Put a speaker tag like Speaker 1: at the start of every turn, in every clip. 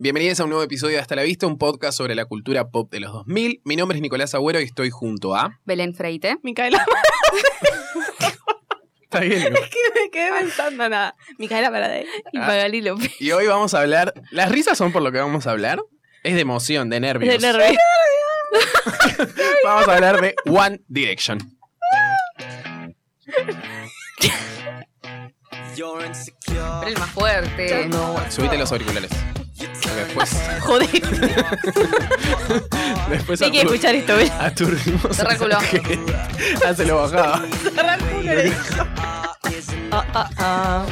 Speaker 1: Bienvenidos a un nuevo episodio de Hasta la Vista, un podcast sobre la cultura pop de los 2000. Mi nombre es Nicolás Agüero y estoy junto a...
Speaker 2: Belén Freite.
Speaker 3: Micaela,
Speaker 1: Está bien. Nico.
Speaker 3: que me quedé pensando nada. Micaela Paradei.
Speaker 2: Y
Speaker 1: Ah.
Speaker 2: Magali López.
Speaker 1: Y hoy vamos a hablar... Las risas son por lo que vamos a hablar. Es de emoción, de nervios.
Speaker 3: De nervios.
Speaker 1: Vamos a hablar de One Direction.
Speaker 4: You're insecure.
Speaker 2: El más fuerte.
Speaker 1: Subite los auriculares. Después...
Speaker 3: Joder,
Speaker 1: Después
Speaker 3: hay que
Speaker 1: atur-
Speaker 3: escuchar esto, ¿ves?
Speaker 1: aturdimos a la
Speaker 2: Cerrá el
Speaker 1: gente. Ya se lo bajaba.
Speaker 3: Ah, ah, ah.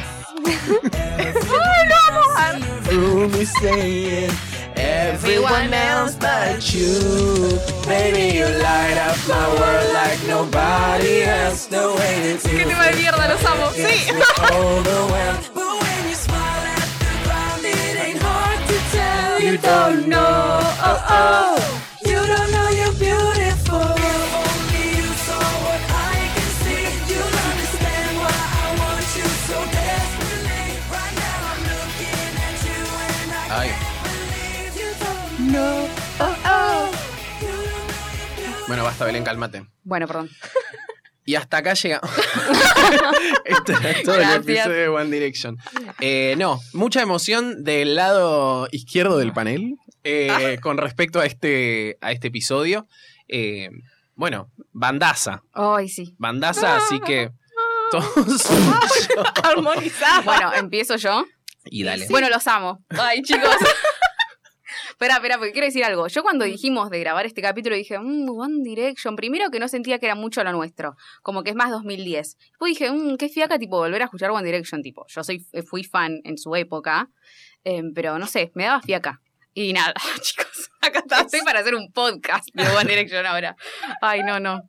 Speaker 1: Only saying everyone else but you. Baby, you light up my world like nobody else. The way that you
Speaker 2: tema de mierda, los amo. Sí.
Speaker 4: overwhelmed. But when you smile at the ground, it ain't hard to tell. You don't know. Oh, oh. You don't know you're beautiful. Only you saw what I can see. You'll understand why I want you so desperately. Right now, I'm looking at you and I
Speaker 1: Ay.
Speaker 4: can't believe you don't
Speaker 1: Bueno, basta, Belén, cálmate.
Speaker 2: Bueno, perdón.
Speaker 1: Y hasta acá llegamos. Esto era todo
Speaker 2: Gracias.
Speaker 1: el episodio de One Direction. Eh, no, mucha emoción del lado izquierdo del panel eh, con respecto a este, a este episodio. Eh, bueno, bandaza.
Speaker 2: Ay, sí.
Speaker 1: Bandaza,
Speaker 2: Ah.
Speaker 1: así que todos.
Speaker 3: Armonizada.
Speaker 2: Bueno, empiezo yo.
Speaker 1: y dale.
Speaker 2: Bueno, los amo. Ay, chicos. Espera, espera, porque quiero decir algo. Yo cuando dijimos de grabar este capítulo dije, mmm, One Direction. Primero que no sentía que era mucho lo nuestro, como que es más 2010. Después dije, mmm, qué fiaca, tipo, volver a escuchar One Direction, tipo. Yo soy, eh, fui fan en su época, eh, pero no sé, me daba fiaca. Y nada, chicos, acá está. Estoy para hacer un podcast de One Direction ahora. Ay, no, no.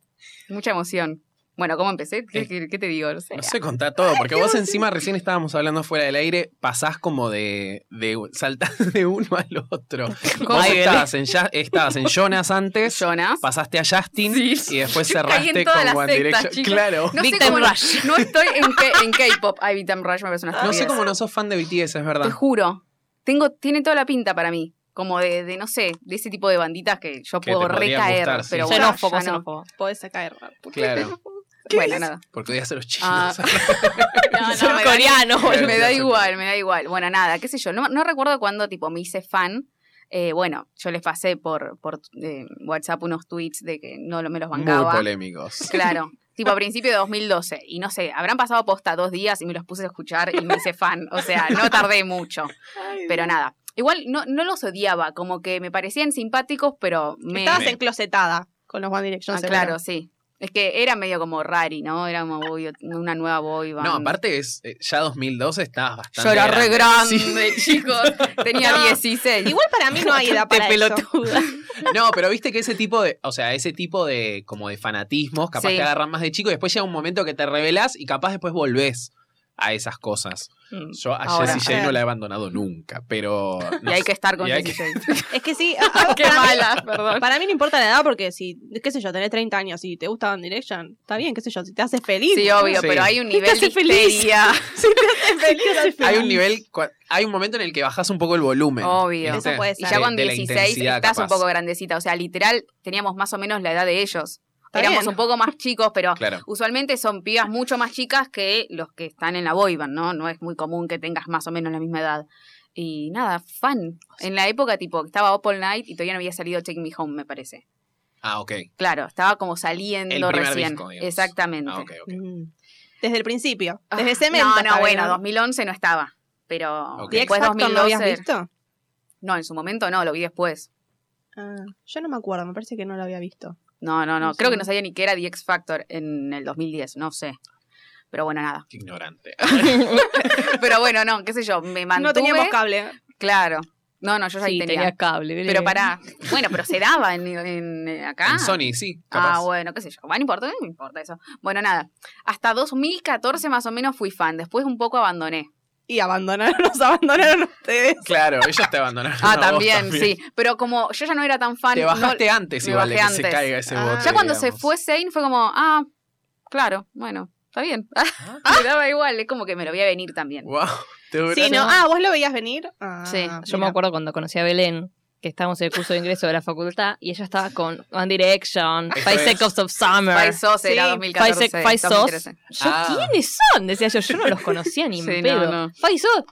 Speaker 2: Mucha emoción. Bueno, ¿cómo empecé? ¿Qué, qué- qué te digo? No sé. Ah,
Speaker 1: No sé contar todo, porque vos encima recién estábamos hablando fuera del aire, pasás como de, de saltás de uno al otro. Vos
Speaker 3: Ay,
Speaker 1: estabas en, Ja- estabas en Jonas antes,
Speaker 2: Jonas.
Speaker 1: pasaste a Justin y después
Speaker 2: Caí
Speaker 1: cerraste
Speaker 2: en todas
Speaker 1: con
Speaker 2: las
Speaker 1: One
Speaker 2: sectas,
Speaker 1: Direction.
Speaker 2: chicos.
Speaker 1: Claro.
Speaker 2: No sé
Speaker 1: No,
Speaker 3: Big Time
Speaker 2: cómo no-
Speaker 3: Rush.
Speaker 2: No estoy en, K- en K-pop. Ay, Big Time Rush me parece una
Speaker 1: sé
Speaker 2: estupidez.
Speaker 1: Ah, cómo no sos fan de BTS, es verdad.
Speaker 2: Te juro. Tengo, tiene toda la pinta para mí. Como de, de, no sé, de ese tipo de banditas que yo
Speaker 1: Que te
Speaker 2: puedo
Speaker 1: podrían
Speaker 2: recaer.
Speaker 1: gustar, sí.
Speaker 2: pero bueno,
Speaker 3: Xenófobo,
Speaker 2: ya no.
Speaker 3: xenófobo. Podés sacar. ¿Por qué?
Speaker 1: Claro,
Speaker 2: Bueno, nada.
Speaker 1: porque odias a los chinos.
Speaker 2: Ah. No, no,
Speaker 3: Son
Speaker 2: me da-
Speaker 3: coreanos,
Speaker 1: Claro.
Speaker 3: boludo.
Speaker 2: me da igual, me da igual. Bueno, nada, qué sé yo. No, no recuerdo cuando tipo me hice fan. Eh, bueno, yo les pasé por, por eh, WhatsApp unos tweets de que no lo- me los
Speaker 1: Muy
Speaker 2: bancaba.
Speaker 1: polémicos.
Speaker 2: Claro. Tipo a principio de 2012. Y no sé, habrán pasado posta dos días y me los puse a escuchar y me hice fan. O sea, no tardé mucho.
Speaker 3: Ay,
Speaker 2: Pero nada. Igual no, no los odiaba, como que me parecían simpáticos, pero me.
Speaker 3: Estabas
Speaker 1: Me-
Speaker 3: enclosetada con los One Direction.
Speaker 2: Ah,
Speaker 3: seguro.
Speaker 2: claro, sí. Es que era medio como rari, ¿no? Era como boy- una nueva boy band.
Speaker 1: No, aparte es, eh, ya 2012 estabas bastante.
Speaker 2: Yo era re grande,
Speaker 1: Sí.
Speaker 2: chicos. Tenía
Speaker 3: No.
Speaker 2: 16.
Speaker 3: Igual para mí no hay edad para eso.
Speaker 1: No, pero viste que ese tipo de, o sea, ese tipo de como de fanatismos, capaz
Speaker 2: Sí.
Speaker 1: te agarran más de chico y después llega un momento que te revelás y capaz después volvés a esas cosas.
Speaker 2: Mm.
Speaker 1: Yo a
Speaker 2: Ahora,
Speaker 1: Jessie J
Speaker 3: claro.
Speaker 1: no la he abandonado nunca, pero
Speaker 2: Y hay que estar con
Speaker 1: Y hay que-
Speaker 2: 16.
Speaker 3: Es que sí. a- a-
Speaker 2: Qué
Speaker 3: para mí-
Speaker 2: mala, perdón.
Speaker 3: Para mí no importa la edad porque si, qué sé yo, tenés 30 años y te gusta One Direction, está bien, qué sé yo, si te hace feliz.
Speaker 2: Sí, obvio,
Speaker 1: Sí.
Speaker 2: pero hay un nivel de
Speaker 3: hace feliz.
Speaker 2: histeria.
Speaker 3: Si te hace feliz,
Speaker 1: no. hay un nivel, cua- hay un momento en el que bajás un poco el volumen.
Speaker 2: Obvio.
Speaker 1: ¿viste?
Speaker 3: Eso puede
Speaker 2: Y
Speaker 3: ser.
Speaker 2: ya
Speaker 1: De-
Speaker 2: con
Speaker 1: de la
Speaker 2: 16
Speaker 1: intensidad,
Speaker 2: estás un
Speaker 1: capaz.
Speaker 2: poco grandecita. O sea, literal, teníamos más o menos la edad de ellos.
Speaker 3: Está
Speaker 2: Éramos
Speaker 3: bien.
Speaker 2: un poco más chicos, pero
Speaker 1: Claro.
Speaker 2: usualmente son pibas mucho más chicas que los que están en la boyband, ¿no? No es muy común que tengas más o menos la misma edad. Y nada, fan. En la época, tipo, estaba Up All Night y todavía no había salido Take Me Home, me parece.
Speaker 1: Ah, ok.
Speaker 2: Claro, estaba como saliendo
Speaker 1: El primer
Speaker 2: recién.
Speaker 1: disco, digamos.
Speaker 2: Exactamente.
Speaker 1: Ah, ok, ok.
Speaker 3: Mm. Desde el principio,
Speaker 2: Ah,
Speaker 3: desde Cemento.
Speaker 2: No,
Speaker 3: está
Speaker 2: no, bueno,
Speaker 3: bien.
Speaker 2: 2011 no estaba. Pero
Speaker 1: Ok.
Speaker 3: ¿Y X
Speaker 2: después
Speaker 3: Factor lo habías
Speaker 2: 2012
Speaker 3: visto?
Speaker 2: No, en su momento no, lo vi después.
Speaker 3: Ah, yo no me acuerdo, me parece que no lo había visto.
Speaker 2: No, no, no.
Speaker 3: No sé.
Speaker 2: Creo que no sabía ni qué era The X Factor en el 2010, no sé. Pero bueno, nada.
Speaker 1: Qué ignorante.
Speaker 2: Pero bueno, no, qué sé yo, me mantuve.
Speaker 3: No teníamos cable.
Speaker 2: Claro. No, no, yo ya
Speaker 5: sí,
Speaker 2: ahí tenía.
Speaker 5: tenía cable. ¿viste?
Speaker 2: Pero pará. Bueno, pero se daba en, en- eh, acá.
Speaker 1: En Sony, sí, capaz.
Speaker 2: Ah, bueno, qué sé yo. Bueno, no importa, no importa eso. Bueno, nada. Hasta 2014 más o menos fui fan. Después un poco abandoné.
Speaker 3: Y abandonaron, nos abandonaron ustedes.
Speaker 1: Claro, ellos te abandonaron. a
Speaker 2: Ah,
Speaker 1: vos
Speaker 2: también, sí. Pero como yo ya no era tan fan.
Speaker 1: Te
Speaker 2: no-
Speaker 1: bajaste antes
Speaker 2: me
Speaker 1: igual de que
Speaker 2: bajé
Speaker 1: se
Speaker 2: antes.
Speaker 1: caiga ese
Speaker 3: Ah.
Speaker 1: bote.
Speaker 2: ya cuando se
Speaker 1: digamos.
Speaker 2: fue Zane fue como, ah, claro, bueno, está bien.
Speaker 1: Ah.
Speaker 2: me daba igual, es como que me lo voy a venir también.
Speaker 1: Wow, te duró-
Speaker 3: Sí, ¿no? Ah, ¿vos lo veías venir? Ah,
Speaker 2: Sí,
Speaker 5: Yo me
Speaker 3: mira.
Speaker 5: acuerdo cuando conocí a Belén, que estábamos en el curso de ingreso de la facultad, y ella estaba con One Direction,
Speaker 1: Eso
Speaker 5: Five
Speaker 1: es.
Speaker 5: Seconds of Summer.
Speaker 2: Five Sos era
Speaker 3: Sí,
Speaker 2: 2014.
Speaker 5: Five Sec- Five Sos.
Speaker 2: 2013.
Speaker 5: Yo,
Speaker 1: Ah.
Speaker 5: ¿quiénes son? Decía yo, yo no los conocía ni en
Speaker 2: Sí, no,
Speaker 5: pedo.
Speaker 2: no.
Speaker 5: Five Sos.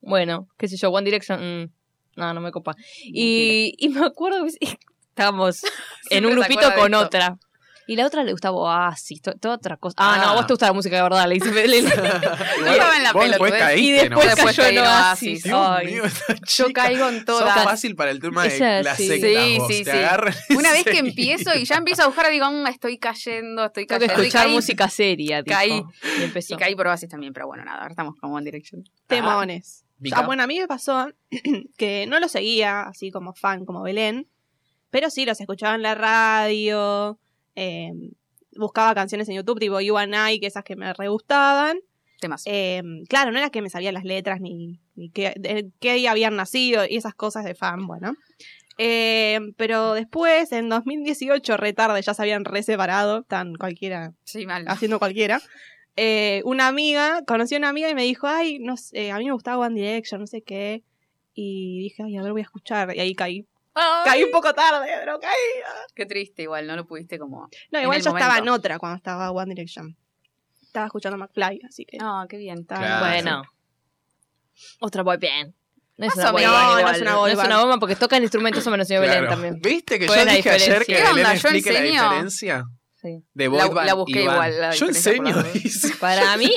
Speaker 5: Bueno, qué sé yo, One Direction, mm, no, no me copa. Y, y me acuerdo que sí, estábamos en
Speaker 2: Siempre
Speaker 5: un
Speaker 2: se
Speaker 5: grupito
Speaker 2: acuerda de
Speaker 5: con
Speaker 2: esto.
Speaker 5: otra. Y la otra le gustaba Oasis, to- toda otra cosa. Ah, no,
Speaker 1: Ah.
Speaker 5: a vos te gusta la música de verdad, le dice Belén.
Speaker 2: Yo estaba en la
Speaker 1: vos
Speaker 2: pelotudez.
Speaker 1: ¿eh? después caíste,
Speaker 5: y después
Speaker 1: ¿no?
Speaker 2: Después
Speaker 5: cayó
Speaker 2: caí
Speaker 5: en
Speaker 2: en
Speaker 5: Oasis.
Speaker 1: Dios
Speaker 5: Ay.
Speaker 1: mío, esta
Speaker 2: Yo
Speaker 1: chica.
Speaker 2: caigo en
Speaker 1: Sos
Speaker 2: todas.
Speaker 1: fácil para el tema de
Speaker 5: Esa,
Speaker 1: las
Speaker 5: sí.
Speaker 1: sectas,
Speaker 2: Sí,
Speaker 1: vos.
Speaker 2: sí,
Speaker 1: Te
Speaker 2: sí.
Speaker 1: agarran y
Speaker 2: Una vez
Speaker 1: se-
Speaker 2: que empiezo y ya empiezo a buscar, digo, "Mm, estoy cayendo, estoy
Speaker 5: Tengo que
Speaker 2: cayendo. Y
Speaker 5: escuchar
Speaker 2: caí-
Speaker 5: música seria, dijo.
Speaker 2: Caí.
Speaker 5: Y empezó.
Speaker 2: Y caí por Oasis también, pero bueno, nada, ahora estamos como en dirección.
Speaker 3: Temones.
Speaker 1: Mica.
Speaker 3: Ah, bueno, a mí me pasó que no los seguía así como fan, como Belén, pero sí los escuchaba en la radio, eh, buscaba canciones en YouTube tipo You and I, que esas que me re gustaban.
Speaker 2: Temas.
Speaker 3: Eh, claro, no era que me sabía las letras ni, ni qué, de qué día habían nacido y esas cosas de fan, bueno. Eh, pero después, en 2018, re tarde, ya se habían re separado, tan cualquiera
Speaker 2: sí, mal.
Speaker 5: ah,
Speaker 3: haciendo cualquiera. Eh, una amiga, conocí a una amiga y me dijo, ay, no sé, a mí me gustaba One Direction, no sé qué. Y dije, ay, a ver, voy a escuchar. Y ahí caí.
Speaker 2: Ay,
Speaker 3: Caí un poco tarde, pero caí.
Speaker 2: Ah, Qué triste igual, no lo pudiste como...
Speaker 3: No,
Speaker 2: En
Speaker 3: igual
Speaker 2: el
Speaker 3: yo estaba en
Speaker 2: momento.
Speaker 3: otra cuando estaba One Direction. Estaba escuchando McFly, así que...
Speaker 2: Ah, qué bien.
Speaker 3: estaba
Speaker 1: Claro.
Speaker 3: en-
Speaker 5: Bueno. Otra boy band. No
Speaker 2: Más
Speaker 5: es una
Speaker 2: o
Speaker 5: boy
Speaker 2: menos,
Speaker 5: band.
Speaker 2: no
Speaker 5: igual.
Speaker 3: es una boy
Speaker 5: No es
Speaker 3: band.
Speaker 5: una bomba porque tocan instrumentos o menos, señor
Speaker 1: Claro.
Speaker 5: Belén también.
Speaker 1: ¿Viste que yo
Speaker 5: Fue
Speaker 1: dije
Speaker 5: la
Speaker 1: ayer que
Speaker 5: diferencia.
Speaker 2: ¿Qué
Speaker 1: Belén
Speaker 2: onda? Yo
Speaker 1: explique la
Speaker 2: enseño.
Speaker 1: diferencia?
Speaker 5: Sí.
Speaker 1: De
Speaker 2: La-
Speaker 1: Voidband
Speaker 2: la busqué
Speaker 1: y Van.
Speaker 2: igual, la
Speaker 1: Yo
Speaker 2: diferencia por
Speaker 1: enseño,
Speaker 2: las dudas.
Speaker 1: dice.
Speaker 5: Para mí,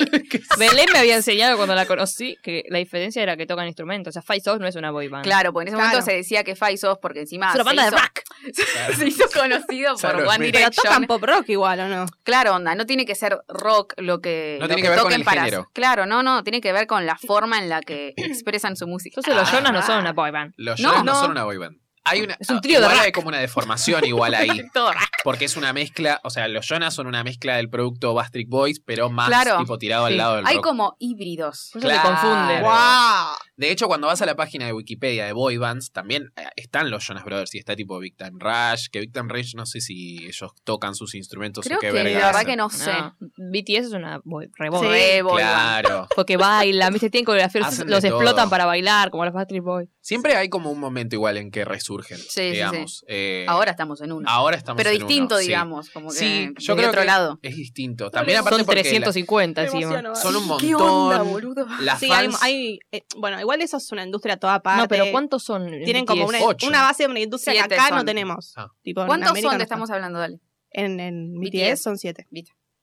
Speaker 5: Belén me había enseñado cuando la conocí que la diferencia era que tocan instrumentos. O sea, Five Souls no es una boy band.
Speaker 2: Claro, Ah, porque en ese
Speaker 3: Claro.
Speaker 2: momento se decía que Five Sos, porque encima
Speaker 5: Es una
Speaker 2: se
Speaker 5: banda
Speaker 2: hizo-
Speaker 5: de rock.
Speaker 2: se hizo conocido por
Speaker 1: Claro,
Speaker 2: One
Speaker 1: mira.
Speaker 3: Pero tocan
Speaker 2: Direction.
Speaker 3: pop rock igual, ¿o no?
Speaker 2: Claro, onda, no tiene que ser rock lo que,
Speaker 1: No
Speaker 2: lo
Speaker 1: tiene que ver con
Speaker 2: toquen
Speaker 1: el
Speaker 2: para-
Speaker 1: género.
Speaker 2: Claro, no, no, tiene que ver con la forma en la que expresan su música.
Speaker 5: Entonces los
Speaker 1: Ah.
Speaker 5: Jonas no son una boy band.
Speaker 1: Los
Speaker 2: No,
Speaker 1: Jonas no,
Speaker 2: no.
Speaker 1: son una boyband. Hay una,
Speaker 5: Es un trío de
Speaker 1: igual
Speaker 5: rock.
Speaker 1: hay como una deformación igual ahí.
Speaker 2: Todo raro.
Speaker 1: Porque es una mezcla, o sea, los Jonas son una mezcla del producto Bastric Boys, pero más
Speaker 2: Claro.
Speaker 1: tipo tirado al
Speaker 5: Sí.
Speaker 1: lado del
Speaker 2: Hay
Speaker 1: rock.
Speaker 2: como híbridos. Ah,
Speaker 5: Por eso se confunde.
Speaker 1: Claro. De hecho, cuando vas a la página de Wikipedia de Boy Bands, también eh, están los Jonas Brothers y está tipo Big Time Rush, que Big Time Rush no sé si ellos tocan sus instrumentos
Speaker 2: Creo
Speaker 1: o qué
Speaker 2: que
Speaker 1: verga
Speaker 2: la verdad
Speaker 1: hacen.
Speaker 2: que no sé.
Speaker 5: No. BTS es una boy, re boy
Speaker 3: Sí.
Speaker 5: band.
Speaker 2: Re boy band.
Speaker 1: Claro.
Speaker 5: Porque bailan, ¿viste? Tienen coreografía, los,
Speaker 1: Hacen de
Speaker 5: los
Speaker 1: todo.
Speaker 5: explotan para bailar, como los Patrick Boys.
Speaker 1: Siempre hay como un momento igual en que resurgen,
Speaker 2: Sí, sí,
Speaker 1: digamos. Eh,
Speaker 2: Ahora estamos en uno.
Speaker 1: ahora estamos
Speaker 2: Pero
Speaker 1: en uno,
Speaker 2: distinto,
Speaker 1: sí.
Speaker 2: digamos, como que
Speaker 1: Sí,
Speaker 2: desde
Speaker 1: yo creo
Speaker 2: otro
Speaker 1: que-
Speaker 2: lado.
Speaker 1: Es distinto. También aparte
Speaker 5: Son
Speaker 1: porque la-
Speaker 5: 350
Speaker 3: Me
Speaker 5: encima.
Speaker 3: emociono.
Speaker 1: son un montón.
Speaker 2: ¿Qué onda, boludo?
Speaker 1: Las
Speaker 3: Sí, hay,
Speaker 1: fans,
Speaker 3: hay- eh, bueno, igual eso es una industria toda aparte.
Speaker 5: No, Ah, pero ¿cuántos son? en
Speaker 3: Tienen como una,
Speaker 5: BTS?
Speaker 1: Ocho.
Speaker 3: una base de una industria
Speaker 2: Siete
Speaker 3: que acá no
Speaker 2: son.
Speaker 3: tenemos.
Speaker 1: Ah.
Speaker 3: Tipo, en
Speaker 2: ¿Cuántos
Speaker 3: América
Speaker 2: son?
Speaker 3: no
Speaker 2: Te
Speaker 3: está.
Speaker 2: estamos hablando, dale.
Speaker 3: En, en BTS,
Speaker 2: BTS
Speaker 3: son siete.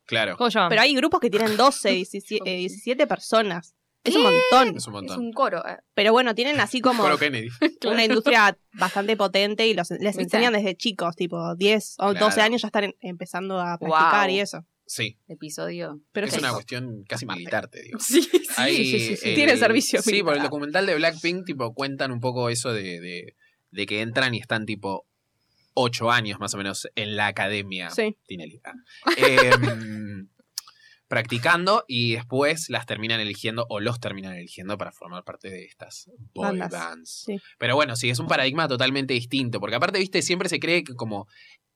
Speaker 1: Claro,
Speaker 5: ¿Cómo se llaman?
Speaker 3: Pero hay grupos que tienen 12, 17, eh, 17 personas. Es un montón.
Speaker 2: Es
Speaker 1: es un montón.
Speaker 2: un coro. eh.
Speaker 3: Pero bueno, tienen así como
Speaker 1: Coro Kennedy.
Speaker 3: una industria bastante potente y los, les
Speaker 2: ¿Viste?
Speaker 3: enseñan desde chicos, tipo 10 o 12
Speaker 1: Claro.
Speaker 3: años ya están en- empezando a
Speaker 2: Wow.
Speaker 3: practicar y eso.
Speaker 1: Sí,
Speaker 2: Episodio.
Speaker 3: Pero
Speaker 1: es
Speaker 3: sí.
Speaker 1: una cuestión casi militar, te digo.
Speaker 2: Sí, sí.
Speaker 1: Hay
Speaker 5: sí, sí, sí.
Speaker 1: el-
Speaker 3: Tiene servicio
Speaker 1: Sí, por el
Speaker 3: militar.
Speaker 1: documental de Blackpink, tipo, cuentan un poco eso de, de, de que entran y están, tipo, ocho años más o menos en la academia.
Speaker 3: Sí.
Speaker 1: Tinelli. Ah. Em, practicando y después las terminan eligiendo o los terminan eligiendo para formar parte de estas boy
Speaker 3: Bandas.
Speaker 1: bands.
Speaker 3: Sí.
Speaker 1: Pero bueno, sí, es un paradigma totalmente distinto, porque aparte, viste, siempre se cree que como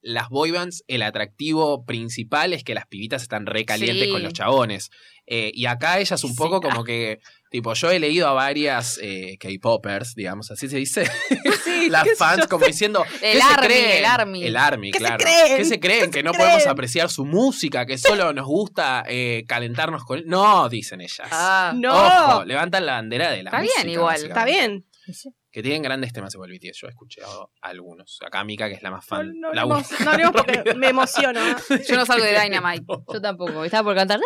Speaker 1: las boy bands, el atractivo principal es que las pibitas están re calientes
Speaker 2: Sí.
Speaker 1: con los chabones. Eh, y acá ellas un
Speaker 3: ah.
Speaker 1: poco como que, tipo, yo he leído a varias eh, K-popers, digamos, así se dice, las fans como diciendo, ¿qué
Speaker 2: El
Speaker 1: se
Speaker 2: Army,
Speaker 1: creen?
Speaker 2: el Army.
Speaker 1: El Army,
Speaker 3: ¿Qué se
Speaker 1: claro.
Speaker 3: creen?
Speaker 1: ¿Qué se creen? que no
Speaker 3: creen?
Speaker 1: podemos apreciar su música, que solo nos gusta eh, calentarnos con... No, dicen ellas.
Speaker 2: Ah.
Speaker 3: No,
Speaker 1: Ojo, levantan la bandera de la
Speaker 2: Está bien
Speaker 1: música,
Speaker 2: igual,
Speaker 1: básicamente.
Speaker 3: está bien.
Speaker 1: Que tienen grandes temas igual BTS. Yo he escuchado algunos. Acá Mika, que es la más
Speaker 3: No,
Speaker 1: fan.
Speaker 3: no
Speaker 1: la
Speaker 3: hablemos, no hablemos porque me emociono. ¿eh?
Speaker 2: Yo no salgo de Dynamite.
Speaker 5: Yo tampoco. Estaba por cantar.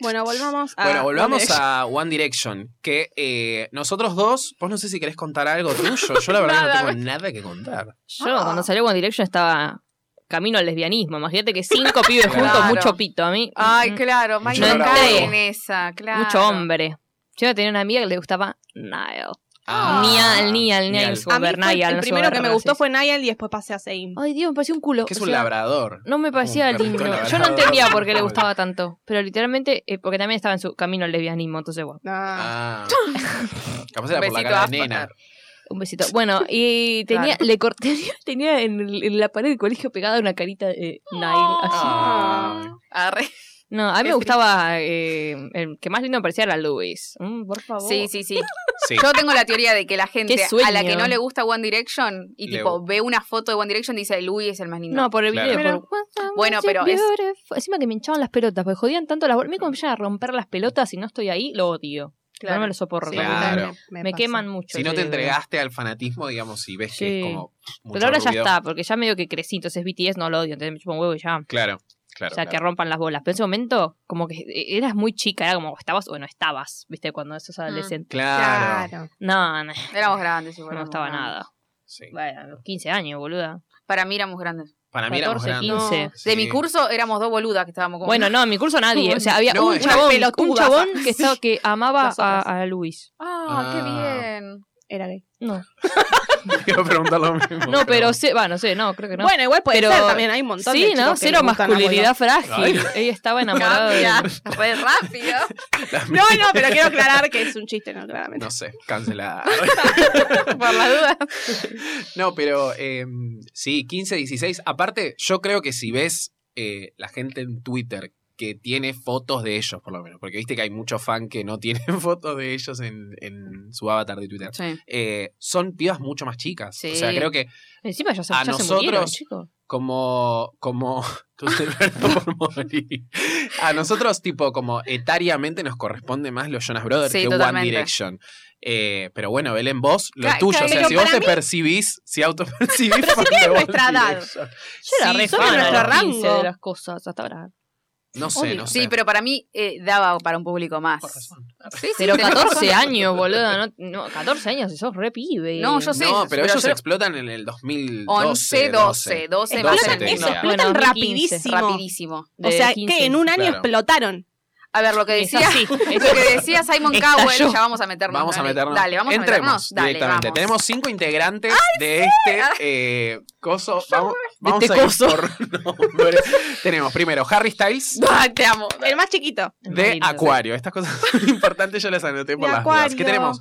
Speaker 3: Bueno, volvamos a.
Speaker 2: Ah,
Speaker 1: Bueno, volvamos
Speaker 3: One
Speaker 1: a One Direction. Que eh, nosotros dos, vos no sé si querés contar algo tuyo. Yo la verdad no
Speaker 2: Nada.
Speaker 1: tengo nada que contar.
Speaker 5: Yo, cuando salió One Direction, estaba camino al lesbianismo. Imagínate que cinco pibes
Speaker 1: Claro.
Speaker 5: juntos, mucho pito. A mí,
Speaker 2: Ay,
Speaker 5: mm,
Speaker 2: claro,
Speaker 1: Mucho
Speaker 2: Mike
Speaker 5: hombre.
Speaker 2: cae en esa, claro.
Speaker 5: mucho hombre. Yo tenía una amiga que le gustaba Niall.
Speaker 2: Ah.
Speaker 5: Niall, Niall, Niall.
Speaker 3: A mí
Speaker 5: Over
Speaker 3: fue el-
Speaker 5: Niall,
Speaker 3: el
Speaker 5: no se
Speaker 3: primero
Speaker 5: borra,
Speaker 3: que me gustó
Speaker 5: sí.
Speaker 3: fue Niall y después pasé a Zayn.
Speaker 5: Ay, Dios, me pareció un culo.
Speaker 1: Que es
Speaker 5: O
Speaker 1: un
Speaker 5: sea,
Speaker 1: labrador.
Speaker 5: No me parecía
Speaker 1: Un perrito
Speaker 5: lindo. Yo no
Speaker 1: labrador.
Speaker 5: entendía por qué le gustaba tanto. Pero literalmente, eh, porque también estaba en su camino al lesbianismo, entonces bueno.
Speaker 3: Ah.
Speaker 1: Ah. Capaz era por la
Speaker 2: Besito
Speaker 1: cara
Speaker 2: a
Speaker 1: de nena.
Speaker 5: Un besito. Bueno, y tenía, le corté, tenía, tenía en, el- en la pared del colegio pegada una carita de Nile. Así.
Speaker 1: Ah.
Speaker 2: Oh. Arre.
Speaker 5: No, a mí me
Speaker 2: Es
Speaker 5: gustaba, eh, el que más lindo me parecía era Luis. Mm, por favor.
Speaker 2: Sí, sí, sí.
Speaker 1: Sí.
Speaker 2: Yo tengo la teoría de que la gente
Speaker 5: Qué sueño.
Speaker 2: a la que no le gusta One Direction y
Speaker 1: Le-
Speaker 2: tipo ve una foto de One Direction dice Louis es el más lindo.
Speaker 5: No, por el
Speaker 1: Claro.
Speaker 5: video.
Speaker 3: Pero-
Speaker 5: Por... What the
Speaker 2: Bueno,
Speaker 5: was it
Speaker 2: pero es-
Speaker 5: beautiful? Encima que me hinchaban las pelotas, porque jodían tanto las bolas. Me comienzan a romper las pelotas y no estoy ahí, lo odio. No me lo soporto.
Speaker 3: Sí,
Speaker 1: Claro.
Speaker 3: a mí también
Speaker 5: Me,
Speaker 3: pasa.
Speaker 5: queman mucho.
Speaker 1: Si no
Speaker 5: ese
Speaker 1: te
Speaker 5: video.
Speaker 1: entregaste al fanatismo, digamos, y ves que
Speaker 5: Sí.
Speaker 1: es como mucho
Speaker 5: Pero ahora ya
Speaker 1: ruido.
Speaker 5: está, porque ya medio que crecí, entonces BTS no lo odio, entonces me chupo un huevo y ya.
Speaker 1: Claro,
Speaker 5: O
Speaker 1: claro.
Speaker 5: sea, que
Speaker 1: claro.
Speaker 5: rompan las bolas. Pero en ese momento, como que e-, eras muy chica, era como estabas o no estabas, ¿viste? Cuando
Speaker 3: Mm.
Speaker 5: sos adolescente.
Speaker 1: Claro.
Speaker 3: Claro.
Speaker 5: No, no,
Speaker 2: Éramos grandes igual.
Speaker 5: no me
Speaker 2: éramos
Speaker 5: gustaba
Speaker 2: grandes.
Speaker 5: nada.
Speaker 1: Sí.
Speaker 5: Bueno, a los 15 años, boluda.
Speaker 2: Para mí éramos grandes.
Speaker 1: Para mí éramos
Speaker 5: 14,
Speaker 1: grandes.
Speaker 5: 15.
Speaker 1: Sí.
Speaker 2: De mi curso éramos dos boludas que estábamos como.
Speaker 5: Bueno, no, en mi curso nadie. O sea, había
Speaker 1: No,
Speaker 5: un
Speaker 1: es-
Speaker 5: chabón,
Speaker 3: pelotudas.
Speaker 5: un chabón que, estaba, que amaba
Speaker 3: Las
Speaker 5: a,
Speaker 3: otras.
Speaker 5: a Luis.
Speaker 2: Ah, qué bien.
Speaker 3: Era gay.
Speaker 5: No,
Speaker 1: Iba a preguntar lo mismo.
Speaker 5: no, pero, se- bueno, no sé, no, creo que no.
Speaker 3: Bueno, igual puede
Speaker 5: Pero-
Speaker 3: ser también. Hay un montón de
Speaker 5: sí,
Speaker 3: chicos
Speaker 5: ¿no?
Speaker 3: que
Speaker 5: Cero
Speaker 3: les gustan las
Speaker 5: masculinidad frágil.
Speaker 1: Ay.
Speaker 5: Ella estaba enamorada de...
Speaker 2: Rápida, re rápido.
Speaker 1: La-
Speaker 3: bolas. No, no, pero quiero aclarar que es un chiste, no, claramente.
Speaker 1: No sé, cancelada.
Speaker 2: Por la duda.
Speaker 1: No, pero eh, sí, 15, 16. Aparte, yo creo que si ves eh, la gente en Twitter que tiene fotos de ellos, por lo menos, porque viste que hay muchos fan que no tienen fotos de ellos en, en su avatar de Twitter,
Speaker 2: Sí.
Speaker 1: eh, son pibas mucho más chicas.
Speaker 2: Sí.
Speaker 1: O sea, creo que
Speaker 5: Encima ya se,
Speaker 1: A
Speaker 5: ya se
Speaker 1: nosotros-
Speaker 5: murieron, chicos.
Speaker 1: como como tú te perdón por morir. a nosotros tipo como etariamente nos corresponde más los Jonas Brothers
Speaker 2: Sí,
Speaker 1: que One
Speaker 2: totalmente.
Speaker 1: Direction Eh, pero bueno Belén vos lo
Speaker 2: Ca-
Speaker 1: tuyo o sea
Speaker 2: pero
Speaker 1: si vos
Speaker 2: para
Speaker 1: te
Speaker 2: mí-
Speaker 1: percibís si autopercibís fan de One
Speaker 3: nuestra edad.
Speaker 1: Direction.
Speaker 5: Yo era
Speaker 3: Sí,
Speaker 5: re
Speaker 3: son de
Speaker 5: fan a
Speaker 3: nuestro
Speaker 5: los 15
Speaker 3: rango.
Speaker 5: de las cosas hasta ahora.
Speaker 1: no sé
Speaker 5: Obvio.
Speaker 1: no sé
Speaker 2: Sí, pero para mí eh, daba para un público más.
Speaker 1: Por razón.
Speaker 2: Sí, sí,
Speaker 5: Pero
Speaker 2: tenés
Speaker 5: 14
Speaker 2: razón.
Speaker 5: años, boludo. No, no, 14 años y sos re pibe.
Speaker 2: No, yo sé.
Speaker 1: no, pero,
Speaker 2: pero
Speaker 1: ellos
Speaker 2: yo-
Speaker 1: explotan en el 2012.
Speaker 2: 11, 12, 12 más
Speaker 1: Explotan
Speaker 2: el
Speaker 1: eso,
Speaker 2: mundo.
Speaker 1: explotan
Speaker 5: Bueno, 2015.
Speaker 3: rapidísimo.
Speaker 2: Rapidísimo.
Speaker 3: O sea,
Speaker 5: de
Speaker 3: que en un año
Speaker 1: claro.
Speaker 3: explotaron.
Speaker 2: A ver, lo que
Speaker 5: Es
Speaker 2: decía,
Speaker 5: así, es
Speaker 2: lo que decía Simon
Speaker 5: Estalló.
Speaker 2: Cowell, ya vamos a meternos.
Speaker 1: Vamos a
Speaker 2: dale.
Speaker 1: meternos.
Speaker 2: Dale, vamos
Speaker 1: Entremos
Speaker 2: a meternos. Dale,
Speaker 1: directamente.
Speaker 2: vamos.
Speaker 1: Tenemos cinco integrantes de este eh, coso. Vamos, vamos
Speaker 5: este
Speaker 1: a ir
Speaker 5: coso.
Speaker 1: por nombres. Tenemos primero Harry Styles
Speaker 2: Ah, te amo.
Speaker 3: El más chiquito.
Speaker 1: de
Speaker 5: Lindo.
Speaker 1: Acuario. Estas cosas son importantes, yo las anoté por
Speaker 3: De
Speaker 1: las dudas.
Speaker 3: Acuario.
Speaker 1: ¿Qué tenemos?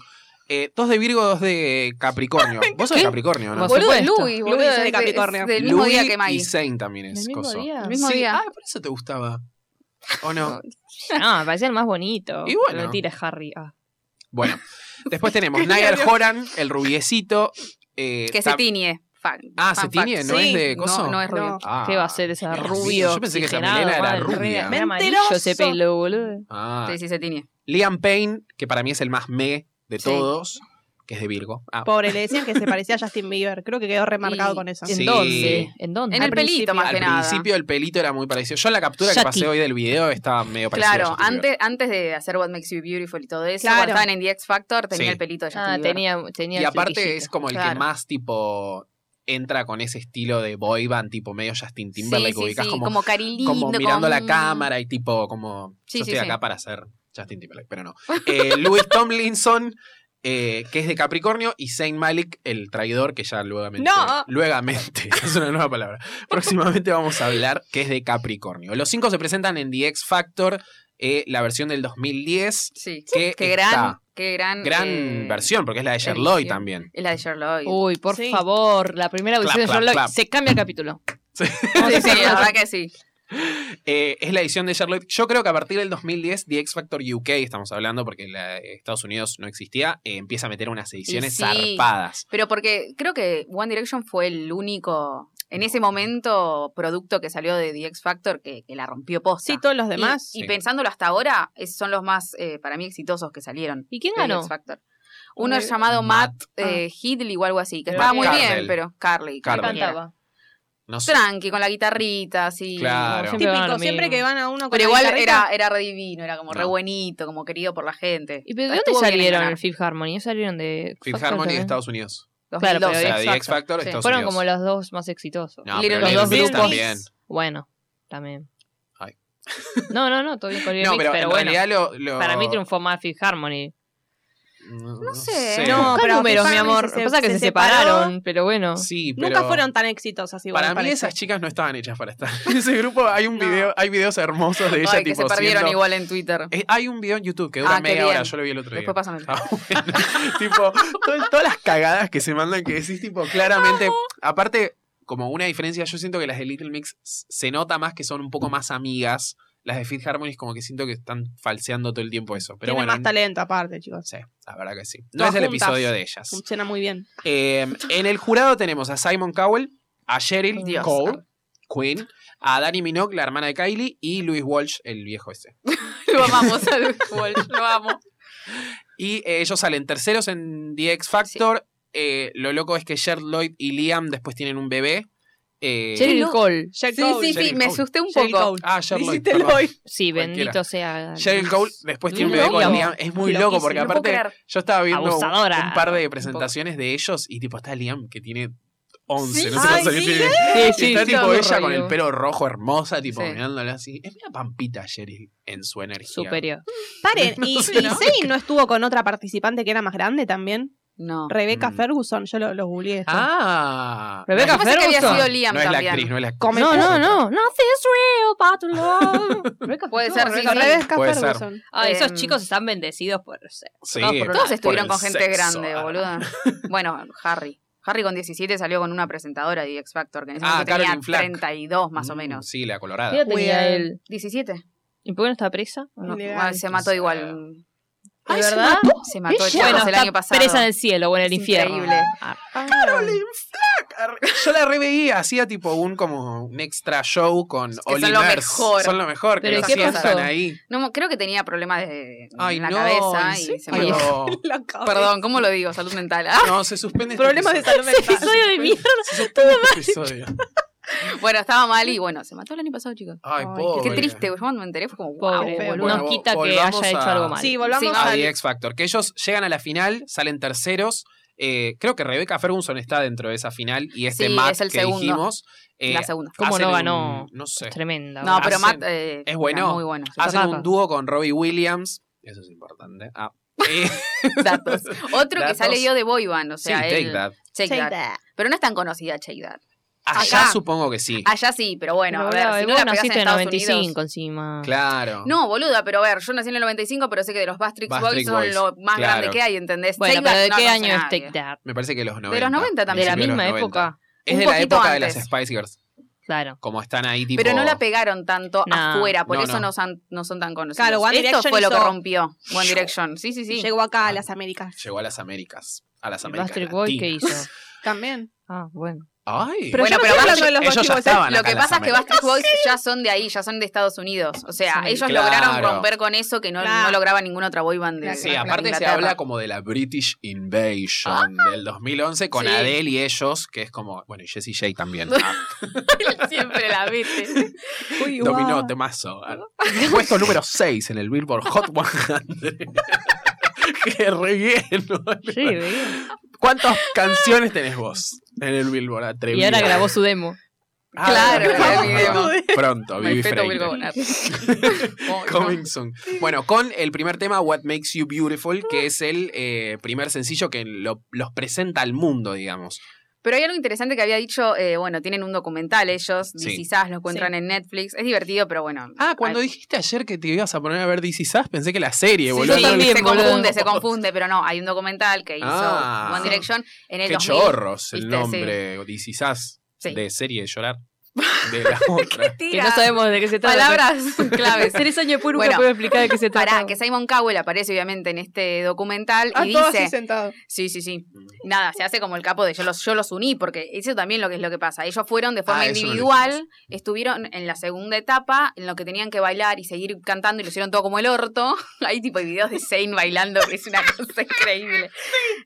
Speaker 1: Eh, dos de Virgo, dos de Capricornio. Vos sos de
Speaker 5: ¿Qué?
Speaker 1: Capricornio, ¿no?
Speaker 5: Vos-
Speaker 2: Boludo, es
Speaker 5: supuesto.
Speaker 2: Louis,
Speaker 3: Louis
Speaker 2: boludo.
Speaker 3: es de
Speaker 2: es- es
Speaker 3: Capricornio.
Speaker 2: Del mismo día
Speaker 1: Louis
Speaker 2: que
Speaker 1: y
Speaker 2: Mike.
Speaker 1: Zane también es
Speaker 5: ¿El mismo
Speaker 1: coso.
Speaker 5: día?
Speaker 2: El mismo
Speaker 1: Sí,
Speaker 2: día.
Speaker 1: Ah, por eso te gustaba. ¿O no?
Speaker 5: No, Ah, me parecía el más bonito.
Speaker 1: Y bueno.
Speaker 5: Mentira, es Harry. Ah.
Speaker 1: Bueno, después tenemos Niall Horan, el rubiecito. eh,
Speaker 2: Que se
Speaker 1: tam-
Speaker 2: tiñe. Fan-
Speaker 1: Ah, se
Speaker 2: fan
Speaker 1: tiñe,
Speaker 2: fact.
Speaker 1: ¿no es
Speaker 3: Sí,
Speaker 1: de coso?
Speaker 2: No, no es rubio.
Speaker 1: Ah,
Speaker 5: ¿Qué va a ser esa
Speaker 1: Dios
Speaker 5: rubio?
Speaker 1: mío, Yo pensé que esa
Speaker 5: oxigenado,
Speaker 1: melena era
Speaker 5: madre,
Speaker 1: rubia.
Speaker 5: Era amarillo ese
Speaker 3: Mentiroso.
Speaker 5: pelo, boludo.
Speaker 1: Ah.
Speaker 2: Sí, sí, se tiñe.
Speaker 1: Liam Payne, que para mí es el más me de
Speaker 2: Sí.
Speaker 1: todos, que es de Virgo. Ah,
Speaker 3: Pobre, le decían que se parecía a Justin Bieber. Creo que quedó remarcado
Speaker 2: Y-
Speaker 3: con eso.
Speaker 1: Sí.
Speaker 5: ¿En dónde? ¿En dónde?
Speaker 2: En el
Speaker 5: Al principio.
Speaker 2: pelito más
Speaker 1: al
Speaker 2: que nada.
Speaker 1: principio el pelito era muy parecido. Yo en la captura que
Speaker 5: Jackie.
Speaker 1: pasé hoy del video estaba medio parecido. a
Speaker 2: Claro,
Speaker 1: Justin Bieber.
Speaker 2: antes, antes de hacer What Makes You Beautiful y todo eso,
Speaker 3: Claro.
Speaker 2: cuando estaban en The X Factor tenía
Speaker 1: Sí.
Speaker 2: el pelito de Justin
Speaker 5: Ah,
Speaker 2: Bieber.
Speaker 5: tenía, tenía
Speaker 1: Y
Speaker 5: el
Speaker 1: aparte
Speaker 5: flequillito.
Speaker 1: es como el que
Speaker 2: Claro.
Speaker 1: más tipo entra con ese estilo de boy band, tipo medio Justin
Speaker 2: Sí,
Speaker 1: Timberlake,
Speaker 2: sí,
Speaker 1: que ubicás
Speaker 2: sí,
Speaker 1: como,
Speaker 2: como, cari lindo,
Speaker 1: como mirando la
Speaker 2: como-
Speaker 1: cámara y tipo como
Speaker 2: mm. Sí,
Speaker 1: yo
Speaker 2: sí,
Speaker 1: estoy
Speaker 2: sí.
Speaker 1: acá para hacer Justin Timberlake, pero no. Eh, Louis Tomlinson, eh, que es de Capricornio, y Saint Malik, el traidor, que ya luegamente,
Speaker 3: No.
Speaker 1: luegamente, es una nueva palabra. Próximamente vamos a hablar que es de Capricornio. Los cinco se presentan en The X Factor, eh, la versión del 2010,
Speaker 2: Sí.
Speaker 1: que
Speaker 2: Qué
Speaker 1: está-
Speaker 2: gran, qué gran.
Speaker 1: gran
Speaker 2: eh,
Speaker 1: versión, porque es la de
Speaker 2: edición.
Speaker 1: Sherlock también.
Speaker 2: Es la de Sherlock.
Speaker 3: Uh,
Speaker 5: Uy, por
Speaker 3: Sí.
Speaker 5: favor, la primera
Speaker 1: Clap,
Speaker 5: audición de
Speaker 1: clap,
Speaker 5: Sherlock.
Speaker 1: clap.
Speaker 5: Se cambia el capítulo.
Speaker 1: Sí.
Speaker 5: Vamos a
Speaker 2: Sí, sí,
Speaker 5: hacer
Speaker 2: la
Speaker 5: otra-
Speaker 2: verdad que sí.
Speaker 1: Eh, es la edición de Sherlock. Yo creo que a partir del 2010, The X Factor UK, estamos hablando porque la, Estados Unidos no existía, eh, empieza a meter unas ediciones
Speaker 2: sí.
Speaker 1: zarpadas.
Speaker 2: Pero porque creo que One Direction fue el único, en ese momento, producto que salió de The X Factor que, que la rompió posta.
Speaker 3: Sí, todos los
Speaker 2: Y-
Speaker 3: demás.
Speaker 2: Y,
Speaker 1: Sí.
Speaker 2: pensándolo hasta ahora, es- son los más, eh, para mí, exitosos que salieron.
Speaker 5: ¿Y quién
Speaker 2: de
Speaker 5: ganó?
Speaker 2: X Factor. Uno
Speaker 3: Muy-
Speaker 2: llamado Matt, eh, Hidley o algo así, que estaba muy
Speaker 1: Carlyle.
Speaker 2: bien, pero Carly.
Speaker 5: ¿Quién
Speaker 1: Carlyle.
Speaker 5: cantaba?
Speaker 1: No sé.
Speaker 2: Tranqui, con la guitarrita, así.
Speaker 1: Claro.
Speaker 5: siempre van a lo
Speaker 3: Típico, siempre
Speaker 5: mismo.
Speaker 3: que van a uno con
Speaker 2: Pero
Speaker 3: la
Speaker 2: igual
Speaker 3: guitarrita,
Speaker 2: era, era re divino, era como re
Speaker 1: No.
Speaker 2: buenito, como querido por la gente.
Speaker 5: ¿Y pero de
Speaker 2: Estuvo
Speaker 5: dónde
Speaker 2: bien en
Speaker 5: salieron
Speaker 2: ganar.
Speaker 5: el Fifth Harmony? ¿Ellos salieron de
Speaker 1: Fifth
Speaker 5: Factor
Speaker 1: Harmony de
Speaker 5: también?
Speaker 1: Estados Unidos.
Speaker 5: Claro, pero
Speaker 2: 2012.
Speaker 1: O sea,
Speaker 5: The
Speaker 1: The X
Speaker 5: X
Speaker 1: Factor,
Speaker 2: Sí.
Speaker 1: Estados
Speaker 5: Fueron
Speaker 1: Unidos.
Speaker 5: como los dos más exitosos.
Speaker 1: No,
Speaker 2: Little
Speaker 1: pero
Speaker 5: Los
Speaker 1: Little
Speaker 5: dos
Speaker 1: Mix
Speaker 5: grupos.
Speaker 1: también.
Speaker 5: Bueno, también.
Speaker 1: Ay.
Speaker 5: No, no, no, todo bien con Little
Speaker 1: No,
Speaker 5: Mix,
Speaker 1: pero,
Speaker 5: pero
Speaker 1: en
Speaker 5: bueno.
Speaker 1: realidad lo, lo-
Speaker 5: Para mí triunfó más Fifth Harmony.
Speaker 1: No,
Speaker 2: sé.
Speaker 5: No,
Speaker 3: Buscá
Speaker 5: pero números,
Speaker 3: Fifth
Speaker 5: mi
Speaker 3: Harmony
Speaker 5: amor.
Speaker 3: se-
Speaker 5: Pasa que
Speaker 3: se
Speaker 5: se
Speaker 3: separó.
Speaker 5: separaron, pero bueno.
Speaker 1: Sí, pero...
Speaker 3: Nunca fueron tan exitosas igual.
Speaker 1: Para mí
Speaker 3: parece.
Speaker 1: esas chicas no estaban hechas para estar. En ese grupo hay un
Speaker 3: No.
Speaker 1: video, hay videos hermosos de ella
Speaker 2: Ay, que se
Speaker 1: tipo
Speaker 2: perdieron
Speaker 1: siendo-
Speaker 2: igual en Twitter.
Speaker 1: Eh, Hay un video en YouTube que
Speaker 2: Ah,
Speaker 1: dura
Speaker 2: qué
Speaker 1: media hora,
Speaker 2: bien.
Speaker 1: yo lo vi el otro
Speaker 2: Después
Speaker 1: día.
Speaker 2: pasan el
Speaker 1: Ah, bueno. tipo, todo- todas las cagadas que se mandan que decís, tipo, claramente. Aparte, como una diferencia, yo siento que las de Little Mix s- se nota más que son un poco más amigas. Las de Fit Harmony como que siento que están falseando todo el tiempo eso. Pero
Speaker 3: Tienen
Speaker 1: bueno,
Speaker 3: más talento aparte, chicos.
Speaker 1: sí, la verdad que sí. No
Speaker 3: Todas
Speaker 1: es el
Speaker 3: juntas.
Speaker 1: episodio de ellas.
Speaker 3: Funciona muy bien.
Speaker 1: Eh, en el jurado tenemos a Simon Cowell, a Cheryl
Speaker 2: Dios.
Speaker 1: Cole, Queen, a Dani Minogue, la hermana de Kylie, y Louis Walsh, el viejo este. ese.
Speaker 2: Lo amamos a Luis Walsh, lo amo.
Speaker 1: Y eh, ellos salen terceros en The X Factor. Eh, lo loco es que Sher Lloyd y Liam después tienen un bebé. Eh,
Speaker 5: Cheryl
Speaker 2: no.
Speaker 5: Cole.
Speaker 3: Jack
Speaker 2: Sí,
Speaker 3: Cole.
Speaker 2: sí,
Speaker 1: Cheryl
Speaker 2: sí, me
Speaker 1: Cole.
Speaker 2: asusté un
Speaker 3: Cheryl
Speaker 2: poco.
Speaker 3: Cole.
Speaker 1: Ah, Sher Lloyd.
Speaker 3: Dijiste
Speaker 1: perdón.
Speaker 3: Lloyd.
Speaker 5: Sí,
Speaker 1: Cualquiera.
Speaker 5: bendito sea.
Speaker 1: Cheryl Cole después tiene un bebé con
Speaker 5: Loco.
Speaker 1: Liam. Es muy
Speaker 3: Loquísimo.
Speaker 1: loco porque
Speaker 2: No puedo
Speaker 1: aparte
Speaker 2: creer.
Speaker 1: yo estaba viendo un,
Speaker 5: Abusadora.
Speaker 1: un par de presentaciones de ellos y tipo está Liam que tiene 11,
Speaker 2: Sí.
Speaker 1: no sé
Speaker 3: Ay,
Speaker 1: cuántos años
Speaker 3: sí.
Speaker 1: tiene.
Speaker 5: Sí,
Speaker 1: Y
Speaker 5: sí,
Speaker 1: está
Speaker 5: sí,
Speaker 1: tipo
Speaker 5: todo
Speaker 1: ella con el
Speaker 5: horrible.
Speaker 1: pelo rojo, hermosa, tipo
Speaker 2: Sí.
Speaker 1: mirándola así. Es una pampita Cheryl en su energía.
Speaker 5: Superior.
Speaker 3: Paren, y,
Speaker 2: Sí,
Speaker 3: y
Speaker 2: ¿no?
Speaker 3: Zayn no estuvo con otra participante que era más grande también.
Speaker 2: No.
Speaker 3: Rebeca
Speaker 1: Mm.
Speaker 3: Ferguson, yo lo, lo googleé. esto.
Speaker 1: Ah.
Speaker 2: Lo
Speaker 5: Rebeca
Speaker 2: que pasa es que había
Speaker 5: Ferguson.
Speaker 2: sido Liam
Speaker 1: no es la
Speaker 2: también.
Speaker 1: actriz, no es la actriz.
Speaker 3: Come
Speaker 5: No, no,
Speaker 1: Otra.
Speaker 5: no. Nothing's real but love. Rebeca
Speaker 2: Puede
Speaker 5: Ferguson,
Speaker 2: ser, sí,
Speaker 5: Rebeca
Speaker 2: sí.
Speaker 5: Ferguson.
Speaker 3: Rebeca
Speaker 1: Puede ser.
Speaker 3: Ferguson.
Speaker 5: Ay, esos
Speaker 2: Em,
Speaker 5: chicos están bendecidos por ser.
Speaker 1: Sí.
Speaker 5: tocados por
Speaker 2: Todos
Speaker 5: una-
Speaker 2: estuvieron
Speaker 1: el
Speaker 2: con gente
Speaker 1: sexo,
Speaker 2: grande,
Speaker 1: ah.
Speaker 2: boluda. Bueno, Harry. Harry con 17 salió con una presentadora de X Factor, que en ese
Speaker 1: Ah,
Speaker 2: momento tenía
Speaker 1: Caroline Flack.
Speaker 2: 32 más o
Speaker 1: Mm,
Speaker 2: menos.
Speaker 1: Sí, la colorada.
Speaker 5: ¿Qué edad tenía
Speaker 3: Weird.
Speaker 5: él?
Speaker 2: 17.
Speaker 5: ¿Y por qué no está presa? ¿O no?
Speaker 3: Ni
Speaker 5: ¿De
Speaker 3: idea.
Speaker 2: Ah, se mató
Speaker 1: Entonces,
Speaker 2: igual.
Speaker 5: verdad?
Speaker 2: Se mató
Speaker 5: Ella.
Speaker 2: chicos,
Speaker 5: Bueno,
Speaker 2: el
Speaker 5: está
Speaker 2: año pasado.
Speaker 5: Presa en el cielo o en el
Speaker 2: Es
Speaker 5: infierno.
Speaker 2: increíble.
Speaker 5: Ah,
Speaker 1: Caroline Flack. Yo la reveía, hacía tipo un como un extra show con
Speaker 2: que son
Speaker 1: Oli
Speaker 2: lo
Speaker 1: Mers.
Speaker 2: mejor.
Speaker 1: Son lo mejor, que
Speaker 5: Pero
Speaker 1: lo
Speaker 2: ¿qué
Speaker 1: hacían
Speaker 2: pasó?
Speaker 1: ahí.
Speaker 2: No, creo que tenía problemas de,
Speaker 1: Ay,
Speaker 2: en la
Speaker 1: no,
Speaker 2: cabeza
Speaker 1: ¿en
Speaker 2: y se
Speaker 1: serio?
Speaker 2: murió.
Speaker 3: La cabeza.
Speaker 2: Perdón, ¿cómo lo digo? Salud mental. Ah,
Speaker 1: No, se suspende este
Speaker 3: Problemas de
Speaker 1: episodio.
Speaker 3: salud mental.
Speaker 5: episodio de mierda.
Speaker 1: Se suspende este episodio.
Speaker 2: bueno, estaba mal y bueno, se mató el año pasado, chicos.
Speaker 1: Ay,
Speaker 3: Ay, qué
Speaker 1: pobre.
Speaker 2: Qué triste, yo cuando me enteré fue como, wow,
Speaker 5: Pobre,
Speaker 3: Wow,
Speaker 2: boludo.
Speaker 5: Nos
Speaker 1: bueno,
Speaker 5: quita que
Speaker 1: volvamos
Speaker 5: haya hecho
Speaker 1: a-
Speaker 5: algo mal.
Speaker 3: Sí, volvamos
Speaker 2: Sí,
Speaker 1: a
Speaker 2: vamos
Speaker 3: a
Speaker 1: The X Factor. Que ellos llegan a la final, salen terceros. Eh, creo que Rebeca Ferguson está dentro de esa final y este
Speaker 2: Sí,
Speaker 1: Matt
Speaker 2: es el
Speaker 1: que
Speaker 2: segundo.
Speaker 1: dijimos. eh,
Speaker 2: la segunda.
Speaker 5: ¿Cómo
Speaker 1: hacen
Speaker 5: no
Speaker 1: un-
Speaker 5: ganó?
Speaker 1: no sé.
Speaker 5: Tremenda.
Speaker 2: No,
Speaker 5: Bueno,
Speaker 2: pero
Speaker 1: hacen-
Speaker 2: Matt eh,
Speaker 1: es bueno.
Speaker 2: era muy bueno. sí.
Speaker 1: Hacen
Speaker 5: Zapata.
Speaker 1: un dúo con Robbie Williams. Eso es importante. Ah. Eh,
Speaker 2: Datos. Otro que
Speaker 1: Datos.
Speaker 2: salió yo de Boy Band, o
Speaker 1: sí,
Speaker 2: sea,
Speaker 1: take
Speaker 2: él-
Speaker 1: that.
Speaker 2: Take That. Pero no es tan conocida Take That.
Speaker 1: Allá
Speaker 2: Acá.
Speaker 1: supongo que sí.
Speaker 2: Allá sí, pero bueno,
Speaker 5: pero
Speaker 2: a ver,
Speaker 5: boludo,
Speaker 2: si no
Speaker 5: vos
Speaker 2: la pegás en
Speaker 5: naciste en
Speaker 2: Estados
Speaker 5: 95
Speaker 2: Unidos.
Speaker 5: encima.
Speaker 1: Claro.
Speaker 2: No, boluda, pero a ver, yo nací en el 95, pero sé que de los Backstreet Boys
Speaker 1: Backstreet
Speaker 2: son
Speaker 1: Boys,
Speaker 2: lo más
Speaker 1: claro.
Speaker 2: grande que hay, ¿entendés?
Speaker 5: Bueno,
Speaker 2: Take
Speaker 5: pero
Speaker 2: That
Speaker 5: ¿de
Speaker 2: no
Speaker 5: qué
Speaker 2: la
Speaker 5: año
Speaker 2: conoce
Speaker 5: es Take
Speaker 2: nadie.
Speaker 5: That?
Speaker 1: Me parece que los 90.
Speaker 2: los 90 también.
Speaker 5: De la
Speaker 1: principio
Speaker 5: misma
Speaker 1: los 90.
Speaker 5: época.
Speaker 1: Es
Speaker 2: Un
Speaker 1: de la
Speaker 2: poquito
Speaker 1: época de las
Speaker 2: antes.
Speaker 1: Spice Girls.
Speaker 5: Claro.
Speaker 1: Como están ahí tipo.
Speaker 2: Pero no la pegaron tanto
Speaker 5: No,
Speaker 2: afuera, por
Speaker 1: no,
Speaker 2: eso
Speaker 1: no.
Speaker 2: no. son, no son tan conocidos.
Speaker 3: Claro, One
Speaker 2: Esto
Speaker 3: Direction
Speaker 2: fue lo que
Speaker 3: hizo-
Speaker 2: rompió One Direction. Sí, sí, sí.
Speaker 3: Llegó acá a las Américas.
Speaker 1: Llegó a las Américas. A las
Speaker 5: ¿Y
Speaker 1: Américas.
Speaker 5: Backstreet Boy qué
Speaker 1: Latinas.
Speaker 5: hizo?
Speaker 3: También.
Speaker 5: Ah, bueno.
Speaker 1: Ay.
Speaker 2: Bueno,
Speaker 3: Pero yo no
Speaker 2: pero
Speaker 3: estoy
Speaker 2: vas-
Speaker 3: hablando de los
Speaker 1: ellos ya
Speaker 3: motivos, ¿eh?
Speaker 1: estaban
Speaker 2: Lo
Speaker 1: acá
Speaker 2: que
Speaker 1: en las
Speaker 2: pasa es que
Speaker 1: Américas.
Speaker 2: Backstreet Boys ya son de ahí, ya son de Estados Unidos. O sea,
Speaker 5: Sí,
Speaker 2: ellos
Speaker 1: claro.
Speaker 2: lograron romper con eso que no,
Speaker 3: Claro.
Speaker 2: no lograba ninguna otra boy band de
Speaker 3: Claro,
Speaker 1: Sí,
Speaker 2: de
Speaker 3: claro.
Speaker 1: aparte se
Speaker 2: Inglaterra. Ah.
Speaker 1: habla como de la British Invasion del 2011 con
Speaker 2: Sí.
Speaker 1: Adele y ellos, que es como, bueno, y Jessie J también. Ah,
Speaker 2: Siempre la viste.
Speaker 3: Uy, guau.
Speaker 1: dominó temazo. Ah. Puesto número 6 en el Billboard Hot 100. Qué re bien. boludo.
Speaker 5: Sí, veía.
Speaker 1: ¿Cuántas canciones tenés vos en el Billboard? Atrevido.
Speaker 5: Y ahora grabó su demo.
Speaker 1: Ah,
Speaker 2: Claro,
Speaker 1: grabó
Speaker 2: el
Speaker 1: su
Speaker 2: video.
Speaker 1: demo. Pronto,
Speaker 2: My
Speaker 1: Vivi
Speaker 2: Fate Will Go
Speaker 1: Freire.
Speaker 2: On. Oh, no.
Speaker 1: Coming soon. Bueno, con el primer tema, What Makes You Beautiful, que es el eh, primer sencillo que lo- los presenta al mundo, digamos.
Speaker 2: Pero hay algo interesante que había dicho, eh, bueno, tienen un documental ellos,
Speaker 1: Sí.
Speaker 2: quizás lo encuentran en Netflix, es divertido, pero bueno.
Speaker 1: Ah, cuando
Speaker 2: Ay,
Speaker 1: dijiste ayer que te ibas a poner a ver DC Sass, pensé que la serie,
Speaker 5: Sí,
Speaker 1: boludo.
Speaker 5: yo
Speaker 2: sí,
Speaker 1: No, no,
Speaker 5: también,
Speaker 2: se
Speaker 5: boludo.
Speaker 2: confunde, se confunde, pero no, hay un documental que hizo
Speaker 1: Ah.
Speaker 2: One Direction en el
Speaker 1: Qué
Speaker 2: 2000.
Speaker 1: chorros el
Speaker 2: Viste,
Speaker 1: nombre DC Sass
Speaker 2: Sí.
Speaker 1: de serie de llorar. De la otra.
Speaker 5: Que no sabemos de qué se trata.
Speaker 2: Palabras
Speaker 5: claves.
Speaker 2: claves.
Speaker 5: Tres años después nunca
Speaker 2: Bueno,
Speaker 5: puedo explicar de qué se trata.
Speaker 2: Pará, que Simon Cowell aparece obviamente en este documental
Speaker 3: Ah,
Speaker 2: y
Speaker 3: todo así
Speaker 2: dice,
Speaker 3: sentado.
Speaker 2: sí, sí, sí, nada, se hace como el capo de yo los, yo los uní, porque eso también lo que es lo que pasa. Ellos fueron de forma
Speaker 1: Ah, eso no lo
Speaker 2: individual, estuvieron en la segunda etapa, en lo que tenían que bailar y seguir cantando y lo hicieron todo como el orto. Hay tipo de videos de Zane bailando, que es una cosa increíble.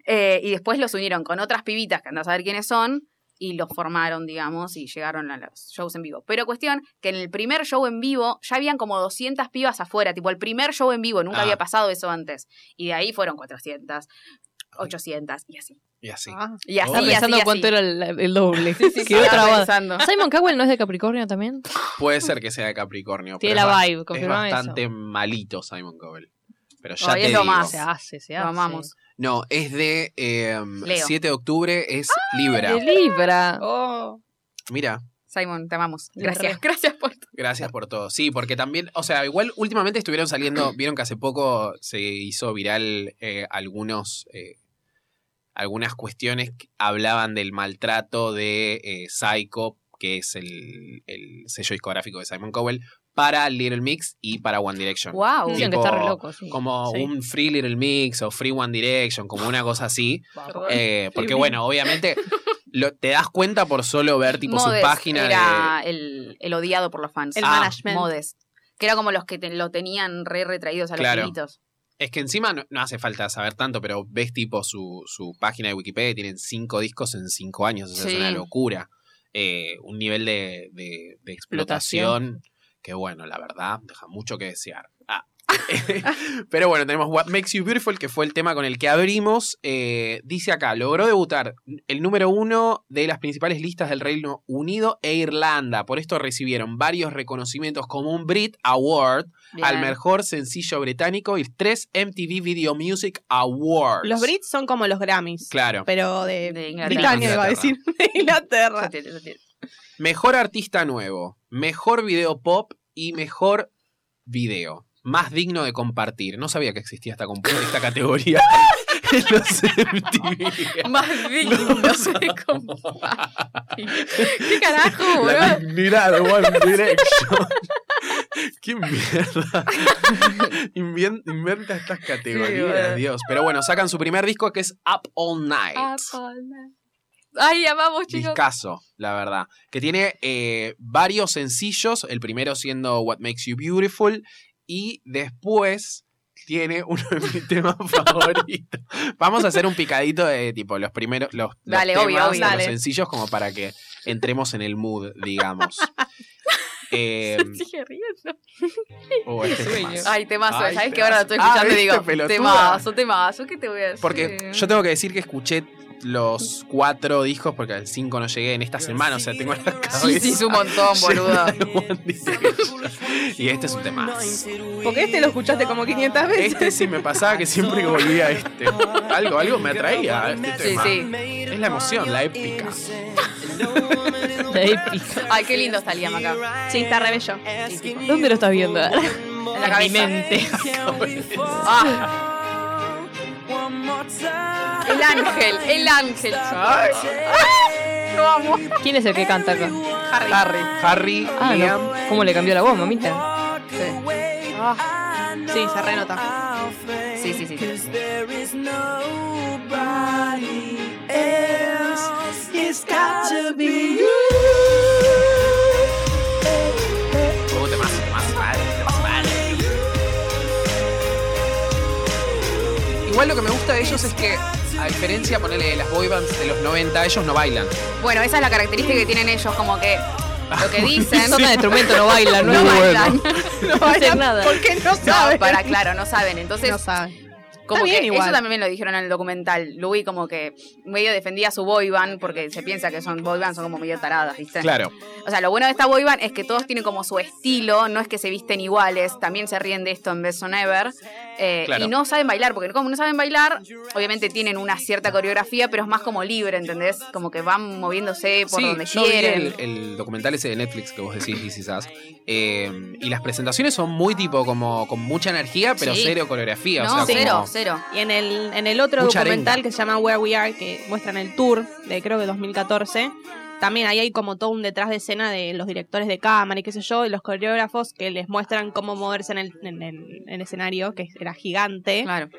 Speaker 2: Eh, y después los unieron con otras pibitas que andan a saber quiénes son. Y los formaron, digamos, y llegaron a los shows en vivo. Pero cuestión que en el primer show en vivo ya habían como 200 pibas afuera, tipo el primer show en vivo, nunca
Speaker 1: Ah.
Speaker 2: había pasado eso antes. Y de ahí fueron 400. 800 y así.
Speaker 1: Y así.
Speaker 3: Ah,
Speaker 2: Y así,
Speaker 1: Estaba
Speaker 2: Oh, y así,
Speaker 5: pensando
Speaker 2: y así.
Speaker 5: cuánto era el, el doble. Quedó
Speaker 2: Estaba
Speaker 5: trabada.
Speaker 2: pensando.
Speaker 5: Simon Cowell no es de Capricornio también.
Speaker 1: Puede ser que sea de Capricornio.
Speaker 5: Tiene
Speaker 1: pero es
Speaker 5: la
Speaker 1: ba-
Speaker 5: vibe,
Speaker 1: Es
Speaker 5: confirmame
Speaker 1: bastante malito Simon Cowell. Pero ya
Speaker 2: No, y
Speaker 1: te
Speaker 2: es lo
Speaker 1: digo.
Speaker 5: eso.
Speaker 2: más.
Speaker 5: Se hace, se
Speaker 2: Lo
Speaker 5: hace.
Speaker 2: amamos.
Speaker 1: No, es de em,
Speaker 2: Leo.
Speaker 1: 7 de octubre, es Libra.
Speaker 5: De Libra.
Speaker 3: oh.
Speaker 1: Mira,
Speaker 2: Simon, te amamos.
Speaker 5: Re.
Speaker 2: Gracias, gracias por tu-
Speaker 1: gracias por todo. Sí, porque también, o sea, igual últimamente estuvieron saliendo, vieron que hace poco se hizo viral eh, algunos, eh, algunas cuestiones que hablaban del maltrato de eh, Psycho, que es el, el sello discográfico de Simon Cowell, para Little Mix y para One Direction.
Speaker 2: Wow.
Speaker 5: Dicen que
Speaker 1: tipo,
Speaker 5: está re loco, sí.
Speaker 1: Como
Speaker 5: Sí.
Speaker 1: un Free Little Mix o Free One Direction, como una cosa así.
Speaker 2: Perdón.
Speaker 1: Eh, porque
Speaker 3: bien.
Speaker 1: bueno, obviamente lo- te das cuenta por solo ver tipo
Speaker 2: Modest
Speaker 1: su página
Speaker 2: era
Speaker 1: de...
Speaker 2: el, el odiado por los fans.
Speaker 3: El
Speaker 1: Ah,
Speaker 3: management.
Speaker 2: Modest. Que era como los que te- lo tenían re retraídos a los
Speaker 1: Claro.
Speaker 2: pibitos.
Speaker 1: Es que encima no, no hace falta saber tanto, pero ves tipo su, su página de Wikipedia, tienen cinco discos en cinco años, o sea,
Speaker 2: Sí.
Speaker 1: es una locura. Eh, un nivel de, de- de explotación que bueno, la verdad, deja mucho que desear. Ah. Pero bueno, tenemos What Makes You Beautiful, que fue el tema con el que abrimos. Eh, dice acá, logró debutar el número uno de las principales listas del Reino Unido e Irlanda. Por esto recibieron varios reconocimientos como un Brit Award, al
Speaker 2: Bien.
Speaker 1: mejor sencillo británico y tres MTV Video Music Awards.
Speaker 3: Los Brits son como los Grammys.
Speaker 1: Claro.
Speaker 3: Pero de,
Speaker 2: De Inglaterra.
Speaker 3: Britannia, iba a decir. De Inglaterra.
Speaker 2: Yo te- yo te-
Speaker 1: Mejor artista nuevo, mejor video pop y mejor video. Más digno de compartir. No sabía que existía esta, compu- esta categoría en los MTV.
Speaker 2: Más digno, no sé cómo. ¿Qué carajo,
Speaker 1: La
Speaker 2: boludo?
Speaker 1: dignidad de One Direction. Qué mierda. Invien- inventa estas categorías,
Speaker 2: boludo.
Speaker 1: Dios. Pero bueno, sacan su primer disco que es Up All Night.
Speaker 2: Ay, amamos, chicos.
Speaker 1: Discaso, la verdad. Que tiene eh, varios sencillos, el primero siendo What Makes You Beautiful, y después tiene uno de mis temas favoritos. Vamos a hacer un picadito de tipo los primeros, los, los
Speaker 2: Dale,
Speaker 1: temas,
Speaker 2: obvio, obvio.
Speaker 1: o
Speaker 3: Dale.
Speaker 1: los sencillos, como para que entremos en el mood, digamos. Eh,
Speaker 2: Sigue riendo.
Speaker 1: oh, este
Speaker 5: sueño.
Speaker 1: temazo.
Speaker 2: Ay, temazo.
Speaker 1: Ay,
Speaker 2: ¿Sabes que
Speaker 1: temazo.
Speaker 2: ahora lo estoy
Speaker 1: Ah,
Speaker 2: escuchando y
Speaker 1: ¿viste,
Speaker 2: digo,
Speaker 1: pelotuda?
Speaker 2: temazo, temazo? ¿Qué te voy a decir?
Speaker 1: Porque yo tengo que decir que escuché los cuatro discos, porque al cinco no llegué en esta semana, o sea, tengo en la cabeza.
Speaker 2: Sí, sí, es un montón, boludo.
Speaker 1: llena de One Direction. y este es un tema.
Speaker 3: Porque este lo escuchaste como 500 veces.
Speaker 1: Este sí me pasaba que siempre que volvía a este. Algo, algo me atraía a este
Speaker 2: Sí,
Speaker 1: tema.
Speaker 2: sí.
Speaker 1: Es la emoción, la épica.
Speaker 5: La épica.
Speaker 2: Ay, qué lindo está Liam acá.
Speaker 3: Sí, está re bello.
Speaker 5: ¿Dónde lo estás viendo? ahora?
Speaker 2: En la cabeza.
Speaker 5: mente.
Speaker 2: Ah, el ángel, el ángel.
Speaker 1: Ay,
Speaker 2: Lo amo.
Speaker 5: ¿Quién es el que canta acá?
Speaker 2: Harry.
Speaker 1: Harry,
Speaker 5: Ah,
Speaker 1: Liam.
Speaker 5: no. ¿Cómo le cambió la voz, mamita?
Speaker 3: Sí, se renota.
Speaker 2: Sí, sí, sí. sí.
Speaker 1: Oh, temazo, temazo, vale, temazo, vale. Igual lo que me gusta de ellos es que, a diferencia, ponele de las boybands de los 90, ellos no bailan.
Speaker 2: Bueno, esa es la característica que tienen ellos, como que lo que dicen.
Speaker 5: Toca instrumento, no baila, no,
Speaker 2: No
Speaker 5: baila.
Speaker 2: bailan.
Speaker 3: No
Speaker 5: hace nada.
Speaker 3: ¿Por qué no sabe?
Speaker 2: No, para, claro, no saben. Entonces,
Speaker 3: No sabe.
Speaker 2: Como
Speaker 3: Está bien
Speaker 2: que
Speaker 3: igual.
Speaker 2: eso también me lo dijeron en el documental. Louis como que medio defendía su boyband porque se piensa que son boyband son como medio taradas, ¿viste?
Speaker 1: Claro.
Speaker 2: O sea, lo bueno de esta boyband es que todos tienen como su estilo, no es que se visten iguales, también se ríen de esto en Best on Ever. eh,
Speaker 1: Claro.
Speaker 2: Y no saben bailar, porque como no saben bailar, obviamente tienen una cierta coreografía, pero es más como libre, ¿entendés? Como que van moviéndose por donde
Speaker 1: yo vi
Speaker 2: quieren.
Speaker 1: el, el documental ese de Netflix que vos decís, This Is Us. Eh, y las presentaciones son muy tipo como con mucha energía, pero
Speaker 2: Sí.
Speaker 1: cero coreografía.
Speaker 2: no,
Speaker 1: o sea,
Speaker 2: cero,
Speaker 1: como-
Speaker 2: cero.
Speaker 3: Y en el, en el otro
Speaker 1: Mucha
Speaker 3: documental
Speaker 1: arenga.
Speaker 3: que se llama Where We Are, que muestran el tour de creo que 2014, también ahí hay como todo un detrás de escena de los directores de cámara y qué sé yo, y los coreógrafos que les muestran cómo moverse en el, en el- en el escenario, que era gigante.
Speaker 2: Claro.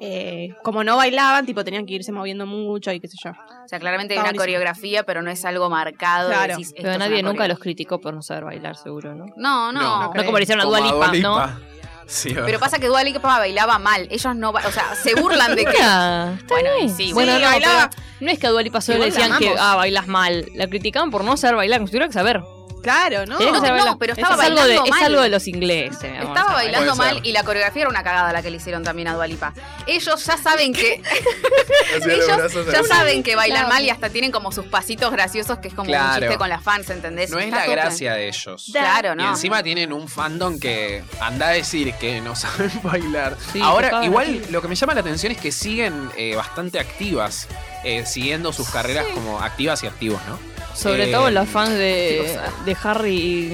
Speaker 3: Eh, como no bailaban, tipo tenían que irse moviendo mucho y qué sé yo.
Speaker 2: O sea, claramente hay
Speaker 3: Está
Speaker 2: una
Speaker 3: buenísimo.
Speaker 2: coreografía, pero no es algo marcado. de
Speaker 3: Claro.
Speaker 2: decís, esto
Speaker 5: Pero
Speaker 2: es
Speaker 5: nadie
Speaker 2: una
Speaker 5: nunca
Speaker 2: coreo-
Speaker 5: los criticó por no saber bailar, seguro, ¿no?
Speaker 2: No, no.
Speaker 1: No, no
Speaker 5: No como le hicieron a
Speaker 1: como
Speaker 5: Dua
Speaker 1: a Dua
Speaker 5: Lipa, ¿no?
Speaker 1: Lipa. Sí,
Speaker 2: Pero pasa que Dua Lipa bailaba mal. Ellos no, ba- o sea, se burlan de que
Speaker 5: Mira, está
Speaker 2: Bueno,
Speaker 5: bien.
Speaker 2: y sí,
Speaker 5: bueno,
Speaker 2: sí,
Speaker 5: no,
Speaker 2: bailaba.
Speaker 5: pero no es que a Dualipa solo le
Speaker 3: Igual la
Speaker 5: decían que
Speaker 3: amamos.
Speaker 5: ah, bailas mal. La criticaban por no saber bailar, como si tuviera que saber.
Speaker 3: Claro, ¿no?
Speaker 5: Tenés que saber
Speaker 2: no,
Speaker 5: la-
Speaker 2: pero
Speaker 5: es
Speaker 2: estaba
Speaker 5: algo de,
Speaker 2: bailando
Speaker 5: Es
Speaker 2: mal.
Speaker 5: algo de los ingleses, mi amor,
Speaker 2: Estaba
Speaker 5: esa
Speaker 2: bailando
Speaker 1: Puede ser.
Speaker 2: mal y la coreografía era una cagada la que le hicieron también a Dualipa. Ellos ya saben que
Speaker 1: Hacía los brazos
Speaker 2: ellos ya
Speaker 1: así.
Speaker 2: saben que bailan
Speaker 3: Claro.
Speaker 2: mal y hasta tienen como sus pasitos graciosos que es como un
Speaker 1: Claro.
Speaker 2: chiste con las fans, ¿entendés?
Speaker 1: No es
Speaker 2: Está
Speaker 1: la
Speaker 2: todo-
Speaker 1: gracia de ellos.
Speaker 2: Claro,
Speaker 1: Y
Speaker 2: ¿no?
Speaker 1: encima tienen un fandom que anda a decir que no saben bailar.
Speaker 5: Sí,
Speaker 1: Ahora,
Speaker 5: total.
Speaker 1: igual lo que me llama la atención es que siguen eh, bastante activas, eh, siguiendo sus carreras como activas y activos, ¿no?
Speaker 5: Sobre
Speaker 1: Eh,
Speaker 5: todo los fans
Speaker 1: sí, o
Speaker 5: de,
Speaker 1: sea.
Speaker 5: de Harry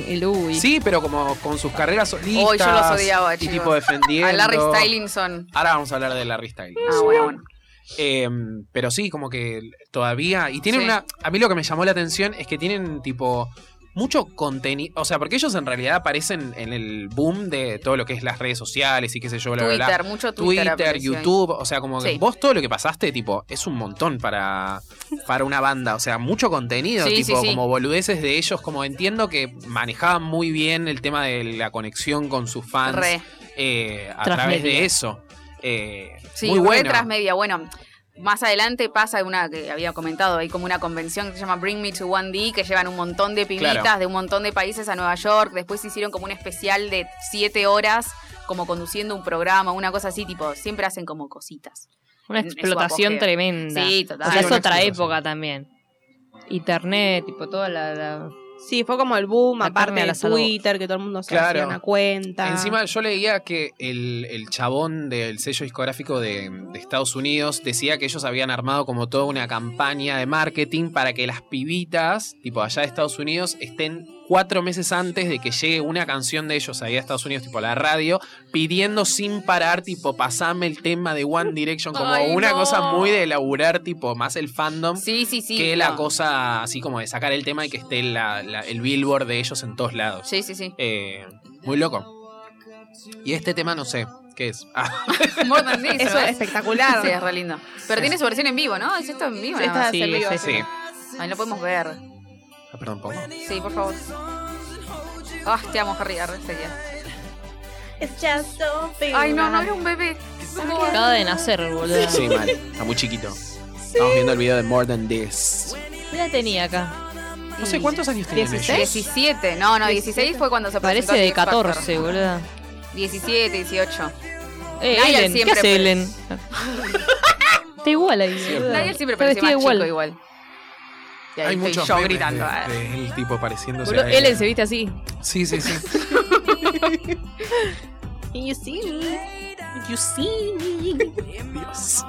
Speaker 5: y, y Louis.
Speaker 1: Sí, pero como con sus carreras solistas.
Speaker 2: yo los odiaba,
Speaker 1: Y
Speaker 2: chicos.
Speaker 1: tipo defendiendo.
Speaker 2: A Ah, Larry Stylinson.
Speaker 1: Ahora vamos a hablar de Larry Styling.
Speaker 2: Ah, bueno, bueno.
Speaker 1: Eh, pero sí, como que todavía. Y tienen
Speaker 2: Sí.
Speaker 1: una. A mí lo que me llamó la atención es que tienen tipo. Mucho contenido. O sea, porque ellos en realidad aparecen en el boom de todo lo que es las redes sociales y qué sé yo, bla, bla, bla.
Speaker 2: Twitter, mucho Twitter.
Speaker 1: Twitter,
Speaker 2: apareció ahí.
Speaker 1: YouTube, o sea, como que
Speaker 2: Sí.
Speaker 1: vos todo lo que pasaste, tipo, es un montón para, para una banda, o sea, mucho contenido,
Speaker 2: Sí,
Speaker 1: tipo,
Speaker 2: sí, sí.
Speaker 1: como boludeces de ellos, como entiendo que manejaban muy bien el tema de la conexión con sus fans
Speaker 2: Re.
Speaker 1: eh, a
Speaker 5: Transmedia.
Speaker 1: través de eso. Eh,
Speaker 2: Sí,
Speaker 1: muy
Speaker 2: re
Speaker 1: bueno.
Speaker 2: transmedia. Bueno, más adelante pasa una que había comentado, hay como una convención que se llama Bring Me to One D, que llevan un montón de pibitas
Speaker 1: Claro.
Speaker 2: de un montón de países a Nueva York. Después hicieron como un especial de siete horas, como conduciendo un programa, una cosa así, tipo, siempre hacen como cositas.
Speaker 5: Una
Speaker 2: en su
Speaker 5: explotación
Speaker 2: apogeo.
Speaker 5: tremenda.
Speaker 2: Sí, total.
Speaker 5: o sea,
Speaker 1: Sí,
Speaker 5: es
Speaker 1: una
Speaker 5: otra
Speaker 1: explotación.
Speaker 5: época también. Internet, tipo, toda la... la-
Speaker 3: Sí, fue como el boom,
Speaker 5: La carne
Speaker 3: aparte
Speaker 5: a
Speaker 3: de
Speaker 5: la salud.
Speaker 3: Twitter, que todo el mundo se
Speaker 1: Claro.
Speaker 3: hacía una cuenta.
Speaker 1: Encima yo leía que el, el chabón del sello discográfico de, de Estados Unidos decía que ellos habían armado como toda una campaña de marketing para que las pibitas, tipo allá de Estados Unidos, estén cuatro meses antes de que llegue una canción de ellos allá a Estados Unidos, tipo a la radio, pidiendo sin parar, tipo, pasame el tema de One Direction, como
Speaker 2: Ay,
Speaker 1: una
Speaker 2: no.
Speaker 1: cosa muy de elaborar, tipo, más el fandom.
Speaker 2: Sí, sí, sí.
Speaker 1: que la
Speaker 2: no.
Speaker 1: cosa así como de sacar el tema y que esté la- la- el billboard de ellos en todos lados.
Speaker 2: Sí, sí, sí.
Speaker 1: Eh, muy loco. Y este tema no sé qué es. Ah,
Speaker 2: More than this,
Speaker 3: Eso
Speaker 2: ¿no?
Speaker 3: es
Speaker 2: ¿eh?
Speaker 3: espectacular.
Speaker 2: Sí, Ah, es re lindo. Pero tiene su versión en vivo, ¿no? ¿Es esto en vivo?
Speaker 3: Sí,
Speaker 2: nada más?
Speaker 3: está-
Speaker 5: sí,
Speaker 3: se vio.
Speaker 5: sí, sí.
Speaker 1: sí.
Speaker 2: Ay, lo podemos ver.
Speaker 1: Ah, perdón, pongo.
Speaker 2: Sí, por favor. Ah, te amo, Harry. arre, sería. Ay, no, no, era un bebé. ¿Cómo va?
Speaker 5: Acaba de nacer, boludo.
Speaker 1: Sí, mal. Está muy chiquito. Estamos viendo el video de More Than This.
Speaker 5: La tenía acá.
Speaker 1: No sé cuántos años tienen
Speaker 3: 16.
Speaker 1: ellos.
Speaker 2: 17, no, no, 16 fue cuando se presentó
Speaker 5: Parece
Speaker 2: en
Speaker 5: de
Speaker 2: X Factor.
Speaker 5: 14, boludo.
Speaker 2: 17, 18.
Speaker 5: Eh,
Speaker 2: Niall
Speaker 5: Ellen, ¿qué
Speaker 2: siempre
Speaker 5: hace
Speaker 2: pare-
Speaker 5: Ellen? Está igual ahí, boluda.
Speaker 2: Daniel siempre parecía
Speaker 5: Está
Speaker 2: más
Speaker 5: vestida igual.
Speaker 2: chico igual. Y ahí
Speaker 1: Hay
Speaker 2: estoy
Speaker 1: muchos
Speaker 2: yo
Speaker 1: memes
Speaker 2: gritando. ah.
Speaker 1: de- de él, tipo pareciéndose
Speaker 5: Boludo,
Speaker 1: a él.
Speaker 5: Ellen se viste así.
Speaker 1: Sí, sí, sí.
Speaker 3: You see me. You see me.
Speaker 1: Dios.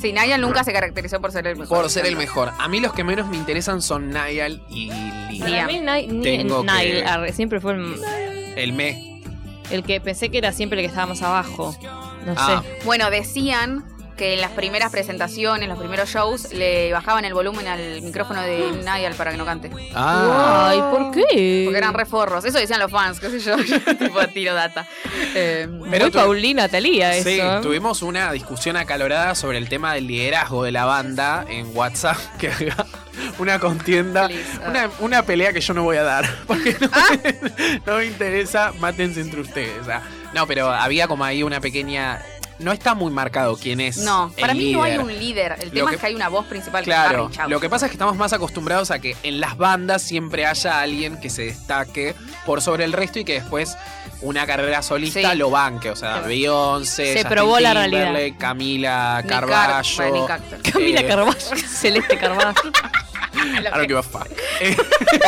Speaker 2: Sí, Niall nunca se caracterizó por ser el mejor.
Speaker 1: Por ser el mejor. A mí los que menos me interesan son Niall y Lee.
Speaker 2: Liam.
Speaker 5: Para mí, Ni- Ni-
Speaker 1: Tengo que-
Speaker 5: Nile arre, siempre fue el,
Speaker 1: El me.
Speaker 5: el que pensé que era siempre el que estaba más abajo. No
Speaker 1: Ah,
Speaker 5: sé.
Speaker 2: Bueno, decían que en las primeras presentaciones, los primeros shows, le bajaban el volumen al micrófono
Speaker 5: Ah.
Speaker 2: de Niall para que no cante.
Speaker 1: ah.
Speaker 5: Ay, ¿por qué?
Speaker 2: Porque eran reforros. Eso decían los fans, qué sé yo. Yo tipo tiro data. Eh,
Speaker 5: Pero
Speaker 1: Pero
Speaker 5: Muy
Speaker 1: tu-
Speaker 5: Paulina Talía eso.
Speaker 1: Sí,
Speaker 5: ¿eh?
Speaker 1: tuvimos una discusión acalorada sobre el tema del liderazgo de la banda en WhatsApp, que había una contienda,
Speaker 2: Please, ah.
Speaker 1: una, una pelea que yo no voy a dar, porque no, me, no me interesa, mátense entre ustedes. ah. No, pero había como ahí una pequeña... No está muy marcado quién es.
Speaker 2: no,
Speaker 1: el
Speaker 2: para mí no hay
Speaker 1: líder.
Speaker 2: un líder. El
Speaker 1: Lo
Speaker 2: tema
Speaker 1: que-
Speaker 2: es que hay una voz principal. que es
Speaker 1: Claro,
Speaker 2: Harry, chau.
Speaker 1: lo que pasa es que estamos más acostumbrados a que en las bandas siempre haya alguien que se destaque por sobre el resto y que después una carrera solista
Speaker 2: Sí.
Speaker 1: lo banque. O sea,
Speaker 5: Sí.
Speaker 1: Beyoncé,
Speaker 5: Se
Speaker 1: Justin
Speaker 5: probó la
Speaker 1: Timberlake,
Speaker 5: realidad.
Speaker 1: Camila
Speaker 2: Nick Car- bueno,
Speaker 1: Carballo.
Speaker 2: Nick Carter.
Speaker 5: Camila
Speaker 1: eh,
Speaker 5: Carballo, Celeste Carballo.
Speaker 1: I don't give a fuck. Eh,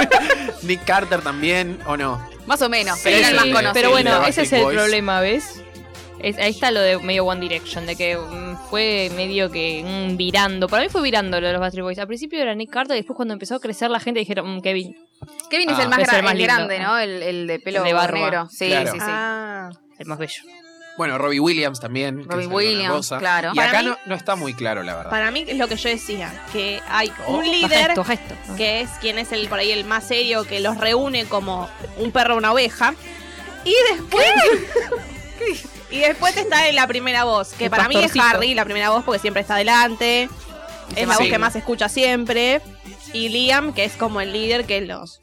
Speaker 1: Nick Carter también, ¿o no?
Speaker 2: Más o menos,
Speaker 1: Sí,
Speaker 2: pero era el más
Speaker 1: sí,
Speaker 2: conocido.
Speaker 5: Pero bueno,
Speaker 1: Backstreet
Speaker 5: ese es el
Speaker 1: Boys.
Speaker 5: problema, ¿ves? Es- ahí está lo de medio One Direction, de que mm, fue medio que mm, virando. Para mí fue virando lo de los Backstreet Boys. Al principio era Nick Carter y después cuando empezó a crecer la gente dijeron, mm, Kevin.
Speaker 2: Kevin es
Speaker 1: Ah,
Speaker 2: el más,
Speaker 5: puede
Speaker 2: gra-
Speaker 5: ser más
Speaker 2: el
Speaker 5: lindo.
Speaker 2: grande, ¿no? El, el de pelo
Speaker 5: El de barba.
Speaker 2: negro. Sí,
Speaker 1: Claro.
Speaker 2: sí, sí.
Speaker 3: Ah.
Speaker 5: El más bello.
Speaker 1: Bueno, Robbie Williams también. que
Speaker 2: Robbie
Speaker 1: es alguna
Speaker 2: Williams,
Speaker 1: cosa.
Speaker 2: claro.
Speaker 1: Y
Speaker 3: Para
Speaker 1: acá
Speaker 3: mí-
Speaker 1: no, no está muy claro, la verdad.
Speaker 3: Para mí es lo que yo decía, que hay
Speaker 2: Oh,
Speaker 3: un
Speaker 5: Baja
Speaker 3: líder
Speaker 5: esto, baja esto. ¿no?
Speaker 3: que es quien es el por ahí el más serio que los reúne como un perro una oveja y después y después está en la primera voz que
Speaker 5: El
Speaker 3: para mí es
Speaker 5: pastorcito.
Speaker 3: Harry la primera voz porque siempre está adelante es la voz
Speaker 1: Sí.
Speaker 3: que más se escucha siempre y Liam que es como el líder que los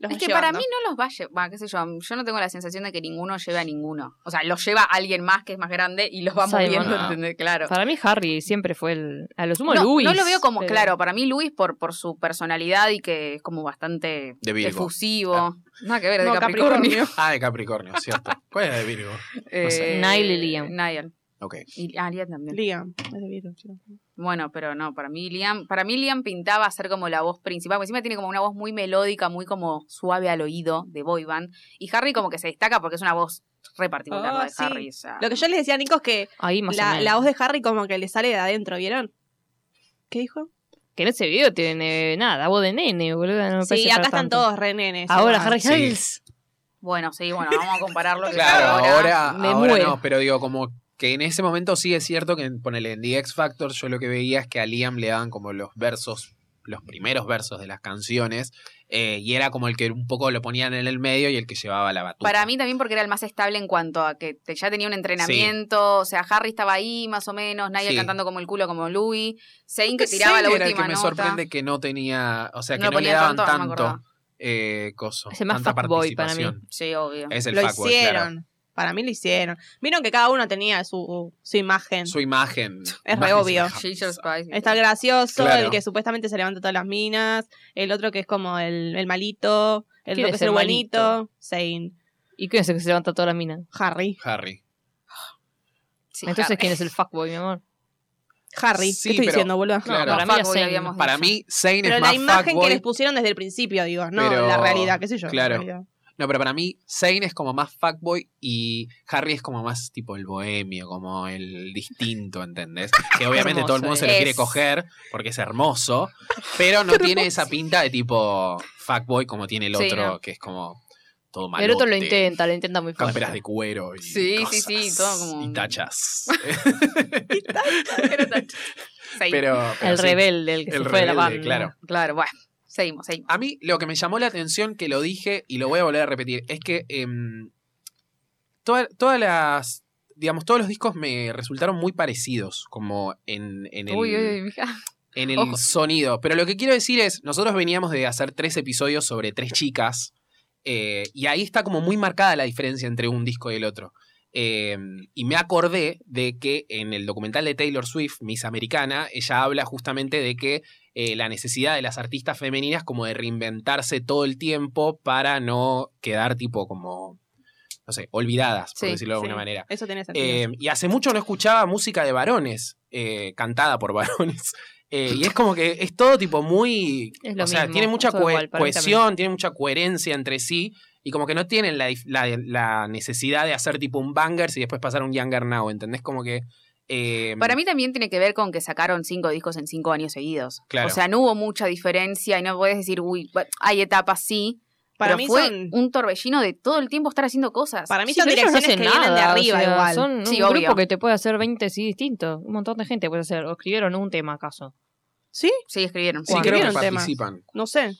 Speaker 3: Los
Speaker 2: Es
Speaker 3: va
Speaker 2: que para
Speaker 3: llevando.
Speaker 2: mí no los va a llevar, qué sé yo, yo no tengo la sensación de que ninguno lleve a ninguno. O sea, los lleva alguien más que es más grande y los va
Speaker 5: Simon.
Speaker 2: moviendo,
Speaker 1: Ah.
Speaker 2: ¿entendés? Claro.
Speaker 5: Para mí Harry siempre fue el... A lo sumo
Speaker 2: no,
Speaker 5: Luis. eh.
Speaker 2: no lo veo como,
Speaker 5: pero-
Speaker 2: claro, para mí Luis por, por su personalidad y que es como bastante
Speaker 1: De Virgo.
Speaker 2: efusivo.
Speaker 1: Ah.
Speaker 2: Nada que ver, de
Speaker 3: No,
Speaker 2: Capricornio.
Speaker 1: Ah, de Capricornio, cierto. ¿Cuál era de Virgo? No sé.
Speaker 2: Eh,
Speaker 5: Nile y Liam.
Speaker 2: Niall.
Speaker 1: Ok.
Speaker 2: Y ah, Liam también.
Speaker 3: Liam, es de Virgo, sí.
Speaker 2: Bueno, pero no, para mí Liam, para mí Liam pintaba ser como la voz principal, porque encima tiene como una voz muy melódica, muy como suave al oído de boy band. Y Harry como que se destaca porque es una voz re particular
Speaker 3: Ah,
Speaker 2: la de
Speaker 3: sí.
Speaker 2: Harry. o sea.
Speaker 3: Lo que yo les decía a Nico es que
Speaker 5: Ahí más o
Speaker 3: la,
Speaker 5: menos.
Speaker 3: la voz de Harry como que le sale de adentro, ¿vieron? ¿Qué dijo?
Speaker 5: Que en ese video tiene nada, voz de nene, boludo. No me
Speaker 3: sí,
Speaker 5: parece
Speaker 3: acá
Speaker 5: para
Speaker 3: están
Speaker 5: tanto.
Speaker 3: todos re nenes.
Speaker 5: Ahora
Speaker 3: igual.
Speaker 5: Harry
Speaker 1: Sí.
Speaker 5: Styles.
Speaker 2: Bueno, sí, bueno, vamos a compararlo. que
Speaker 1: Claro, ahora,
Speaker 5: me
Speaker 1: ahora
Speaker 5: muero.
Speaker 1: no, pero digo, como que en ese momento sí es cierto que, en- ponele, en The X Factor yo lo que veía es que a Liam le daban como los versos, los primeros versos de las canciones, eh, y era como el que un poco lo ponían en el medio y el que llevaba la batuta.
Speaker 2: Para mí también porque era el más estable en cuanto a que te- ya tenía un entrenamiento, o sea, Harry estaba ahí más o menos, nadie
Speaker 1: Sí.
Speaker 2: cantando como el culo como Louis, Sein que
Speaker 1: Creo que
Speaker 2: tiraba la
Speaker 1: Zayn era
Speaker 2: última
Speaker 1: el que me
Speaker 2: nota.
Speaker 1: sorprende que no tenía, o sea, que
Speaker 2: No
Speaker 1: no,
Speaker 2: le
Speaker 1: le
Speaker 2: ponía
Speaker 1: daban
Speaker 2: tanto, no me
Speaker 1: tanto,
Speaker 2: acordaba.
Speaker 1: eh, coso,
Speaker 5: Es el más
Speaker 1: tanta
Speaker 5: fuckboy para mí.
Speaker 1: participación.
Speaker 2: Sí, obvio.
Speaker 1: Es el
Speaker 3: Lo
Speaker 1: fuckboy, claro.
Speaker 3: hicieron. Para mí lo hicieron. Vieron que cada uno tenía su, su imagen.
Speaker 1: Su imagen.
Speaker 3: re
Speaker 1: Más que
Speaker 3: obvio.
Speaker 1: se me
Speaker 2: Ginger
Speaker 1: escapa.
Speaker 2: Spice.
Speaker 3: Está el gracioso,
Speaker 1: Claro.
Speaker 3: el que supuestamente se levanta todas las minas, el otro que es como el, el malito, el
Speaker 5: ¿Quién
Speaker 3: otro que
Speaker 5: es
Speaker 3: es el
Speaker 5: el
Speaker 3: buenito, Zane,
Speaker 5: ¿Y quién es el que se levanta toda la mina?
Speaker 3: Harry.
Speaker 1: Harry.
Speaker 2: Sí,
Speaker 5: Entonces,
Speaker 2: Harry.
Speaker 5: ¿quién es el fuckboy, mi amor?
Speaker 3: Harry,
Speaker 1: Sí,
Speaker 3: ¿qué estoy
Speaker 1: pero-
Speaker 3: diciendo, boludo?
Speaker 1: Claro.
Speaker 5: No, para mí
Speaker 2: Fuckboy
Speaker 5: es Zayn.
Speaker 2: habíamos
Speaker 1: Para
Speaker 2: dicho.
Speaker 1: mí, Zane
Speaker 3: Pero
Speaker 1: es
Speaker 3: la
Speaker 1: más
Speaker 3: imagen que
Speaker 1: fuckboy.
Speaker 3: les pusieron desde el principio, digo, no
Speaker 1: Pero-
Speaker 3: la realidad, qué sé yo. la
Speaker 1: claro.
Speaker 3: realidad.
Speaker 1: No, pero para mí, Zane es como más fuckboy y Harry es como más tipo el bohemio, como el distinto, ¿entendés? Que obviamente
Speaker 5: Hermoso,
Speaker 1: todo el mundo se
Speaker 2: eh.
Speaker 1: lo quiere
Speaker 2: Es.
Speaker 1: coger porque es hermoso, pero no tiene esa pinta de tipo fuckboy como tiene el
Speaker 2: Sí,
Speaker 1: otro,
Speaker 2: no.
Speaker 1: que es como todo malo.
Speaker 5: El otro lo intenta, lo intenta muy fuerte.
Speaker 1: Camperas de cuero y
Speaker 2: Sí, sí,
Speaker 1: cosas,
Speaker 2: sí, todo como-
Speaker 1: Y tachas.
Speaker 2: Pero tan- Zayn.
Speaker 1: pero, pero
Speaker 5: El
Speaker 1: sí,
Speaker 5: rebelde, el que
Speaker 1: el
Speaker 5: se fue de la
Speaker 1: rebelde,
Speaker 5: banda.
Speaker 1: claro.
Speaker 2: Claro, bueno, seguimos, seguimos.
Speaker 1: A mí lo que me llamó la atención, que lo dije y lo voy a volver a repetir, es que em, toda- todas las, digamos, todos los discos me resultaron muy parecidos, como en, en el,
Speaker 2: Uy, uy, uy, mija.
Speaker 1: en el
Speaker 2: ojo.
Speaker 1: sonido. Pero lo que quiero decir es, nosotros veníamos de hacer tres episodios sobre tres chicas, eh, y ahí está como muy marcada la diferencia entre un disco y el otro. Eh, y me acordé de que en el documental de Taylor Swift, Miss Americana, ella habla justamente de que eh, la necesidad de las artistas femeninas como de reinventarse todo el tiempo para no quedar tipo como, no sé, olvidadas, por
Speaker 2: Sí,
Speaker 1: decirlo de alguna
Speaker 3: Sí,
Speaker 1: manera.
Speaker 3: Eso tiene sentido.
Speaker 1: Eh, y hace mucho no escuchaba música de varones, eh, cantada por varones. Eh, y es como que es todo tipo muy...
Speaker 5: Es lo
Speaker 1: o sea,
Speaker 5: mismo,
Speaker 1: tiene mucha
Speaker 5: todo
Speaker 1: cohe-
Speaker 5: igual, para mí
Speaker 1: cohesión, tiene mucha coherencia entre sí. Y como que no tienen la, dif- la- la necesidad de hacer tipo un bangers y después pasar a un younger now, ¿entendés? Como que... eh,
Speaker 2: Para mí también tiene que ver con que sacaron cinco discos en cinco años seguidos.
Speaker 1: Claro.
Speaker 2: O sea, no hubo mucha diferencia y no puedes decir, uy, bueno, hay etapas sí.
Speaker 3: para
Speaker 2: pero
Speaker 3: mí
Speaker 2: fue
Speaker 3: son,
Speaker 2: un torbellino de todo el tiempo estar haciendo cosas.
Speaker 3: para mí
Speaker 5: Sí,
Speaker 3: son
Speaker 5: pero ellos no
Speaker 3: direcciones que
Speaker 5: hacen
Speaker 3: vienen de
Speaker 5: nada, o
Speaker 3: arriba
Speaker 5: sea,
Speaker 3: igual.
Speaker 5: Son
Speaker 2: Sí,
Speaker 5: un
Speaker 2: obvio.
Speaker 5: grupo que te puede hacer 20 sí distintos. Un montón de gente puede hacer. O escribieron un tema acaso.
Speaker 3: ¿Sí?
Speaker 2: Sí, escribieron.
Speaker 1: sí,
Speaker 3: Juan,
Speaker 1: creo que
Speaker 3: ¿vieron temas?
Speaker 1: participan.
Speaker 3: No sé.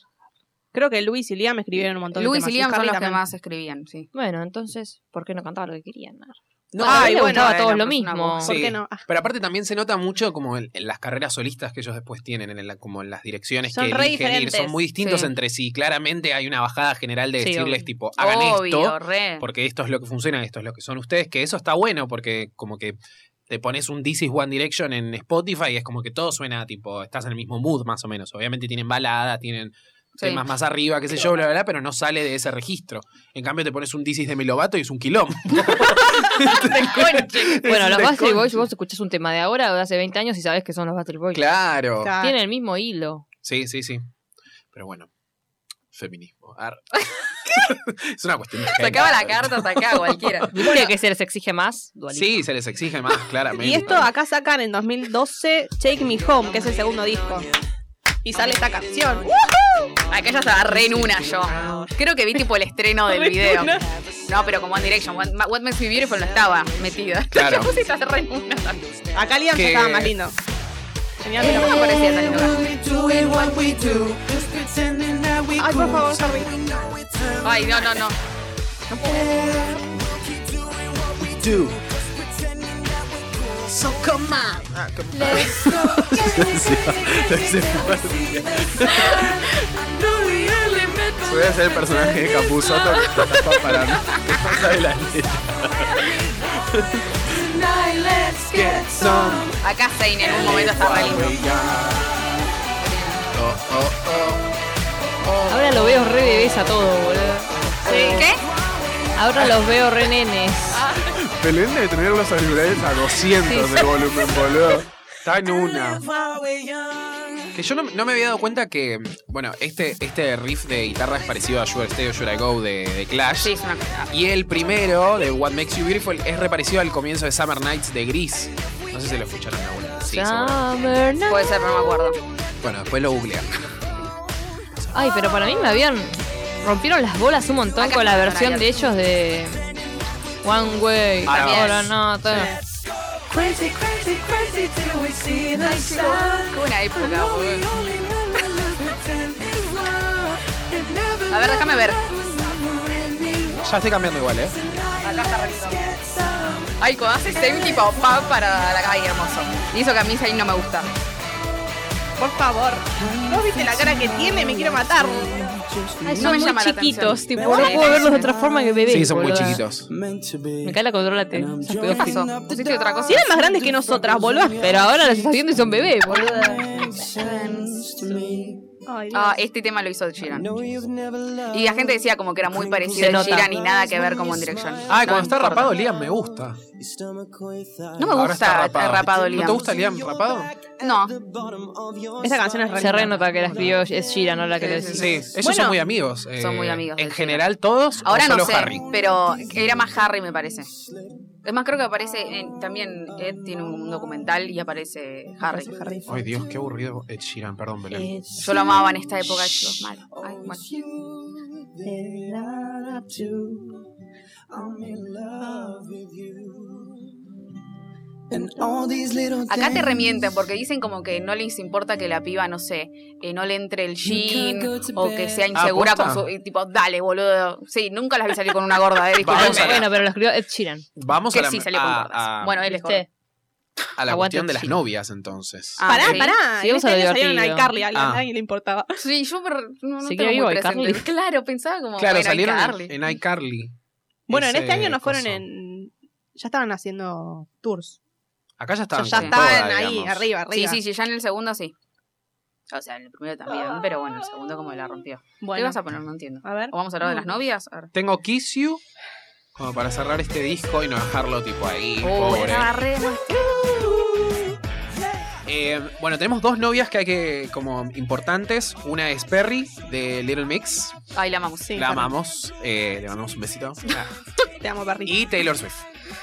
Speaker 3: Creo que Luis y Liam escribieron un montón
Speaker 2: Luis
Speaker 3: de temas.
Speaker 2: y Liam son
Speaker 3: Harry
Speaker 2: los que
Speaker 3: también.
Speaker 2: más escribían, sí.
Speaker 5: Bueno, entonces, ¿por qué no cantaba lo que querían?
Speaker 1: No,
Speaker 5: Ah,
Speaker 3: Ay,
Speaker 5: le
Speaker 3: bueno,
Speaker 5: gustaba a todos
Speaker 2: bueno,
Speaker 5: lo
Speaker 2: pero es una
Speaker 5: mismo.
Speaker 2: voz.
Speaker 3: ¿Por
Speaker 1: Sí.
Speaker 3: qué no? Ah,
Speaker 1: Pero aparte también se nota mucho como en, en las carreras solistas que ellos después tienen, en la- como en las direcciones
Speaker 3: Son
Speaker 1: que
Speaker 3: re
Speaker 1: eligen ir. Son
Speaker 3: diferentes,
Speaker 1: muy distintos
Speaker 2: sí.
Speaker 1: entre sí. Claramente hay una bajada general de
Speaker 5: Sí,
Speaker 1: decirles
Speaker 5: obvio.
Speaker 1: tipo, hagan
Speaker 2: Obvio,
Speaker 1: esto,
Speaker 2: re.
Speaker 1: porque esto es lo que funciona, esto es lo que son ustedes, que eso está bueno porque como que te pones un This is One Direction en Spotify y es como que todo suena tipo, estás en el mismo mood más o menos. Obviamente tienen balada, tienen
Speaker 2: Sí.
Speaker 1: temas más arriba, qué sé yo, bla, bla, bla, pero no sale de ese registro. En cambio te pones un This is de Melovato y es un quilombo.
Speaker 5: Bueno,
Speaker 1: Es un
Speaker 5: los Bastard Boys,
Speaker 1: desconche.
Speaker 5: vos escuchás un tema de ahora o de hace 20 años y sabés que son los Bastard Boys.
Speaker 1: Claro.
Speaker 3: está.
Speaker 5: Tienen el mismo hilo.
Speaker 1: Sí, sí, sí. Pero bueno, feminismo. ar. es una cuestión. de
Speaker 2: Sacaba la
Speaker 1: género.
Speaker 2: carta, sacaba cualquiera.
Speaker 5: ¿Viste que se les exige más? Dua Lipa.
Speaker 1: Sí, se les exige más, claramente.
Speaker 3: Y esto acá sacan en 2012 Take Me Home, que es el segundo disco. Y sale esta canción.
Speaker 2: Acá ya estaba re en una yo. Creo que vi tipo el estreno del
Speaker 3: Re en
Speaker 2: video.
Speaker 3: una.
Speaker 2: No, pero como One Direction, What, What Makes Me Beautiful no estaba metida.
Speaker 1: Claro.
Speaker 2: Yo puse esa re en una.
Speaker 3: Acá Liam ya
Speaker 1: Que-
Speaker 3: estaba más lindo. Tenía
Speaker 2: Pero
Speaker 3: menos-
Speaker 2: no parecía tan loca.
Speaker 4: Doing what we do, just pretending that we
Speaker 3: Ay, por favor, Harry.
Speaker 2: Ay, no, no, no.
Speaker 4: cool.
Speaker 1: Voy a ser el personaje de Capuzoto que te está parando. Te pasa adelante.
Speaker 4: Tonight, let's get some.
Speaker 2: Acá Zayn en un momento está re lindo.
Speaker 1: Oh, oh, oh.
Speaker 5: Ahora lo veo re bebés a todo, boludo.
Speaker 2: ¿Qué?
Speaker 5: Ahora
Speaker 1: Ah.
Speaker 5: los veo re nenes.
Speaker 1: Oh. Belén debe tener los auriculares a 200 de volumen, boludo. Está en una.
Speaker 4: While we're young.
Speaker 1: Que yo no, no me había dado cuenta que, bueno, este, este riff de guitarra es parecido a Should I Stay or Should I Go de, de Clash.
Speaker 2: Sí, es una cosa.
Speaker 1: Y el primero, de What Makes You Beautiful, es reparecido al comienzo de Summer Nights de Gris. No sé si lo escucharon alguna. Sí,
Speaker 5: Ah,
Speaker 1: seguro.
Speaker 5: Summer night.
Speaker 2: Puede ser, no me acuerdo.
Speaker 1: Bueno, después lo googlean.
Speaker 5: Ay, pero para mí me habían. Rompieron las bolas un montón
Speaker 2: Acá
Speaker 5: con la
Speaker 2: está,
Speaker 5: versión
Speaker 2: Brian.
Speaker 5: de ellos de. One Way.
Speaker 1: Ah, no.
Speaker 5: Ahora no, todo.
Speaker 4: Crazy, crazy, crazy till we see the
Speaker 2: Ay, chicos,
Speaker 4: sun.
Speaker 2: qué buena
Speaker 4: I
Speaker 2: época,
Speaker 4: know we
Speaker 2: boludo.
Speaker 4: only never love pretend it's love. It never
Speaker 2: A ver, déjame ver.
Speaker 4: never was never anyone.
Speaker 1: Ya estoy cambiando igual, ¿eh?
Speaker 2: Acá está re lindo.
Speaker 4: Get some.
Speaker 2: Ay, cuando hace Zayn tipo pa para la calle, hermoso. Y eso que a mí Zayn no me gusta.
Speaker 3: Por favor. ¿Vos viste la cara que tiene? Me quiero matar.
Speaker 5: Ay,
Speaker 2: No me
Speaker 5: son
Speaker 2: llama
Speaker 5: muy
Speaker 2: la
Speaker 5: chiquitos,
Speaker 2: atención.
Speaker 5: tipo, no
Speaker 2: Sí.
Speaker 5: puedo verlos de otra forma que bebés.
Speaker 1: Sí, son muy
Speaker 5: boluda.
Speaker 1: chiquitos.
Speaker 6: meant to be.
Speaker 5: Micaela, controlate. Sos
Speaker 2: ¿Qué
Speaker 5: pedófilo.
Speaker 2: pasó? ¿Pusiste otra cosa?
Speaker 3: Si eran más grandes que nosotras, boludo.
Speaker 5: Pero ahora los estás viendo y son bebés, boludo.
Speaker 3: Ay,
Speaker 2: Ah, este tema lo hizo Sheeran.
Speaker 6: No, you've never loved.
Speaker 2: Y la gente decía como que era muy
Speaker 5: Se
Speaker 2: parecido a
Speaker 5: nota.
Speaker 2: Sheeran y nada que ver como en Direction.
Speaker 1: Ah, y cuando
Speaker 2: No
Speaker 1: está
Speaker 2: importa.
Speaker 1: rapado, Liam me gusta.
Speaker 6: Your stomach or your thigh.
Speaker 2: No me
Speaker 1: Ahora
Speaker 2: gusta
Speaker 1: está
Speaker 2: el
Speaker 1: rapado.
Speaker 2: rapado,
Speaker 1: ¿No
Speaker 2: Liam.
Speaker 1: te gusta Liam rapado?
Speaker 2: No.
Speaker 6: The bottom of your
Speaker 3: Esa canción es re
Speaker 5: Se
Speaker 3: linda.
Speaker 5: renota que la escribió es Shira, no la que le
Speaker 2: Sí,
Speaker 1: Sí, ellos son
Speaker 3: Bueno,
Speaker 1: muy amigos. eh,
Speaker 2: son muy amigos,
Speaker 1: En
Speaker 2: sí.
Speaker 1: general, todos. o
Speaker 2: Ahora no
Speaker 1: solo
Speaker 2: sé,
Speaker 1: Harry.
Speaker 2: pero era más Harry me parece. Es más, creo que aparece en- también Ed tiene un documental y aparece Harry.
Speaker 1: Ay, Dios, qué aburrido. Ed Sheeran, perdón, Belén.
Speaker 2: Eh, Yo lo amaba en esta época, chicos, mal. Ay,
Speaker 1: Oh,
Speaker 2: bueno.
Speaker 6: And all these little
Speaker 2: Acá te
Speaker 6: things.
Speaker 2: remienten porque dicen como que no les importa que la piba, no sé, eh, no le entre el jean o que sea insegura
Speaker 1: ¿posta?
Speaker 2: con su. y tipo, dale, boludo. Sí, nunca las vi salir con una gorda, eh, discúlpenme.
Speaker 1: Vamos a la-
Speaker 5: Bueno, pero lo escribió Ed Sheeran.
Speaker 1: Vamos a
Speaker 2: que
Speaker 1: la,
Speaker 2: sí salió con
Speaker 1: a-
Speaker 2: gordas.
Speaker 1: a-
Speaker 2: bueno, él es gordo.
Speaker 5: ¿Viste?
Speaker 1: a la
Speaker 5: aguante
Speaker 1: cuestión de las
Speaker 5: Sheeran.
Speaker 1: novias, entonces.
Speaker 2: Ah,
Speaker 3: Pará,
Speaker 2: sí.
Speaker 3: pará.
Speaker 5: Sí, vamos a
Speaker 3: En
Speaker 5: lo
Speaker 3: este año salieron a
Speaker 5: divertido.
Speaker 3: iCarly, a
Speaker 1: Ah.
Speaker 3: nadie le importaba.
Speaker 2: Sí, yo me, re- no, no
Speaker 5: ¿Seguía
Speaker 2: tengo muy
Speaker 5: vivo
Speaker 2: presente.
Speaker 5: iCarly?
Speaker 2: Claro, pensaba como.
Speaker 1: Claro,
Speaker 2: bueno,
Speaker 1: salieron
Speaker 2: iCarly.
Speaker 1: en- en iCarly.
Speaker 3: Bueno, en
Speaker 1: Ese
Speaker 3: este año no fueron
Speaker 1: coso.
Speaker 3: en. Ya estaban haciendo tours.
Speaker 1: Acá ya
Speaker 3: O sea,
Speaker 1: estaban.
Speaker 3: ya
Speaker 1: con
Speaker 3: estaban
Speaker 1: toda,
Speaker 3: ahí,
Speaker 1: digamos.
Speaker 3: arriba,
Speaker 2: Sí,
Speaker 3: arriba.
Speaker 2: sí, sí, ya en el segundo sí. O sea, en el primero también, pero bueno, el segundo como la rompió. ¿Qué
Speaker 3: Bueno,
Speaker 2: vas a poner? No entiendo.
Speaker 3: a ver.
Speaker 2: ¿O vamos a hablar de las novias? A ver.
Speaker 1: Tengo Kiss You. Como para cerrar este disco y no dejarlo tipo ahí.
Speaker 2: Oh,
Speaker 1: pobre.
Speaker 2: estaba re de más-
Speaker 1: Eh, bueno, tenemos dos novias que hay que, como importantes. Una es Perry, de Little Mix.
Speaker 2: Ay, la amamos.
Speaker 3: Sí,
Speaker 1: la
Speaker 3: Perry.
Speaker 1: amamos. eh, le mandamos un besito. Ah.
Speaker 3: Te amo, Perry.
Speaker 1: Y Taylor Swift.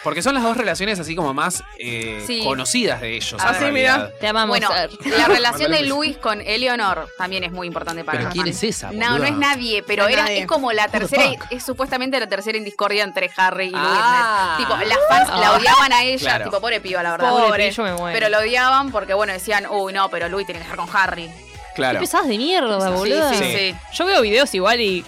Speaker 1: Porque son las dos relaciones así como más eh,
Speaker 2: Sí.
Speaker 1: conocidas de ellos.
Speaker 2: Ah,
Speaker 1: en
Speaker 2: sí,
Speaker 1: realidad.
Speaker 5: Te amamos.
Speaker 2: Bueno,
Speaker 5: Ed.
Speaker 2: la relación
Speaker 1: Mandale
Speaker 2: de
Speaker 1: un beso.
Speaker 2: Luis con Eleonor también es muy importante para
Speaker 1: Pero
Speaker 2: nosotros.
Speaker 1: ¿quién es esa?
Speaker 2: No, no
Speaker 1: boluda?
Speaker 2: es nadie, pero
Speaker 3: No es
Speaker 2: era,
Speaker 3: nadie.
Speaker 2: es como la
Speaker 1: the
Speaker 2: tercera,
Speaker 1: fuck?
Speaker 2: es supuestamente la tercera en discordia entre Harry y Luis.
Speaker 1: Ah.
Speaker 2: Tipo, las fans la
Speaker 5: Ah.
Speaker 2: odiaban a ella,
Speaker 1: Claro.
Speaker 2: tipo, pobre piba, la verdad.
Speaker 5: Pobre, yo me muero.
Speaker 2: Pero la odiaban porque, bueno, decían, uy, no, pero Luis tiene que estar con Harry.
Speaker 5: Qué
Speaker 1: Claro.
Speaker 5: pesadas de mierda, boludo.
Speaker 2: Sí, sí,
Speaker 1: Sí.
Speaker 2: sí.
Speaker 5: Yo veo videos igual y.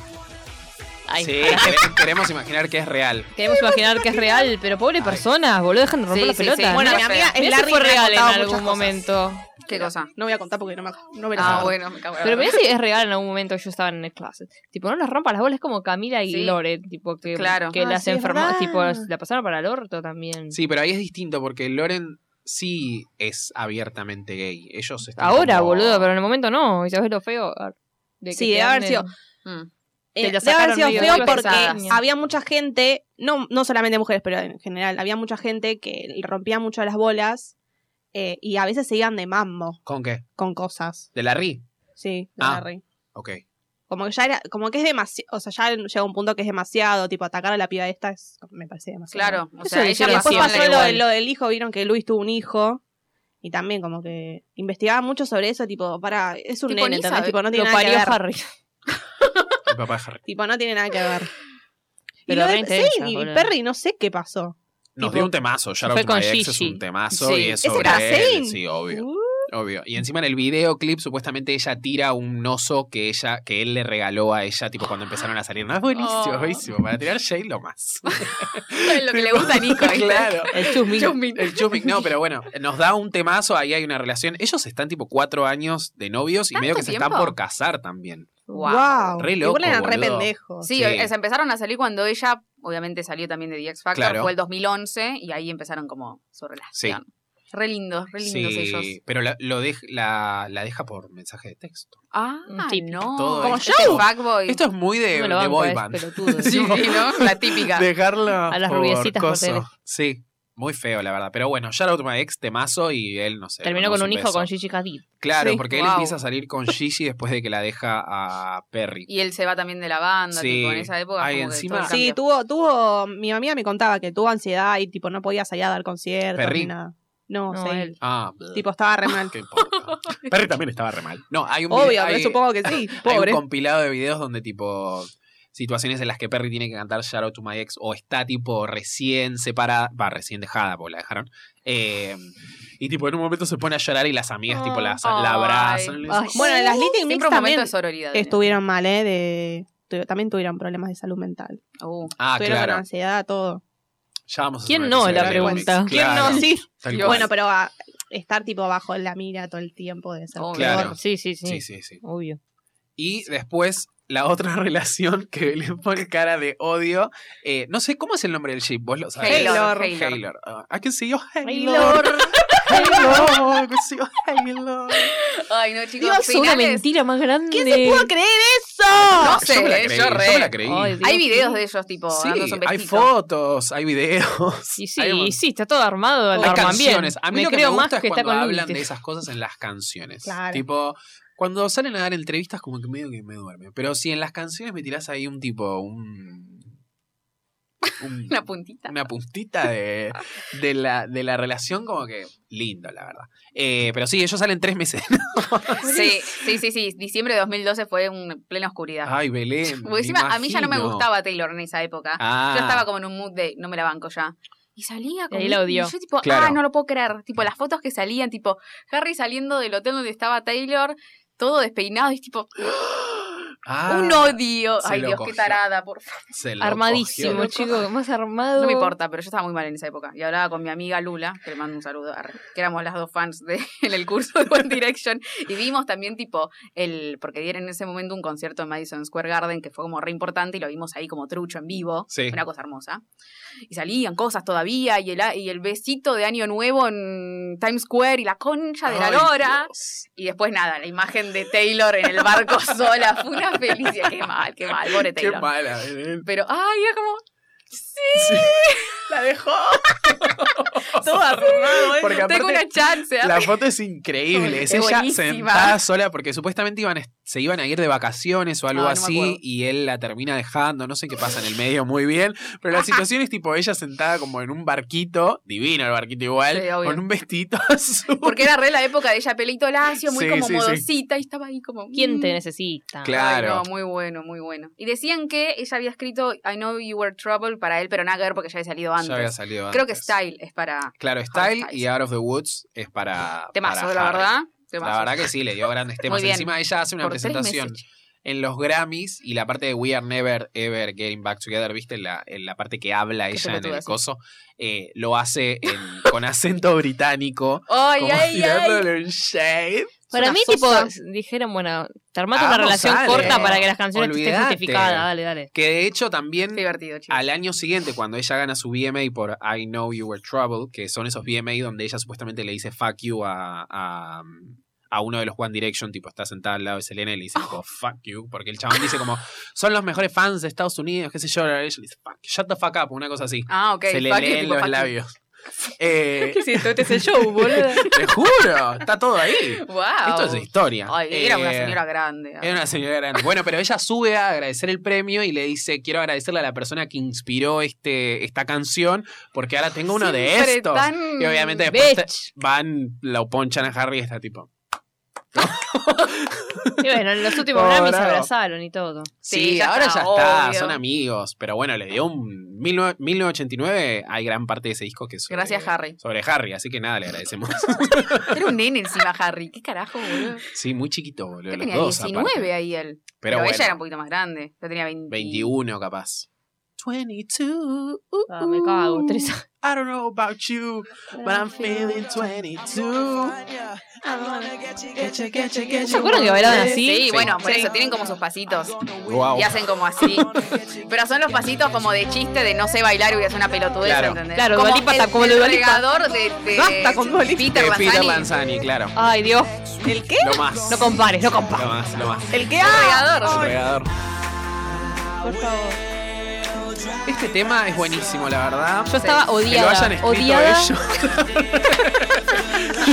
Speaker 5: Ay,
Speaker 1: Sí, quere- queremos imaginar que es real.
Speaker 5: Queremos imaginar que es real, pero pobre personas, boludo, dejan de romper
Speaker 2: Sí,
Speaker 5: la
Speaker 2: sí,
Speaker 5: pelota.
Speaker 2: sí. Bueno,
Speaker 5: Mirá-
Speaker 2: mi amiga
Speaker 5: mirá si
Speaker 3: Larry
Speaker 5: fue
Speaker 3: me ha
Speaker 5: real en
Speaker 3: contado
Speaker 5: algún
Speaker 3: muchas cosas.
Speaker 5: momento.
Speaker 2: ¿Qué cosa?
Speaker 3: No voy a contar porque no me, no me la
Speaker 2: Ah,
Speaker 3: sé.
Speaker 2: bueno, me cago en la
Speaker 5: Pero
Speaker 2: verdad.
Speaker 5: mirá si es real en algún momento yo estaba en el closet. Tipo, no les rompa las bolas como Camila y
Speaker 2: Sí.
Speaker 5: Lore, tipo que,
Speaker 2: Claro.
Speaker 5: que
Speaker 3: Ah,
Speaker 5: las
Speaker 3: sí, es
Speaker 5: enfermó,
Speaker 3: verdad.
Speaker 5: tipo la pasaron para el orto también.
Speaker 1: Sí, pero ahí es distinto porque Loren sí es abiertamente gay. Ellos están
Speaker 5: Ahora,
Speaker 1: como-
Speaker 5: boludo, pero en el momento no. Y sabes lo feo. De
Speaker 3: Sí, debe haber
Speaker 5: anden-
Speaker 3: sido-
Speaker 2: Mm.
Speaker 5: Te la
Speaker 3: Eh, debe
Speaker 5: sacaron
Speaker 3: haber sido
Speaker 5: medio
Speaker 3: feo
Speaker 5: muy
Speaker 3: porque
Speaker 5: pesadas.
Speaker 3: había mucha gente, no, no solamente mujeres, pero en general, había mucha gente que le rompía mucho las bolas eh, y a veces se iban de mambo
Speaker 1: ¿Con qué?
Speaker 3: con cosas.
Speaker 1: ¿De la RI?
Speaker 3: Sí, de
Speaker 1: Ah.
Speaker 3: Larry.
Speaker 1: Ok.
Speaker 3: Como que ya era, como que es demasiado, o sea, ya llega un punto que es demasiado, tipo atacar a la piba esta es, me parece demasiado.
Speaker 2: Claro, o
Speaker 5: Eso
Speaker 2: sea,
Speaker 5: lo
Speaker 2: ella
Speaker 5: hicieron
Speaker 3: Y después
Speaker 2: pasiva,
Speaker 3: pasó lo,
Speaker 5: igual.
Speaker 3: de- lo del hijo, vieron que Luis tuvo un hijo. Y también como que investigaba mucho sobre eso, tipo, para, es un
Speaker 2: Tipo,
Speaker 3: nene,
Speaker 2: ni
Speaker 3: ¿entendés?
Speaker 2: sabe.
Speaker 3: tipo, no
Speaker 5: Lo
Speaker 3: tiene nada que
Speaker 5: parió
Speaker 3: ver.
Speaker 5: Harry.
Speaker 1: El papá de Harry.
Speaker 3: Tipo, no tiene nada que ver.
Speaker 5: Pero
Speaker 3: y lo
Speaker 5: re
Speaker 3: de-
Speaker 5: intensa,
Speaker 3: sí, y
Speaker 5: boludo.
Speaker 3: Perry no sé qué pasó.
Speaker 1: Nos
Speaker 5: Tipo,
Speaker 1: dio un temazo. Ya
Speaker 5: fue con
Speaker 1: Ex es
Speaker 5: Gigi.
Speaker 1: un temazo
Speaker 2: Sí.
Speaker 1: y eso
Speaker 3: ¿Ese era Zayn?
Speaker 1: Sí, obvio. Obvio. Y encima en el videoclip, supuestamente ella tira un oso que ella, que él le regaló a ella, tipo cuando empezaron a salir. No, es buenísimo,
Speaker 2: Oh.
Speaker 1: buenísimo. Para tirar shade lo más.
Speaker 2: lo que le gusta a Nico. ¿viste?
Speaker 1: claro.
Speaker 5: El chusmi.
Speaker 2: Chusmin.
Speaker 1: El chusmic, no, pero bueno, nos da un temazo, ahí hay una relación. Ellos están tipo cuatro años de novios y medio que
Speaker 2: ¿Tanto
Speaker 1: se están
Speaker 2: tiempo?
Speaker 1: por casar también.
Speaker 2: Wow.
Speaker 1: Re loco,
Speaker 3: Igual eran re
Speaker 1: boludo.
Speaker 3: pendejos.
Speaker 2: Sí,
Speaker 1: Sí.
Speaker 2: eh, se empezaron a salir cuando ella, obviamente salió también de The X Factor,
Speaker 1: Claro.
Speaker 2: fue el 2011 y ahí empezaron como su relación. Re lindos, re lindos
Speaker 1: Sí,
Speaker 2: ellos.
Speaker 1: pero la, lo dej- la, la deja por mensaje de texto.
Speaker 2: Ah,
Speaker 5: Un tip.
Speaker 2: no.
Speaker 1: Todo Como
Speaker 2: este
Speaker 1: yo.
Speaker 2: fuckboy.
Speaker 1: Esto es muy de,
Speaker 5: No me lo
Speaker 1: de
Speaker 5: banco
Speaker 1: boy
Speaker 5: eh, a ese
Speaker 1: band.
Speaker 5: pelotudo.
Speaker 2: Sí, sí, ¿no? La típica.
Speaker 1: Dejarla
Speaker 5: A las
Speaker 1: por
Speaker 5: rubiecitas por
Speaker 1: coso.
Speaker 5: tele.
Speaker 1: Sí, muy feo, la verdad. Pero bueno, ya la última ex temazo y él, no sé.
Speaker 5: Terminó
Speaker 1: le
Speaker 5: con
Speaker 1: mandamos
Speaker 5: un hijo
Speaker 1: beso.
Speaker 5: con Gigi Hadid.
Speaker 1: Claro,
Speaker 3: Sí.
Speaker 1: porque él
Speaker 2: Wow.
Speaker 1: empieza a salir con Gigi después de que la deja a Perry.
Speaker 2: Y él se va también de la banda,
Speaker 1: Sí.
Speaker 2: tipo, en esa época.
Speaker 1: Ay,
Speaker 2: como que
Speaker 1: encima-
Speaker 2: todo el
Speaker 3: Sí,
Speaker 2: cambio.
Speaker 3: tuvo, tuvo, mi amiga me contaba que tuvo ansiedad y tipo no podía salir a dar conciertos
Speaker 1: Perry.
Speaker 3: ni nada. No,
Speaker 5: No,
Speaker 3: sí.
Speaker 5: él.
Speaker 1: Ah, bleh,
Speaker 3: Tipo, estaba re mal.
Speaker 1: ¿qué importa? Perry también estaba re mal. No, hay un vide-
Speaker 3: Obvio, pero
Speaker 1: hay-
Speaker 3: supongo que sí.
Speaker 1: hay un
Speaker 3: Pobre.
Speaker 1: compilado de videos donde tipo situaciones en las que Perry tiene que cantar Shout Out to My Ex o está tipo recién separada, va, recién dejada porque la dejaron. Eh, y tipo en un momento se pone a llorar y las amigas tipo la, la abrazan. y le
Speaker 5: Ah,
Speaker 1: dicen,
Speaker 2: Ay.
Speaker 3: Bueno, en las Little Mix
Speaker 2: Siempre un momento
Speaker 3: también
Speaker 2: de sororidad.
Speaker 3: estuvieron mal, ¿eh? De, tu- también tuvieron problemas de salud mental.
Speaker 2: Uh,
Speaker 1: ah,
Speaker 3: Estuvieron con
Speaker 1: claro.
Speaker 3: ansiedad, todo.
Speaker 1: Ya vamos a hacer
Speaker 5: ¿Quién
Speaker 1: un
Speaker 5: no?
Speaker 1: episodio
Speaker 5: La
Speaker 1: de Little Mix.
Speaker 5: pregunta.
Speaker 3: ¿Quién
Speaker 1: Claro,
Speaker 3: no? Sí.
Speaker 1: tal
Speaker 2: Dios.
Speaker 1: cual.
Speaker 3: Bueno, pero a- Oh. estar tipo bajo la mira todo el tiempo de ser
Speaker 2: Obvio.
Speaker 1: Claro.
Speaker 3: peor.
Speaker 5: Sí, sí, sí,
Speaker 1: Sí, sí, sí.
Speaker 5: Obvio.
Speaker 1: Y después la otra relación que le pone cara de odio. eh, no sé cómo es el nombre del ship, vos lo sabés.
Speaker 2: Haylor,
Speaker 1: Haylor.
Speaker 2: Haylor.
Speaker 1: Ah, I can see your Haylor.
Speaker 5: Haylor.
Speaker 1: Haylor. I can see your Haylor.
Speaker 2: Ay, no, chicos.
Speaker 5: Dios, una
Speaker 2: finales-
Speaker 5: mentira más grande.
Speaker 3: ¿Quién se pudo creer eso?
Speaker 2: No sé,
Speaker 1: yo me la
Speaker 2: eh,
Speaker 1: creí,
Speaker 2: yo re.
Speaker 1: me la creí.
Speaker 5: Ay,
Speaker 2: Hay
Speaker 5: Dios
Speaker 2: videos
Speaker 5: mío.
Speaker 2: de ellos, tipo,
Speaker 1: Sí,
Speaker 2: dándose un
Speaker 1: hay
Speaker 2: besito.
Speaker 1: fotos, hay videos.
Speaker 5: Y sí,
Speaker 1: hay, un-
Speaker 5: y sí, está todo armado.
Speaker 1: hay
Speaker 5: lo arman
Speaker 1: canciones.
Speaker 5: bien.
Speaker 1: A mí
Speaker 5: me
Speaker 1: lo que
Speaker 5: creo
Speaker 1: me
Speaker 5: más
Speaker 1: gusta
Speaker 5: que
Speaker 1: es
Speaker 5: está
Speaker 1: cuando
Speaker 5: con
Speaker 1: hablan de
Speaker 5: límites.
Speaker 1: esas cosas en las canciones.
Speaker 3: Claro.
Speaker 1: Tipo, cuando salen a dar entrevistas como que medio que me duerme. Pero si en las canciones me tirás ahí un tipo, un... un-
Speaker 2: Una puntita.
Speaker 1: una puntita de, de la, de la relación como que lindo, la verdad. Eh, pero sí, ellos salen tres meses.
Speaker 2: Sí, sí, sí, sí. Diciembre de 2012 fue un plena oscuridad.
Speaker 1: Ay, Belén.
Speaker 2: Porque
Speaker 1: me
Speaker 2: encima a mí ya no me
Speaker 1: imagino.
Speaker 2: gustaba Taylor en esa época.
Speaker 1: Ah,
Speaker 2: Yo estaba como en un mood de no me la banco ya. Y salía con
Speaker 5: ahí la odió.
Speaker 2: y yo tipo,
Speaker 1: Claro.
Speaker 2: ah, no lo puedo creer. Tipo, las fotos que salían, tipo, Harry saliendo del hotel donde estaba Taylor, todo despeinado, y tipo,
Speaker 1: ah,
Speaker 2: un odio.
Speaker 1: se
Speaker 2: Ay,
Speaker 1: lo
Speaker 2: Dios,
Speaker 1: cogió.
Speaker 2: qué tarada, por favor.
Speaker 1: se lo
Speaker 5: Armadísimo,
Speaker 1: cogió.
Speaker 5: chico. Más armado.
Speaker 2: No me importa, pero yo estaba muy mal en esa época. Y hablaba con mi amiga Lula, que le mando un saludo, arre, que éramos las dos fans de, en el curso de One Direction. Y vimos también, tipo, el. Porque dieron en ese momento un concierto en Madison Square Garden que fue como re importante y lo vimos ahí como trucho en vivo.
Speaker 1: Sí.
Speaker 2: Una cosa hermosa. Y salían cosas todavía, y el, a- y el besito de Año Nuevo en Times Square y la concha de la
Speaker 1: Ay,
Speaker 2: lora.
Speaker 1: Dios.
Speaker 2: Y después nada, la imagen de Taylor en el barco sola. Fue una felicidad. Qué mal, qué mal, pobre
Speaker 1: Qué
Speaker 2: Taylor.
Speaker 1: mala, Belén.
Speaker 2: Pero, ay, era como.
Speaker 1: Sí.
Speaker 3: La dejó. todo armado. ¿eh?
Speaker 1: Porque aparte-
Speaker 2: Tengo una chance. ¿ah?
Speaker 1: La foto es increíble. Es
Speaker 2: Qué
Speaker 1: ella
Speaker 2: buenísima.
Speaker 1: sentada sola porque supuestamente iban a- se iban a ir de vacaciones o algo
Speaker 2: Ah, no me
Speaker 1: así
Speaker 2: acuerdo.
Speaker 1: y él la termina dejando. No sé qué pasa en el medio muy bien. Pero la situación es tipo ella sentada como en un barquito, divino el barquito igual,
Speaker 2: Sí, obvio.
Speaker 1: con un vestido azul.
Speaker 2: Porque era re la época de ella pelito lacio, muy
Speaker 1: Sí,
Speaker 2: como
Speaker 1: sí, sí.
Speaker 2: modosita, y estaba ahí como.
Speaker 5: ¿Quién te
Speaker 2: mm.
Speaker 5: necesita?
Speaker 1: Claro.
Speaker 2: Ay, no, muy bueno, muy bueno. Y decían que ella había escrito I Know You Were Trouble para él, pero nada que ver porque ya había salido antes.
Speaker 1: Ya había salido
Speaker 2: Creo que
Speaker 1: antes.
Speaker 2: Style es para
Speaker 1: Claro, Style
Speaker 2: Styles.
Speaker 1: y Out of the Woods es para.
Speaker 2: temazo,
Speaker 1: para
Speaker 2: la
Speaker 1: Harry.
Speaker 2: verdad.
Speaker 1: La
Speaker 2: Temazo.
Speaker 1: verdad que sí, le dio grandes temas.
Speaker 2: Muy bien.
Speaker 1: Encima ella hace una
Speaker 2: Por tres
Speaker 1: presentación
Speaker 2: meses.
Speaker 1: en los Grammys y la parte de We Are Never Ever Getting Back Together, ¿viste? La, en la parte que habla
Speaker 2: Qué
Speaker 1: ella en el
Speaker 2: pelotuda, sí.
Speaker 1: coso, eh, lo hace en- con acento británico,
Speaker 2: Ay,
Speaker 1: como
Speaker 2: ay, ay.
Speaker 1: tirándole un shade.
Speaker 5: Para
Speaker 3: una
Speaker 5: mí,
Speaker 3: sosa.
Speaker 5: tipo, dijeron, bueno, te armaste una
Speaker 1: Vamos,
Speaker 5: relación
Speaker 1: dale.
Speaker 5: corta para que las canciones
Speaker 1: Olvídate.
Speaker 5: estén justificadas. Dale, dale.
Speaker 1: Que de hecho también
Speaker 2: Divertido, chicos.
Speaker 1: al año siguiente, cuando ella gana su VMA por I Know You Were Trouble, que son esos VMA donde ella supuestamente le dice fuck you a, a, a uno de los One Direction, tipo está sentada al lado de Selena y le dice tipo, fuck you, porque el chabón dice como son los mejores fans de Estados Unidos, qué sé yo, ella le dice fuck, shut the fuck up, una cosa así.
Speaker 2: Ah, ok.
Speaker 1: Se le
Speaker 2: fuck you,
Speaker 1: leen
Speaker 2: tipo,
Speaker 1: los
Speaker 2: fuck you.
Speaker 1: labios. Eh,
Speaker 5: Sí, esto
Speaker 2: Este
Speaker 5: es el show, boludo.
Speaker 1: te juro, está todo ahí.
Speaker 2: Wow.
Speaker 1: Esto es historia.
Speaker 2: Ay, era una
Speaker 1: Eh,
Speaker 2: señora grande. ah.
Speaker 1: era una señora grande. Bueno, pero ella sube a agradecer el premio y le dice, quiero agradecerle a la persona que inspiró este, esta canción, porque ahora tengo uno de
Speaker 2: Siempre
Speaker 1: estos.
Speaker 2: tan
Speaker 1: Y obviamente después te-
Speaker 5: Bitch.
Speaker 1: van, la ponchan a Harry y está tipo.
Speaker 5: Y bueno, en los últimos
Speaker 1: No,
Speaker 5: Grammys se
Speaker 1: bravo.
Speaker 5: abrazaron y todo.
Speaker 1: Sí,
Speaker 2: Sí, ya
Speaker 1: ahora
Speaker 2: está,
Speaker 1: ya está,
Speaker 2: obvio.
Speaker 1: son amigos. Pero bueno, le dio un 19- 1989. Hay gran parte de ese disco que es. sobre-
Speaker 2: Gracias, Harry.
Speaker 1: Sobre Harry, así que nada, le agradecemos.
Speaker 2: Era un nene encima, Harry. ¿Qué carajo, boludo?
Speaker 1: sí, muy chiquito, boludo.
Speaker 2: Él
Speaker 1: Los
Speaker 2: tenía
Speaker 1: dos,
Speaker 2: 19
Speaker 1: aparte.
Speaker 2: ahí él. Pero,
Speaker 1: Pero, bueno,
Speaker 2: ella era un poquito más grande. Yo tenía 20.
Speaker 1: 21 capaz. 22.
Speaker 5: Ah, me
Speaker 1: Uh.
Speaker 5: cago, tres años.
Speaker 1: I don't know about you, but I'm feeling 22.
Speaker 5: ¿Se acuerdan que bailaban así?
Speaker 2: Sí,
Speaker 1: Sí.
Speaker 2: bueno, por eso tienen como sus pasitos.
Speaker 1: Wow.
Speaker 2: Y hacen como así. Pero son los pasitos como de chiste de no sé bailar y voy a hacer una pelotudez,
Speaker 1: Claro.
Speaker 2: ¿entendés?
Speaker 5: Claro,
Speaker 2: como
Speaker 5: Dua Lipa
Speaker 2: el,
Speaker 5: ta- como lo de
Speaker 2: el
Speaker 5: Dua Lipa.
Speaker 2: regador de, de
Speaker 3: Basta con Dua Lipa.
Speaker 2: Peter Lanzani.
Speaker 1: Peter Lanzani, claro.
Speaker 5: Ay, Dios.
Speaker 3: ¿El qué?
Speaker 1: Lo más.
Speaker 5: No compares, no
Speaker 1: Lo
Speaker 5: compares.
Speaker 1: más, lo más.
Speaker 3: ¿El qué?
Speaker 2: El
Speaker 3: Ah,
Speaker 2: regador.
Speaker 1: El regador. Este tema es buenísimo, la verdad.
Speaker 5: Yo estaba
Speaker 1: Que lo hayan
Speaker 5: odiada,
Speaker 1: escrito
Speaker 5: odiada.
Speaker 1: ellos.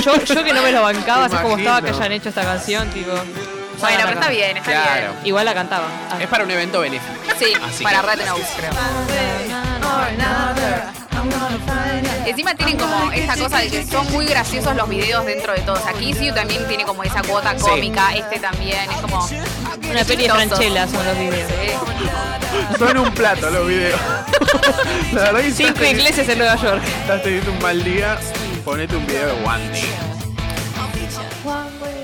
Speaker 5: Yo, yo que no me lo bancaba, así como
Speaker 1: Imagino.
Speaker 5: estaba que hayan hecho esta canción, tipo.
Speaker 2: Bueno,
Speaker 5: la
Speaker 2: pero está
Speaker 5: can-
Speaker 2: bien, está
Speaker 1: Claro.
Speaker 5: Igual la cantaba. Ah.
Speaker 1: Es para un evento benéfico.
Speaker 2: bien. Sí,
Speaker 1: Así
Speaker 2: para
Speaker 1: que-
Speaker 2: Red Nose, creo. Encima tienen como esta cosa de que son muy graciosos los videos dentro de todos. Aquí Siu también tiene como esa cuota cómica, este también, es como...
Speaker 5: Una peli de
Speaker 2: chistosos.
Speaker 5: Franchella son los videos.
Speaker 1: Son un plato los videos. la verdad que
Speaker 5: Cinco ingleses en Nueva York.
Speaker 1: estás teniendo un mal día, ponete un video de One Day.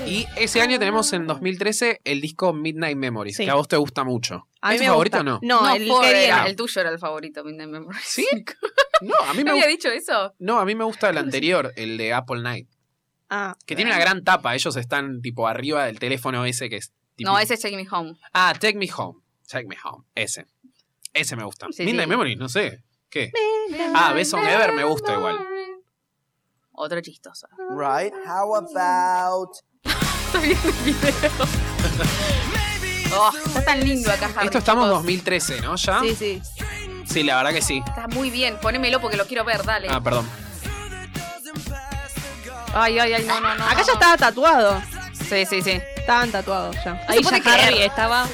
Speaker 1: Y ese año tenemos en 2013 el disco Midnight Memories,
Speaker 3: Sí.
Speaker 1: que a vos te gusta mucho. ¿Es
Speaker 3: mí
Speaker 1: tu
Speaker 3: me
Speaker 1: favorito
Speaker 3: gusta.
Speaker 1: o no?
Speaker 3: No,
Speaker 2: No,
Speaker 3: el
Speaker 2: Ford
Speaker 3: que
Speaker 2: era-
Speaker 3: viene.
Speaker 2: el tuyo era el favorito, Midnight Memories.
Speaker 1: ¿Sí? No, a mí
Speaker 2: ¿No
Speaker 1: me
Speaker 2: había dicho
Speaker 1: gusta.
Speaker 2: eso?
Speaker 1: No, a mí me gusta el anterior, el de Apple Night,
Speaker 3: Ah,
Speaker 1: que tiene una gran tapa. Ellos están tipo arriba del teléfono ese que es tipo-
Speaker 2: No, ese es Take Me Home.
Speaker 1: Ah, Take Me Home. Take Me Home. Ese. Ese me gusta.
Speaker 2: Sí,
Speaker 1: Midnight
Speaker 2: sí.
Speaker 1: Memories, no sé. ¿Qué? Ah, Best on Ever me gusta igual.
Speaker 2: Otro chistoso.
Speaker 6: Right? How about
Speaker 2: Oh, está tan lindo acá, Harry.
Speaker 1: Esto estamos en
Speaker 2: chicos.
Speaker 1: 2013, ¿no? ¿Ya?
Speaker 3: sí, sí.
Speaker 1: Sí, la verdad que sí.
Speaker 2: Está muy bien, ponémelo porque lo quiero ver, dale.
Speaker 1: Ah, perdón.
Speaker 2: Ay, ay, ay, no, no, no.
Speaker 3: Acá
Speaker 2: no,
Speaker 3: ya
Speaker 2: no.
Speaker 3: estaba tatuado.
Speaker 2: Sí, sí, sí.
Speaker 3: Estaban tatuados ya.
Speaker 5: Ahí
Speaker 2: puede
Speaker 5: ya Harry
Speaker 2: creer.
Speaker 5: estaba.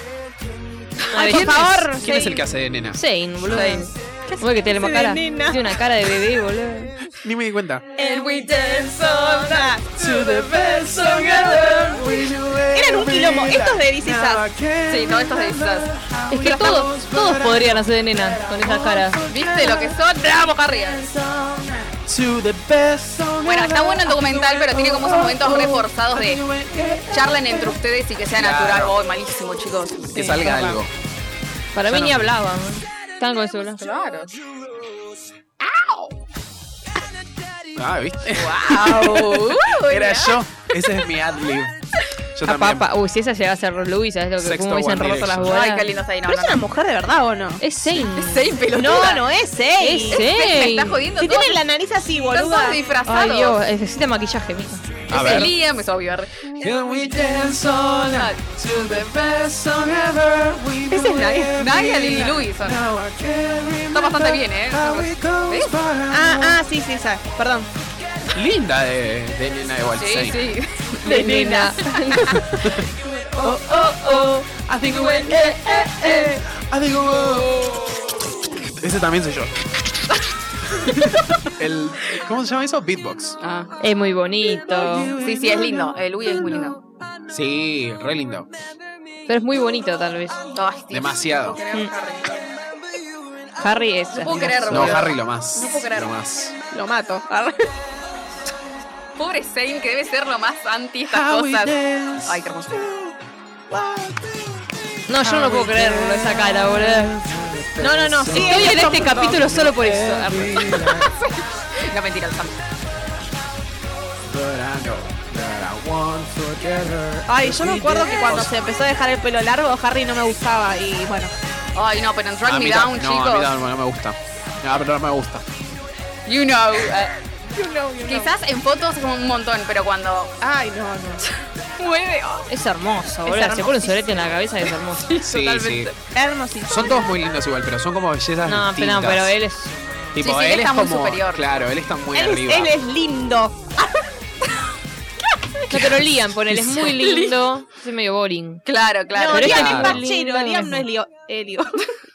Speaker 3: Ay,
Speaker 5: ¿Quién
Speaker 3: por
Speaker 5: es?
Speaker 3: favor.
Speaker 1: ¿Quién es el que hace de nena?
Speaker 5: Zane, boludo.
Speaker 2: Zane.
Speaker 5: Uy, que tiene
Speaker 3: hace
Speaker 5: más
Speaker 3: de
Speaker 5: cara.
Speaker 3: nena?
Speaker 5: Tiene una cara de bebé, boludo.
Speaker 1: Ni me di cuenta.
Speaker 3: Eran un quilombo. Estos de DC
Speaker 2: Sí, no, estos de disfraz.
Speaker 5: Es que todos, todos podrían hacer de nena con esas caras.
Speaker 2: ¿Viste lo que son? ¡Bravo, Harry! Bueno, está bueno el documental, pero tiene como esos momentos reforzados de charlen entre ustedes y que sea natural.
Speaker 1: Claro.
Speaker 2: Oh, malísimo, chicos.
Speaker 1: Que salga algo.
Speaker 5: Para mí
Speaker 1: Ya
Speaker 5: ni
Speaker 1: no.
Speaker 5: hablaban. Estaban con el celular.
Speaker 2: Claro.
Speaker 1: Ah, ¿viste?
Speaker 2: Wow.
Speaker 1: Era yo. Ese es mi adlib.
Speaker 2: Ah,
Speaker 1: Yo
Speaker 5: A
Speaker 1: también.
Speaker 5: papa. Ah, Uy, si esa llega a ser Luis, ¿sabes lo que
Speaker 1: Sexto
Speaker 5: como me dicen
Speaker 1: One
Speaker 5: roto las
Speaker 1: Direction.
Speaker 5: bolas?
Speaker 2: Ay, qué lindo está ahí. No,
Speaker 3: ¿Pero es
Speaker 2: no,
Speaker 3: una mujer de verdad o no?
Speaker 5: Es Zane.
Speaker 2: Seis
Speaker 3: No,
Speaker 2: pelotuda.
Speaker 3: no es
Speaker 5: Es
Speaker 3: él.
Speaker 2: Me
Speaker 5: Zane.
Speaker 2: está jodiendo
Speaker 3: Si
Speaker 2: todo.
Speaker 3: tienen la nariz así,
Speaker 2: Están
Speaker 3: boluda.
Speaker 2: todos disfrazados.
Speaker 5: Ay, Dios, necesita maquillaje, mija.
Speaker 1: A
Speaker 2: Es
Speaker 1: ver.
Speaker 2: Liam, es obvio.
Speaker 1: Can we dance all night to the best song ever? We
Speaker 2: Ese es
Speaker 1: do
Speaker 2: Nadia,
Speaker 1: every
Speaker 2: Nadia
Speaker 1: night.
Speaker 2: Lily Louis. son.
Speaker 6: Now I can't
Speaker 2: Está bastante bien, ¿eh? ¿Ves?
Speaker 3: Ah, ah, sí, sí, sabe. Perdón.
Speaker 1: Linda de, de nena de Wild
Speaker 2: Sí, sí.
Speaker 5: De nena.
Speaker 3: Oh,
Speaker 1: I think we- I think we- Ese también soy yo. El, ¿Cómo se llama eso? Beatbox.
Speaker 2: Ah,
Speaker 5: Es muy bonito.
Speaker 2: sí, sí, es lindo. El Louis es muy lindo.
Speaker 1: Sí, re lindo.
Speaker 5: Pero es muy bonito, tal vez.
Speaker 2: Ay, Dios.
Speaker 1: Demasiado.
Speaker 5: Harry es.
Speaker 2: No puedo creer,
Speaker 1: No,
Speaker 2: boludo.
Speaker 1: Harry lo más.
Speaker 2: No puedo creer.
Speaker 1: Lo más.
Speaker 3: Lo mato.
Speaker 2: Pobre Zane, que debe ser lo más anti estas cosas. Ay, qué hermoso.
Speaker 5: No, yo no puedo creerlo, esa cara, boludo.
Speaker 3: No, no, no. Sí,
Speaker 5: Estoy en este capítulo solo por eso.
Speaker 2: No, mentira, el Sam.
Speaker 3: Ay, yo me acuerdo que cuando se empezó a dejar el pelo largo, Harry no me gustaba. Y bueno,
Speaker 2: Ay, no, pero en Drag
Speaker 1: A
Speaker 2: Me
Speaker 1: mí
Speaker 2: Down,
Speaker 1: tam- no, a mí
Speaker 2: chicos.
Speaker 1: tam- no me gusta. No, pero no me gusta.
Speaker 2: You know. eh, Quizás en fotos es como un montón, pero cuando
Speaker 3: ay, no, no.
Speaker 2: mueve. oh.
Speaker 5: Es hermoso, boludo. Se pone un sorete en la cabeza que es hermoso.
Speaker 1: Sí,
Speaker 2: Totalmente.
Speaker 1: sí.
Speaker 3: Hermosísimo.
Speaker 1: Son todos muy lindos igual, pero son como bellezas
Speaker 5: No, pero,
Speaker 1: distintas.
Speaker 5: no, pero él es.
Speaker 1: Tipo,
Speaker 2: Sí, sí, él
Speaker 1: él,
Speaker 2: está
Speaker 1: es
Speaker 2: muy
Speaker 1: como,
Speaker 2: superior.
Speaker 1: Claro, él está muy
Speaker 3: Él es,
Speaker 1: arriba.
Speaker 3: él es lindo.
Speaker 5: No, pero Liam, ponele, es muy lindo. Es medio boring.
Speaker 2: Claro, claro.
Speaker 3: no,
Speaker 5: pero
Speaker 3: Liam
Speaker 5: este
Speaker 3: es
Speaker 1: es
Speaker 5: muy
Speaker 3: pachero.
Speaker 5: lindo.
Speaker 3: Liam no es lío. Elio.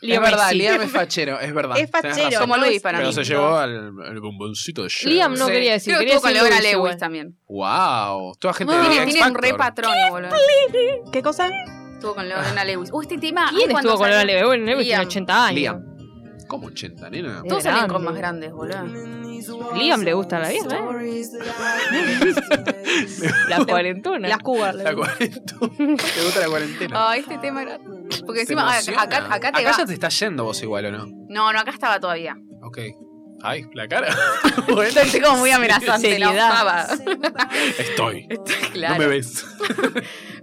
Speaker 5: Leo
Speaker 1: es verdad,
Speaker 5: Messi.
Speaker 1: Liam es fachero, es verdad.
Speaker 3: Es
Speaker 1: tenés
Speaker 3: fachero.
Speaker 1: razón.
Speaker 2: Como
Speaker 3: no
Speaker 2: Luis
Speaker 3: es
Speaker 2: para
Speaker 1: Pero
Speaker 2: mí.
Speaker 1: se llevó al, al bomboncito de Cher.
Speaker 5: Liam no
Speaker 2: Sí.
Speaker 5: quería decir,
Speaker 2: Creo que
Speaker 5: quería
Speaker 2: estuvo con
Speaker 5: decir
Speaker 2: Leona
Speaker 5: Luis
Speaker 2: Lewis
Speaker 5: igual.
Speaker 2: también.
Speaker 1: Wow, toda gente de
Speaker 2: Tiene,
Speaker 1: X
Speaker 2: tiene un
Speaker 1: Factor.
Speaker 2: re patrón, boludo.
Speaker 3: ¿Qué cosa?
Speaker 2: Estuvo con Leona Lewis. Uy, este tema.
Speaker 5: ¿Quién
Speaker 2: ay, cuando
Speaker 5: estuvo con Leona
Speaker 2: salió-
Speaker 5: Lewis? Bueno, Lewis
Speaker 2: Liam.
Speaker 5: tiene 80 años.
Speaker 1: Liam. Como 80, nena.
Speaker 5: Sí.
Speaker 2: Todos salen
Speaker 5: Grande.
Speaker 2: con más grandes, boludo.
Speaker 5: Liam le gusta la vieja, La cuarentona.
Speaker 3: Las cubas.
Speaker 1: La cuarentena. ¿Te gusta la cuarentena?
Speaker 2: Ay, este tema era. Porque
Speaker 1: Te
Speaker 2: encima,
Speaker 1: emociona.
Speaker 2: acá, acá, acá te va.
Speaker 1: ya te está yendo vos igual, ¿o no?
Speaker 2: No, no, acá estaba todavía.
Speaker 1: Ok. Ay, la cara.
Speaker 2: Estoy como muy amenazante, la
Speaker 5: Seriedad.
Speaker 2: usaba.
Speaker 1: Estoy.
Speaker 2: Claro.
Speaker 1: No me ves.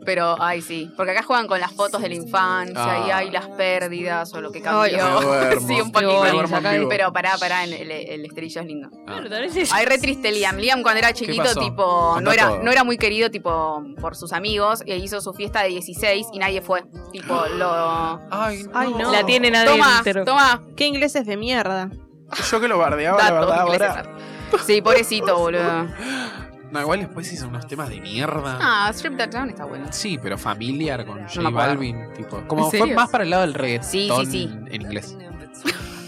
Speaker 2: Pero, ay, sí. Porque acá juegan con las fotos de la infancia y
Speaker 1: Ah.
Speaker 2: hay las pérdidas o lo que
Speaker 5: Ay,
Speaker 2: cambió.
Speaker 1: me duermo.
Speaker 2: sí, un
Speaker 1: Me
Speaker 2: poquito.
Speaker 1: duermo en vivo.
Speaker 2: Pero pará, pará, en el, el estribillo es lindo.
Speaker 1: Ah.
Speaker 5: Claro, tal vez es-
Speaker 2: Ay, re triste Liam. Liam cuando era chiquito,
Speaker 1: pasó?
Speaker 2: tipo, no
Speaker 1: Contá
Speaker 2: era,
Speaker 1: todo.
Speaker 2: no era muy querido, tipo, por sus amigos. E hizo su fiesta de 16 y nadie fue. Tipo, lo...
Speaker 1: Ay, no.
Speaker 3: Ay, no.
Speaker 5: La tienen
Speaker 2: Toma,
Speaker 5: adentro.
Speaker 2: toma.
Speaker 3: ¿Qué ingleses de mierda?
Speaker 1: Yo que lo bardeaba, la
Speaker 2: Datos
Speaker 1: verdad, ahora.
Speaker 2: ingleses. Sí, pobrecito, boludo.
Speaker 1: No, igual después hizo unos temas de mierda.
Speaker 2: Ah, Strip That Down está bueno.
Speaker 1: Sí, pero familiar con J
Speaker 2: me acuerdo.
Speaker 1: Balvin, tipo. Como fue
Speaker 2: serio?
Speaker 1: más para el lado del reggaetón
Speaker 2: Sí, sí, sí.
Speaker 1: en inglés.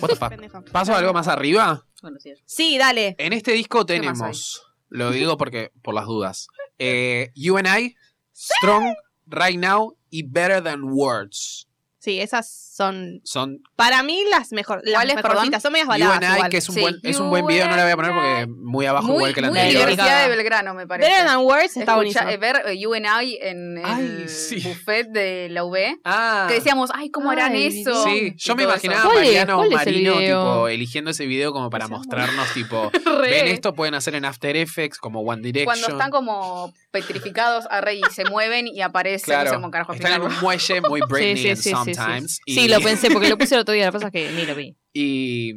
Speaker 1: What the fuck.
Speaker 3: Pendejo.
Speaker 1: ¿Paso a algo más arriba?
Speaker 2: Bueno, sí.
Speaker 3: Sí, dale.
Speaker 1: En este disco
Speaker 2: ¿Qué más
Speaker 1: tenemos, lo digo porque por las dudas, eh, You and I, Strong, Right Now y Better Than Words.
Speaker 3: Sí, esas son
Speaker 1: Son
Speaker 3: para mí las mejores. Las
Speaker 2: ¿Cuáles, perdón?
Speaker 3: mejorcitas. Son medias
Speaker 1: You
Speaker 3: baladas.
Speaker 1: and I,
Speaker 3: igual.
Speaker 1: que es un,
Speaker 2: Sí.
Speaker 1: buen, es un
Speaker 2: You
Speaker 1: buen video, no la voy a poner
Speaker 2: and
Speaker 1: porque muy abajo
Speaker 2: muy,
Speaker 1: igual que la
Speaker 2: muy
Speaker 1: anterior.
Speaker 5: divertido.
Speaker 2: Universidad de Belgrano, me parece.
Speaker 3: Better than Words está
Speaker 2: Escucha-
Speaker 3: buenísimo.
Speaker 2: eh, ver eh, You and I en el
Speaker 1: Ay, sí.
Speaker 2: buffet de la UB.
Speaker 1: Ah,
Speaker 2: Que decíamos, ay, ¿cómo harán
Speaker 5: Ay,
Speaker 2: eso?
Speaker 1: Sí,
Speaker 2: Y
Speaker 1: yo me
Speaker 2: todo
Speaker 1: imaginaba a
Speaker 5: ¿Cuál es-
Speaker 1: Mariano
Speaker 5: cuál es el
Speaker 1: Marino
Speaker 5: video?
Speaker 1: tipo, eligiendo ese video como para mostrarnos, tipo,
Speaker 2: eso. Re.
Speaker 1: ven esto, pueden hacer en After Effects, como One Direction.
Speaker 2: Cuando están como petrificados a rey y se mueven y aparecen,
Speaker 1: Claro,
Speaker 2: no sé cómo carajo
Speaker 1: están en
Speaker 2: explicarlo.
Speaker 1: un muelle muy Britney
Speaker 5: Sí, sí,
Speaker 1: and
Speaker 5: sí, sí, sí.
Speaker 1: sometimes. Y,
Speaker 5: Sí, lo pensé porque lo puse el otro día. La cosa es que ni lo vi.
Speaker 1: Y,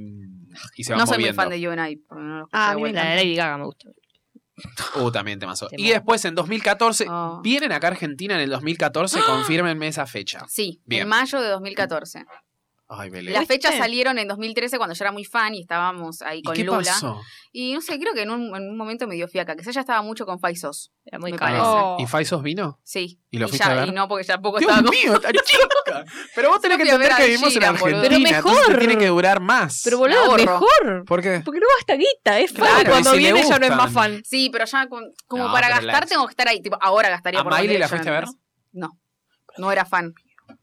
Speaker 1: y se van
Speaker 2: No soy muy
Speaker 1: moviendo.
Speaker 2: fan de You and I. pero no lo escuché
Speaker 3: Ah, a mí me
Speaker 2: de
Speaker 5: La
Speaker 2: vuelta.
Speaker 5: de Lady Gaga me gusta.
Speaker 1: Uh, también temazo.
Speaker 5: Temazo.
Speaker 1: Y después en 2014,
Speaker 2: Oh.
Speaker 1: vienen acá a Argentina en el 2014, confírmenme esa fecha.
Speaker 2: Sí,
Speaker 1: Bien.
Speaker 2: en mayo de 2014.
Speaker 1: Ay, Belén.
Speaker 2: Las
Speaker 3: ¿Viste?
Speaker 2: fechas salieron en 2013 cuando yo era muy fan y estábamos ahí
Speaker 1: ¿Y
Speaker 2: con
Speaker 1: qué
Speaker 2: Lula.
Speaker 1: pasó?
Speaker 2: Y no sé, creo que en un, en un momento me dio fiaca. Quizás ya estaba mucho con Faisos.
Speaker 5: Era muy
Speaker 2: Me
Speaker 5: caro.
Speaker 2: parece.
Speaker 3: Oh.
Speaker 1: ¿Y Faisos vino?
Speaker 2: Sí.
Speaker 1: ¿Y lo fuiste
Speaker 2: ya,
Speaker 1: a ver?
Speaker 2: y no, porque ya poco
Speaker 1: Dios
Speaker 2: estaba con...
Speaker 1: mío, tan chica. Pero vos tenés que
Speaker 2: fui a
Speaker 1: entender
Speaker 2: ver
Speaker 1: que
Speaker 2: a
Speaker 1: vivimos en
Speaker 2: Shira, boludo.
Speaker 1: Argentina.
Speaker 5: Pero
Speaker 1: entonces
Speaker 5: mejor.
Speaker 1: te tiene que durar más.
Speaker 5: Pero boludo,
Speaker 2: ahorro.
Speaker 5: mejor.
Speaker 1: ¿Por qué?
Speaker 5: Porque no gasta guita, es
Speaker 1: Claro,
Speaker 5: fan.
Speaker 1: y
Speaker 5: Cuando
Speaker 1: si le
Speaker 5: viene ya no es
Speaker 1: gustan.
Speaker 5: más fan.
Speaker 2: Sí, pero ya con- como
Speaker 1: No,
Speaker 2: para
Speaker 1: pero la-
Speaker 2: gastar tengo que estar ahí. Tipo, ahora gastaría
Speaker 1: ¿A
Speaker 2: por One
Speaker 1: Miley la
Speaker 2: Direction,
Speaker 1: fuiste a ver?
Speaker 2: ¿entendés? No. No era fan.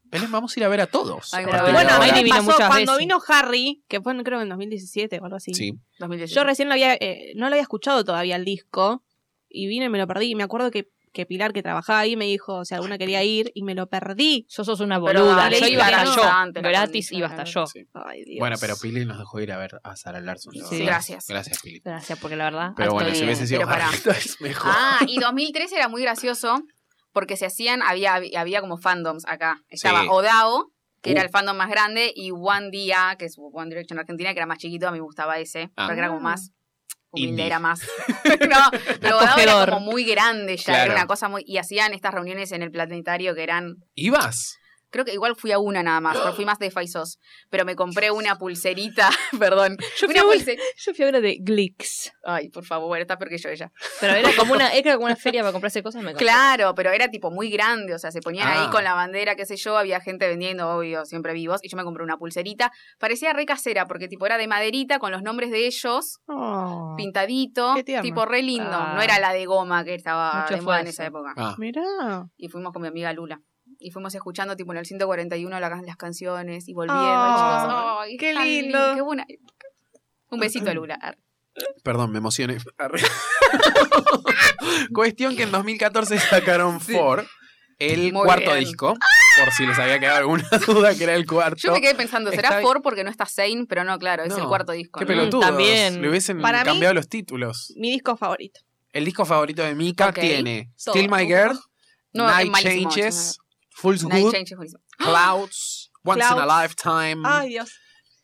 Speaker 1: Belén, vamos a ir a ver a todos.
Speaker 2: Ay,
Speaker 1: a
Speaker 2: bueno,
Speaker 1: partir de
Speaker 3: Bueno, a mí
Speaker 1: ahora.
Speaker 5: Miley
Speaker 3: me
Speaker 5: vino
Speaker 3: pasó
Speaker 5: muchas
Speaker 3: cuando
Speaker 5: veces.
Speaker 3: vino Harry, que fue creo en 2017 o algo así.
Speaker 1: Sí.
Speaker 2: 2018.
Speaker 3: Yo recién lo había, eh, no lo había escuchado todavía el disco y vine y me lo perdí. Y me acuerdo que, que Pilar, que trabajaba ahí, me dijo si alguna quería ir y me lo perdí.
Speaker 5: Yo sos una
Speaker 2: Pero
Speaker 5: boluda.
Speaker 2: dale,
Speaker 5: Yo iba hasta
Speaker 2: no.
Speaker 5: yo.
Speaker 2: Antes la
Speaker 5: Gratis
Speaker 2: pandemia,
Speaker 5: iba hasta yo.
Speaker 1: sí.
Speaker 3: Ay, Oh, Dios.
Speaker 1: Bueno, pero Pili nos dejó ir a ver a Sara Larson. la
Speaker 5: Sí.
Speaker 1: verdad.
Speaker 2: Gracias.
Speaker 1: Gracias, Pili.
Speaker 5: Gracias, porque la verdad.
Speaker 1: Pero bueno,
Speaker 5: hasta
Speaker 1: si
Speaker 5: hoy-
Speaker 1: hubiese sido
Speaker 2: pero pará.
Speaker 1: Harry, es mejor.
Speaker 2: Ah, y 2013 era muy gracioso porque se hacían, había, había como fandoms acá. Estaba
Speaker 1: Sí.
Speaker 2: Odao, que era
Speaker 1: Uh.
Speaker 2: el fandom más grande, y One Dia, que es One Direction Argentina, que era más chiquito, a mí me gustaba ese,
Speaker 1: Ah.
Speaker 2: porque era como más humilde,
Speaker 1: Indie.
Speaker 2: era más. no, pero Odao era
Speaker 5: Acogedor.
Speaker 2: como muy grande ya,
Speaker 1: Claro.
Speaker 2: era una cosa muy. Y hacían estas reuniones en el planetario que eran
Speaker 1: ¿Ibas?
Speaker 2: Creo que igual fui a una nada más, pero fui más de Faisos. Pero me compré una pulserita, perdón.
Speaker 5: Yo fui,
Speaker 2: Una
Speaker 5: a una,
Speaker 2: pulse-
Speaker 5: yo fui a una de Glix.
Speaker 2: Ay, por favor, bueno, está peor que yo ella.
Speaker 5: Pero era como una, era como una feria para comprarse cosas. y Me compré.
Speaker 2: Claro, pero era tipo muy grande, o sea, se ponían
Speaker 1: Ah.
Speaker 2: ahí con la bandera, qué sé yo, había gente vendiendo, obvio, siempre vivos, y yo me compré una pulserita. Parecía re casera, porque tipo era de maderita con los nombres de ellos, Ah.
Speaker 3: Oh,
Speaker 2: pintadito,
Speaker 3: Qué tierno.
Speaker 2: tipo re lindo.
Speaker 5: Ah.
Speaker 2: No era la de goma que estaba
Speaker 5: Mucho
Speaker 2: de moda en
Speaker 5: esfuerzo.
Speaker 2: esa época.
Speaker 1: Ah.
Speaker 3: mirá.
Speaker 2: Y fuimos con mi amiga Lula. Y fuimos escuchando tipo en el 141 la- las canciones y volviendo.
Speaker 3: Ah,
Speaker 2: y chicos, ay,
Speaker 3: qué
Speaker 2: es tan
Speaker 3: lindo.
Speaker 2: qué buena. Un besito a Lula. Ar.
Speaker 1: Perdón, me emocioné. Arre. Cuestión que en 2014 sacaron Ford, el
Speaker 2: Muy
Speaker 1: cuarto
Speaker 2: bien.
Speaker 1: disco. Por si les había quedado alguna duda que era el cuarto.
Speaker 2: Yo me quedé pensando, ¿será
Speaker 1: Está-
Speaker 2: Ford porque no está Zane? Pero no, claro, es
Speaker 1: No,
Speaker 2: el cuarto disco.
Speaker 1: Qué
Speaker 2: ¿no?
Speaker 5: pelo-
Speaker 1: pelotudos.
Speaker 5: también.
Speaker 1: Le hubiesen
Speaker 3: Para mí-
Speaker 1: cambiado los títulos.
Speaker 3: Mi disco favorito.
Speaker 1: El disco favorito de Mika
Speaker 2: Ok,
Speaker 1: tiene
Speaker 3: todo.
Speaker 1: Still My Girl,
Speaker 2: No, es
Speaker 1: Night
Speaker 2: malísimo,
Speaker 1: Changes, Fool's
Speaker 2: Night
Speaker 1: Good,
Speaker 2: Change es buenísimo.
Speaker 1: Clouds, Once in a Lifetime
Speaker 3: Ay, Dios.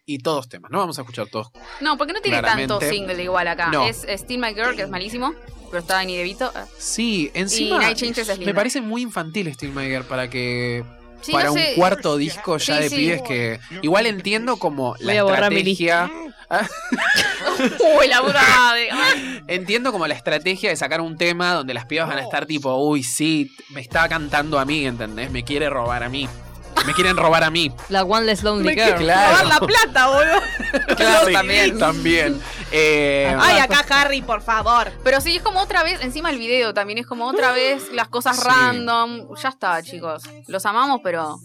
Speaker 1: y todos temas. No vamos a escuchar todos.
Speaker 2: No, porque no tiene
Speaker 1: Claramente.
Speaker 2: tanto single igual acá.
Speaker 1: No.
Speaker 2: Es Still My Girl, que es malísimo, pero está Danny DeVito. Ah.
Speaker 1: Sí, encima
Speaker 2: Night Changes es
Speaker 1: me
Speaker 2: linda.
Speaker 1: parece muy infantil Still My Girl para que
Speaker 2: Sí,
Speaker 1: para
Speaker 2: no
Speaker 1: un
Speaker 2: sé,
Speaker 1: cuarto disco ya
Speaker 2: Sí,
Speaker 1: de
Speaker 2: sí.
Speaker 1: pibes que igual entiendo como la
Speaker 5: Voy a borrar mi
Speaker 1: estrategia
Speaker 2: Uy, la puta madre. Ay,
Speaker 1: entiendo como la estrategia de sacar un tema
Speaker 2: Oh.
Speaker 1: donde las pibas van a estar tipo uy sí me está cantando a mí entendés me quiere robar a mí Me quieren robar a mí.
Speaker 5: La One Less Lonely Girl.
Speaker 3: Robar
Speaker 1: Claro,
Speaker 3: la plata, boludo.
Speaker 1: claro,
Speaker 2: Yo también.
Speaker 1: también. también. Eh,
Speaker 3: Ay, acá Harry, por favor.
Speaker 2: Pero sí, es como otra vez, encima el video también es como otra vez las cosas
Speaker 1: Sí.
Speaker 2: random. Ya está, chicos. Los amamos, pero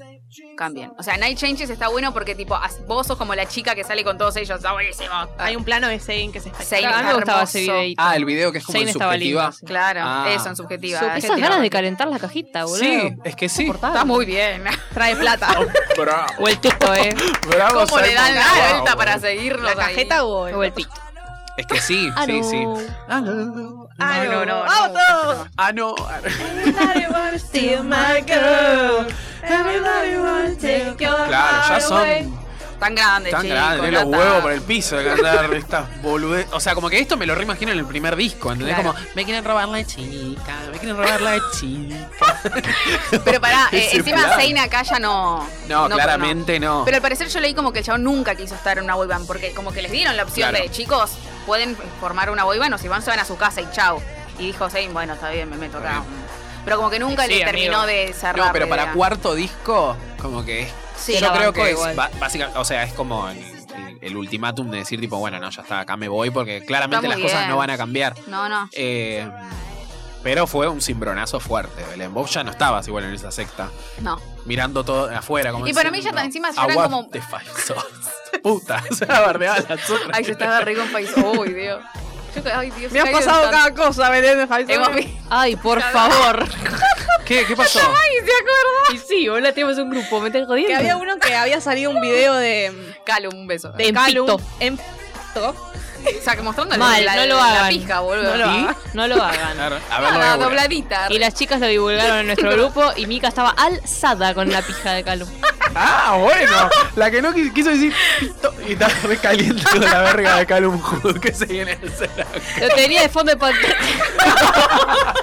Speaker 2: cambien. O sea, Night Changes está bueno porque tipo as- vos sos como la chica que sale con todos ellos. Está buenísimo.
Speaker 3: Hay un plano de Zane que se está
Speaker 2: Zayn
Speaker 5: A mí
Speaker 2: está
Speaker 5: me gustaba
Speaker 2: hermoso.
Speaker 5: ese videito.
Speaker 1: ah, el video que es como
Speaker 5: Zayn
Speaker 1: en
Speaker 5: estaba
Speaker 1: subjetiva.
Speaker 5: lindo. sí.
Speaker 2: Claro,
Speaker 1: Ah.
Speaker 2: eso en subjetiva.
Speaker 3: Sup-
Speaker 5: Esas
Speaker 2: adjetiva.
Speaker 5: ganas de calentar la cajita, boludo.
Speaker 1: Sí, es que sí.
Speaker 5: Insoportable.
Speaker 2: Está muy bien.
Speaker 3: Trae plata.
Speaker 1: Bravo.
Speaker 5: O el tuto, eh.
Speaker 1: Bravo,
Speaker 2: ¿Cómo le dan la
Speaker 1: Simon.
Speaker 2: vuelta
Speaker 1: Wow.
Speaker 2: para seguirlo?
Speaker 3: La cajeta o
Speaker 5: O el pito.
Speaker 1: Es que sí, sí, sí. Ah, no.
Speaker 3: Ah,
Speaker 2: No,
Speaker 3: no,
Speaker 2: no, no.
Speaker 3: ¡Vamos todos!
Speaker 1: Ah, no. Claro, ya son
Speaker 2: Tan grande,
Speaker 1: tan
Speaker 2: chicos,
Speaker 1: grandes. Los
Speaker 2: ya
Speaker 1: huevos
Speaker 2: está.
Speaker 1: por el piso de cantar estas boludeces. O sea, como que esto me lo reimagino en el primer disco, ¿entendés?
Speaker 2: Claro.
Speaker 1: Como, me quieren robar la chica, me quieren robar la chica.
Speaker 2: Pero pará, eh,
Speaker 1: Ese
Speaker 2: encima
Speaker 1: plan.
Speaker 2: Zayn acá ya no.
Speaker 1: No, claramente no.
Speaker 2: Pero al parecer yo leí como que el chabón nunca quiso estar en una boyband, porque como que les dieron la opción
Speaker 1: Claro.
Speaker 2: de, chicos, pueden formar una boyband o si van se van a su casa y chau. Y dijo Zayn, bueno, está bien, me meto acá. Pero como que nunca
Speaker 5: Sí,
Speaker 2: le
Speaker 5: amigo.
Speaker 2: terminó de cerrar.
Speaker 1: No, pero para
Speaker 2: la idea.
Speaker 1: cuarto disco, como que es.
Speaker 2: Sí,
Speaker 1: yo
Speaker 5: la
Speaker 1: creo
Speaker 5: banco
Speaker 1: que es
Speaker 5: igual.
Speaker 1: ba- básicamente, o sea, es como el, el- el ultimátum de decir, tipo, bueno, no, ya está, acá me voy, porque claramente
Speaker 2: muy
Speaker 1: las cosas
Speaker 2: bien.
Speaker 1: no van a cambiar.
Speaker 2: No, no.
Speaker 1: Eh, pero fue un cimbronazo fuerte, Belén. Vos ya no estabas igual en esa secta,
Speaker 2: No.
Speaker 1: mirando todo de afuera. Como
Speaker 2: Y para mí
Speaker 1: diciendo,
Speaker 2: ya ta- encima ya eran
Speaker 1: "Aguante,
Speaker 2: como-
Speaker 1: falsos. Puta, se la bardeaba la otra.
Speaker 2: Ay, yo estaba re con país. Uy, Dios. Yo, ay, Dios.
Speaker 3: Me has
Speaker 2: caigo en
Speaker 3: pasado
Speaker 2: tanto.
Speaker 3: cada cosa, Belén de Faisal.
Speaker 2: Hemos visto.
Speaker 5: Ay, por favor.
Speaker 1: ¿Qué, ¿Qué pasó?
Speaker 5: Y sí, hola, tenemos un grupo, me estás
Speaker 3: Que
Speaker 5: jodiendo.
Speaker 3: había uno que había salido un video de
Speaker 2: Calum, un beso.
Speaker 5: De- En
Speaker 3: Calum
Speaker 5: pito.
Speaker 3: en pito.
Speaker 2: o sea, que mostrando
Speaker 5: Mal,
Speaker 2: la,
Speaker 5: no lo
Speaker 2: la
Speaker 5: hagan.
Speaker 2: pija, boludo.
Speaker 5: No lo
Speaker 2: Y-
Speaker 5: hagan. No lo hagan.
Speaker 1: Claro, A ver, lo voy
Speaker 2: Nada,
Speaker 1: a googlear.
Speaker 2: dobladita.
Speaker 5: Y las chicas lo divulgaron en nuestro grupo y Mika estaba alzada con la pija de Calum.
Speaker 1: Ah, bueno. La que no qui- quiso decir. pito, Y está recaliente con la verga de Calum Hood que se viene a hacer acá.
Speaker 5: Lo tenía de fondo de pantalla.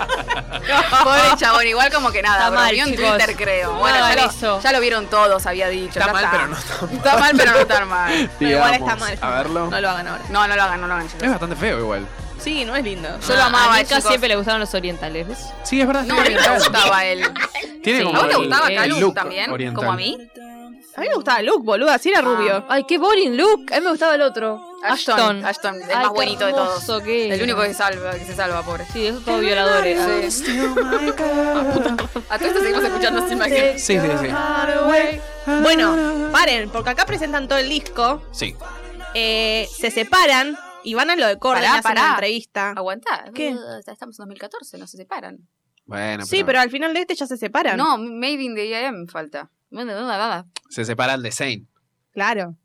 Speaker 2: Pobre chabón, igual como que nada,
Speaker 5: Está mal,
Speaker 2: bromeó en
Speaker 5: chicos.
Speaker 2: Twitter, creo.
Speaker 5: No
Speaker 2: Bueno, ya
Speaker 5: hagan
Speaker 2: lo,
Speaker 5: eso.
Speaker 2: ya lo vieron todos, había dicho.
Speaker 1: Está
Speaker 2: ya
Speaker 1: mal, pero no está mal.
Speaker 2: Está mal, pero no está mal.
Speaker 3: Pero igual está mal.
Speaker 1: A verlo.
Speaker 3: No lo hagan ahora.
Speaker 2: No, no lo hagan, no lo hagan,
Speaker 1: Es
Speaker 2: chicos. Ah,
Speaker 1: bastante feo igual.
Speaker 3: Sí, no es lindo.
Speaker 2: Yo lo amaba,
Speaker 5: A Mika
Speaker 2: chicos.
Speaker 5: siempre le gustaron los orientales, ¿ves?
Speaker 1: Sí, es verdad.
Speaker 2: No, a mí me gustaba él.
Speaker 1: Tiene
Speaker 5: Sí.
Speaker 1: como
Speaker 2: ¿A vos te
Speaker 1: el-
Speaker 2: gustaba
Speaker 1: el
Speaker 2: Calum
Speaker 1: look
Speaker 2: también?
Speaker 1: oriental.
Speaker 2: ¿Como a mí?
Speaker 3: A mí me gustaba Luke, boludo, así era rubio.
Speaker 5: Ah. Ay, qué boring look. A mí me gustaba el otro.
Speaker 2: Ashton. Ashton, el más bonito de todos.
Speaker 5: ¿qué?
Speaker 2: El único que, salva, que se salva, pobre.
Speaker 5: Sí, esos todos violadores.
Speaker 4: Ah,
Speaker 2: A todos estos seguimos escuchando sin imagen.
Speaker 1: Sí, sí, sí.
Speaker 3: Bueno, paren, porque acá presentan todo el disco,
Speaker 1: Sí.
Speaker 3: eh, se separan y van a lo de Corden
Speaker 2: Pará,
Speaker 3: y hacen
Speaker 2: pará.
Speaker 3: una entrevista.
Speaker 2: Aguantá.
Speaker 3: ¿Qué?
Speaker 2: Uh, Estamos en 2014, no se separan.
Speaker 1: Bueno,
Speaker 3: Sí, pero al final de este ya se separan.
Speaker 2: No, Made in the IAM falta. Bueno, no, nada, nada.
Speaker 1: Se separa el de Zane.
Speaker 3: Claro.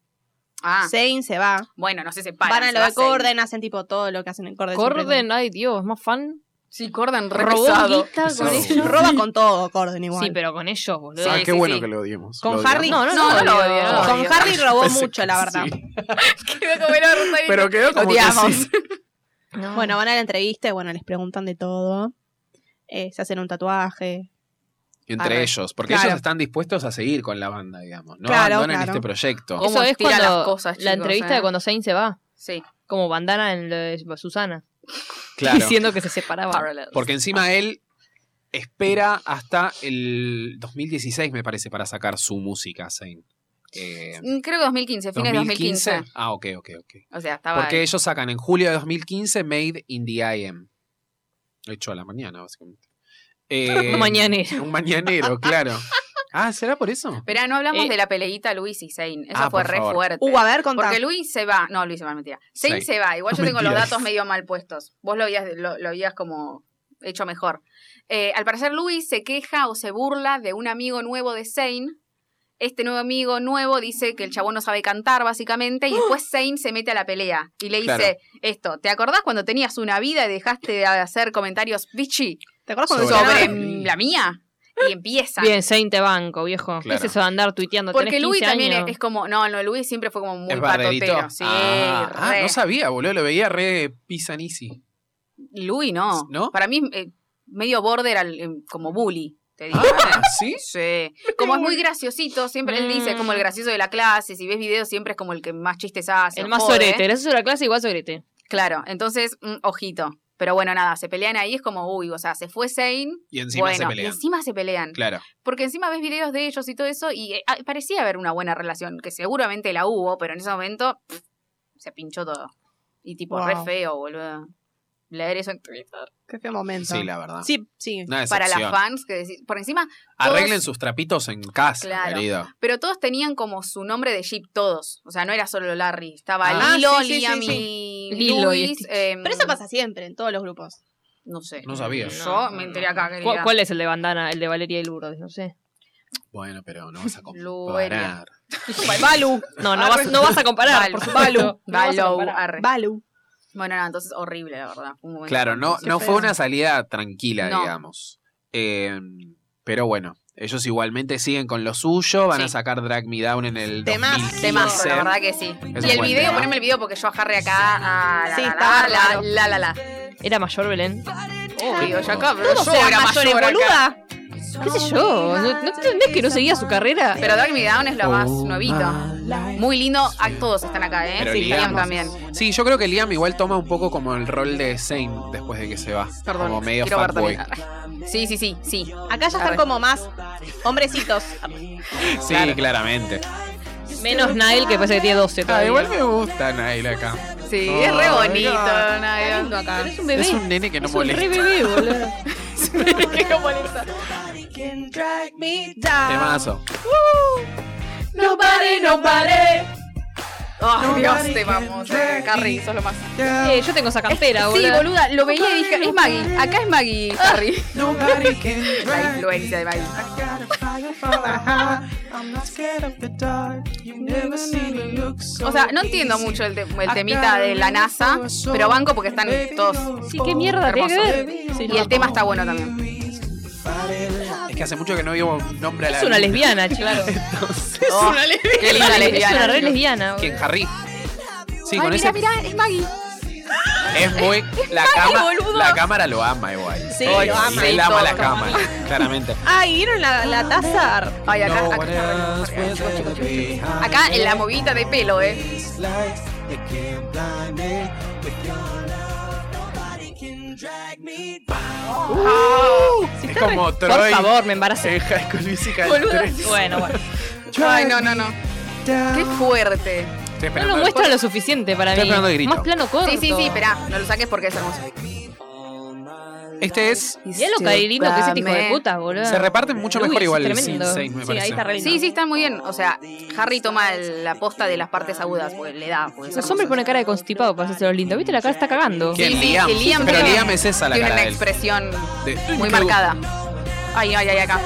Speaker 2: Ah,
Speaker 3: Zane se va.
Speaker 2: bueno, no se separan.
Speaker 3: van a
Speaker 2: se
Speaker 3: lo
Speaker 2: va
Speaker 3: de Corden, hacen tipo todo lo que hacen en Corden. siempre
Speaker 5: Corden, ay Dios, más fan.
Speaker 2: Sí, Corden, re
Speaker 5: Robó
Speaker 2: pesado.
Speaker 5: guita con
Speaker 1: Pesado.
Speaker 5: ellos.
Speaker 3: con- Roba con todo Corden igual.
Speaker 5: Sí, pero con ellos, boludo.
Speaker 2: Sí,
Speaker 1: ah, qué
Speaker 2: sí,
Speaker 1: bueno
Speaker 2: sí.
Speaker 1: que lo odiemos.
Speaker 3: Con
Speaker 1: Lo odiamos.
Speaker 3: Harry-
Speaker 5: No, no,
Speaker 2: No,
Speaker 5: lo
Speaker 2: no lo
Speaker 5: odio.
Speaker 2: odio, no lo
Speaker 5: Con-
Speaker 3: Con
Speaker 2: odio.
Speaker 3: Harry robó
Speaker 1: Pensé
Speaker 3: mucho, la
Speaker 1: que
Speaker 3: verdad.
Speaker 1: sí.
Speaker 2: Quedó como el orto y-
Speaker 1: Pero quedó como que
Speaker 2: Odiamos.
Speaker 1: sí.
Speaker 3: Bueno, van a la entrevista y bueno, les preguntan de todo. Eh, se hacen un tatuaje.
Speaker 1: Entre
Speaker 2: Arre.
Speaker 1: ellos, porque
Speaker 3: Claro.
Speaker 1: ellos están dispuestos a seguir con la banda, digamos. No
Speaker 3: Claro,
Speaker 1: abandonan
Speaker 3: claro.
Speaker 1: este proyecto.
Speaker 2: ¿Cómo
Speaker 5: Eso es
Speaker 2: estira
Speaker 5: cuando
Speaker 2: las cosas,
Speaker 5: la
Speaker 2: chicos,
Speaker 5: entrevista
Speaker 2: eh?
Speaker 5: de cuando Zayn se va.
Speaker 2: Sí.
Speaker 5: Como bandana en lo de Susana.
Speaker 1: Claro.
Speaker 5: Diciendo que se
Speaker 1: Ah,
Speaker 5: separaba.
Speaker 1: Porque encima él espera hasta el 2016, me parece, para sacar su música, Zane. Eh,
Speaker 2: Mm, Creo que 2015, fines de 2015.
Speaker 1: Ah, ok, ok, ok.
Speaker 2: O sea, estaba.
Speaker 1: Porque ellos sacan en julio de 2015 Made in the IM. Hecho a la mañana, básicamente. Eh,
Speaker 5: Un mañanero.
Speaker 1: Un mañanero, claro. Ah, ¿será por eso?
Speaker 2: Pero no hablamos
Speaker 5: Eh.
Speaker 2: de la peleita Luis y Zayn. Eso
Speaker 1: Ah,
Speaker 2: fue
Speaker 1: por
Speaker 2: re
Speaker 1: favor.
Speaker 2: fuerte.
Speaker 3: Uh, a ver, contá.
Speaker 2: Porque Luis se va. No, Luis se va, mentira. Zayn
Speaker 1: Sí.
Speaker 2: se va. Igual yo tengo los
Speaker 1: Mentiras.
Speaker 2: datos medio mal puestos. Vos lo habías, lo, lo habías como hecho mejor. Eh, al parecer, Luis se queja o se burla de un amigo nuevo de Zayn. Este nuevo amigo nuevo dice que el chabón no sabe cantar, básicamente, y después Zayn se mete a la pelea y le dice
Speaker 1: Claro.
Speaker 2: esto. ¿Te acordás cuando tenías una vida y dejaste de hacer comentarios bitchy
Speaker 3: ¿Te acuerdas cuando
Speaker 1: Sobre-
Speaker 2: sobre
Speaker 3: mencionaba-
Speaker 2: mm, la mía? Y empieza.
Speaker 5: Bien, Zayn te banco, viejo. ¿Qué
Speaker 1: Claro.
Speaker 5: es eso de andar tuiteando?
Speaker 2: Porque
Speaker 5: Tenés
Speaker 2: Luis
Speaker 5: 15
Speaker 2: también es,
Speaker 5: años.
Speaker 2: es como, no, no, Luis siempre fue como muy
Speaker 1: ¿Es barderito?
Speaker 2: patotero. Sí,
Speaker 1: ah, ah,
Speaker 2: re.
Speaker 1: no sabía, boludo. Lo veía re pisanisi.
Speaker 2: Louis no.
Speaker 1: ¿No?
Speaker 2: Para mí eh, medio border al- eh, como bully, te digo.
Speaker 1: Ah, ¿sí?
Speaker 2: Sí. Como es muy graciosito, siempre él dice
Speaker 5: Mm.
Speaker 2: como el gracioso de la clase, si ves videos siempre es como el que más chistes hace.
Speaker 5: El
Speaker 2: o
Speaker 5: más
Speaker 2: jode.
Speaker 5: sorete. Gracias a la clase, igual sorete.
Speaker 2: Claro, entonces, mm, ojito. Pero bueno, nada, se pelean ahí, es como, uy, o sea, se fue Zane,
Speaker 1: Y encima
Speaker 2: bueno,
Speaker 1: se
Speaker 2: y
Speaker 1: pelean.
Speaker 2: encima se pelean.
Speaker 1: Claro.
Speaker 2: Porque encima ves videos de ellos y todo eso, y eh, ah, parecía haber una buena relación, que seguramente la hubo, pero en ese momento pff, se pinchó todo. Y tipo, re
Speaker 3: Wow.
Speaker 2: feo, boludo. Leer eso en Twitter.
Speaker 3: Qué feo momento.
Speaker 1: Sí, la verdad.
Speaker 3: Sí, sí.
Speaker 1: Una
Speaker 2: Para las
Speaker 1: decepción.
Speaker 2: fans, que deci- por encima,
Speaker 1: Arreglen
Speaker 2: todos-
Speaker 1: sus trapitos en casa,
Speaker 2: Claro.
Speaker 1: querido.
Speaker 2: pero todos tenían como su nombre de Jeep, todos. O sea, no era solo Larry, estaba
Speaker 1: Ah,
Speaker 2: Lilo,
Speaker 3: sí, sí, sí,
Speaker 2: Liam
Speaker 3: sí.
Speaker 2: y
Speaker 5: Lilo y
Speaker 2: Luis,
Speaker 5: Stitch.
Speaker 2: em,
Speaker 3: Pero eso pasa siempre en todos los grupos.
Speaker 2: No sé.
Speaker 1: No sabía.
Speaker 2: Yo me enteré acá,
Speaker 5: ¿Cuál-
Speaker 2: querida.
Speaker 5: ¿Cuál, es el de Bandana? El de Valeria y Lourdes, no sé.
Speaker 1: Bueno, pero no vas a
Speaker 2: Luberia.
Speaker 1: comparar.
Speaker 5: Balu. No, no vas, no vas a comparar, por supuesto. No vas a
Speaker 2: Balou,
Speaker 5: comparar.
Speaker 2: arre.
Speaker 3: Balu.
Speaker 2: Bueno, nada, entonces horrible, la verdad. Fue un momento
Speaker 1: Claro, no,
Speaker 2: difícil.
Speaker 1: no fue una salida tranquila,
Speaker 2: No.
Speaker 1: digamos. Eh, pero bueno, ellos igualmente siguen con lo suyo, van
Speaker 2: Sí.
Speaker 1: a sacar Drag Me Down en el
Speaker 3: Temazo.
Speaker 1: 2015.
Speaker 2: Temazo, la verdad que sí.
Speaker 1: Es
Speaker 2: y el
Speaker 1: buen
Speaker 2: video,
Speaker 1: tema.
Speaker 2: poneme el video porque yo ajarré acá a la
Speaker 3: Sí,
Speaker 2: la,
Speaker 3: está
Speaker 2: la,
Speaker 3: bárbaro.
Speaker 2: la, la, la,
Speaker 1: Oh,
Speaker 5: Era mayor Belén.
Speaker 2: Obvio, yo acá, pero
Speaker 5: Todos
Speaker 2: yo
Speaker 5: eran
Speaker 2: era
Speaker 5: mayores,
Speaker 2: mayor acá.
Speaker 5: boluda. ¿Qué sé yo? ¿No, no entendés que no seguía su carrera?
Speaker 2: Pero Drag Me Down es lo más
Speaker 1: Oh,
Speaker 2: nuevito. Muy lindo, ah, todos están acá, ¿eh?
Speaker 1: Pero
Speaker 2: sí,
Speaker 1: digamos-
Speaker 2: Liam también.
Speaker 1: Sí, yo creo que Liam igual toma un poco como el rol de Zane después de que se va.
Speaker 2: Perdón,
Speaker 1: como medio
Speaker 2: quiero ver
Speaker 1: fanboy.
Speaker 2: también. Sí, sí, sí, sí.
Speaker 3: Acá
Speaker 2: Arre.
Speaker 3: ya están como más hombrecitos.
Speaker 1: Sí, claramente.
Speaker 5: Menos Nile, que parece que tiene 12
Speaker 1: Ah,
Speaker 5: todavía.
Speaker 1: igual me gusta Naila acá.
Speaker 2: Sí,
Speaker 1: Oh,
Speaker 2: es re bonito,
Speaker 1: God.
Speaker 2: Nadia.
Speaker 5: Pero es un bebé.
Speaker 1: Es un nene que no
Speaker 5: Es un
Speaker 1: molesta.
Speaker 5: re bebé, boludo.
Speaker 1: Temazo.
Speaker 2: Nobody, nobody. Oh, Dios, te vamos. Carrie, sos lo más.
Speaker 5: Eh, yo tengo esa campera, boludo.
Speaker 2: Sí, boluda, lo veía y dije, es Maggie. Acá Ah. es Maggie, Carrie.
Speaker 4: Nobody can
Speaker 2: La
Speaker 4: drag me.
Speaker 2: influencia de Maggie.
Speaker 4: I got a fire for a heart. I'm not scared of the dark. You never seen it look so
Speaker 2: O sea, no entiendo
Speaker 4: easy.
Speaker 2: mucho el, te- el temita de la NASA, pero banco porque están todos.
Speaker 5: Sí, qué mierda tiene que
Speaker 2: Hermoso.
Speaker 5: ver. Sí,
Speaker 2: Y el tema está bueno también.
Speaker 1: Es que hace mucho que no veo un nombre a la
Speaker 5: Es una lesbiana, claro.
Speaker 1: Entonces,
Speaker 2: Oh, Qué linda lesbiana.
Speaker 5: Es una re lesbiana.
Speaker 1: ¿Quién?
Speaker 5: boludo.
Speaker 1: Harry. Sí,
Speaker 2: Ay,
Speaker 1: con
Speaker 2: mira,
Speaker 1: ese
Speaker 2: mira, es Maggie.
Speaker 1: Es muy. La, cama-
Speaker 2: boludo.
Speaker 1: la cámara lo ama igual.
Speaker 3: Sí,
Speaker 1: Ay,
Speaker 3: lo ama.
Speaker 1: Él
Speaker 2: Sí,
Speaker 1: ama
Speaker 2: todo. Ah,
Speaker 1: la cámara, claramente.
Speaker 3: Ay, ¿vieron la, la taza?
Speaker 2: Ay, acá,
Speaker 1: No
Speaker 2: acá,
Speaker 1: one
Speaker 2: acá,
Speaker 1: else will ever be
Speaker 2: Acá en la movida de pelo, eh.
Speaker 4: These lights, they can't blind me with your love. Nobody can drag me
Speaker 1: es como
Speaker 5: Por
Speaker 1: Troy
Speaker 5: favor, me
Speaker 1: en
Speaker 5: embaracé.
Speaker 1: Eh, High School Musical
Speaker 5: Boluda.
Speaker 1: 3.
Speaker 5: Bueno, bueno.
Speaker 2: Ay, no, no, no. Qué fuerte.
Speaker 1: Estoy
Speaker 5: No
Speaker 1: esperando
Speaker 5: lo
Speaker 1: el-
Speaker 5: muestra lo suficiente para
Speaker 1: Estoy
Speaker 5: mí.
Speaker 1: esperando el grito.
Speaker 5: Más plano corto.
Speaker 2: Sí, sí, sí, esperá, no lo saques porque es hermoso.
Speaker 1: Este es.
Speaker 5: Mirá lo carilino que es este hijo de puta, boludo.
Speaker 1: Se reparten mucho mejor
Speaker 5: Uy,
Speaker 1: igual
Speaker 5: es
Speaker 1: el
Speaker 5: tremendo.
Speaker 1: sin seis, me
Speaker 3: Sí,
Speaker 1: parece.
Speaker 3: ahí está re lindo.
Speaker 2: Sí, sí, están muy bien. O sea, Harry toma el- la posta de las partes agudas, porque le da. pues, Porque es
Speaker 5: Los hombres ponen cara de constipado para hacerse los lindos. ¿Viste? La cara está cagando.
Speaker 1: ¿Quién?
Speaker 2: Sí, sí,
Speaker 1: Liam.
Speaker 2: que Liam
Speaker 1: Pero
Speaker 2: tiene-
Speaker 1: Liam es esa la
Speaker 2: tiene
Speaker 1: cara
Speaker 2: una
Speaker 1: de él.
Speaker 2: expresión
Speaker 1: De-
Speaker 2: muy
Speaker 1: que-
Speaker 2: marcada. Ay, ay, ay, acá.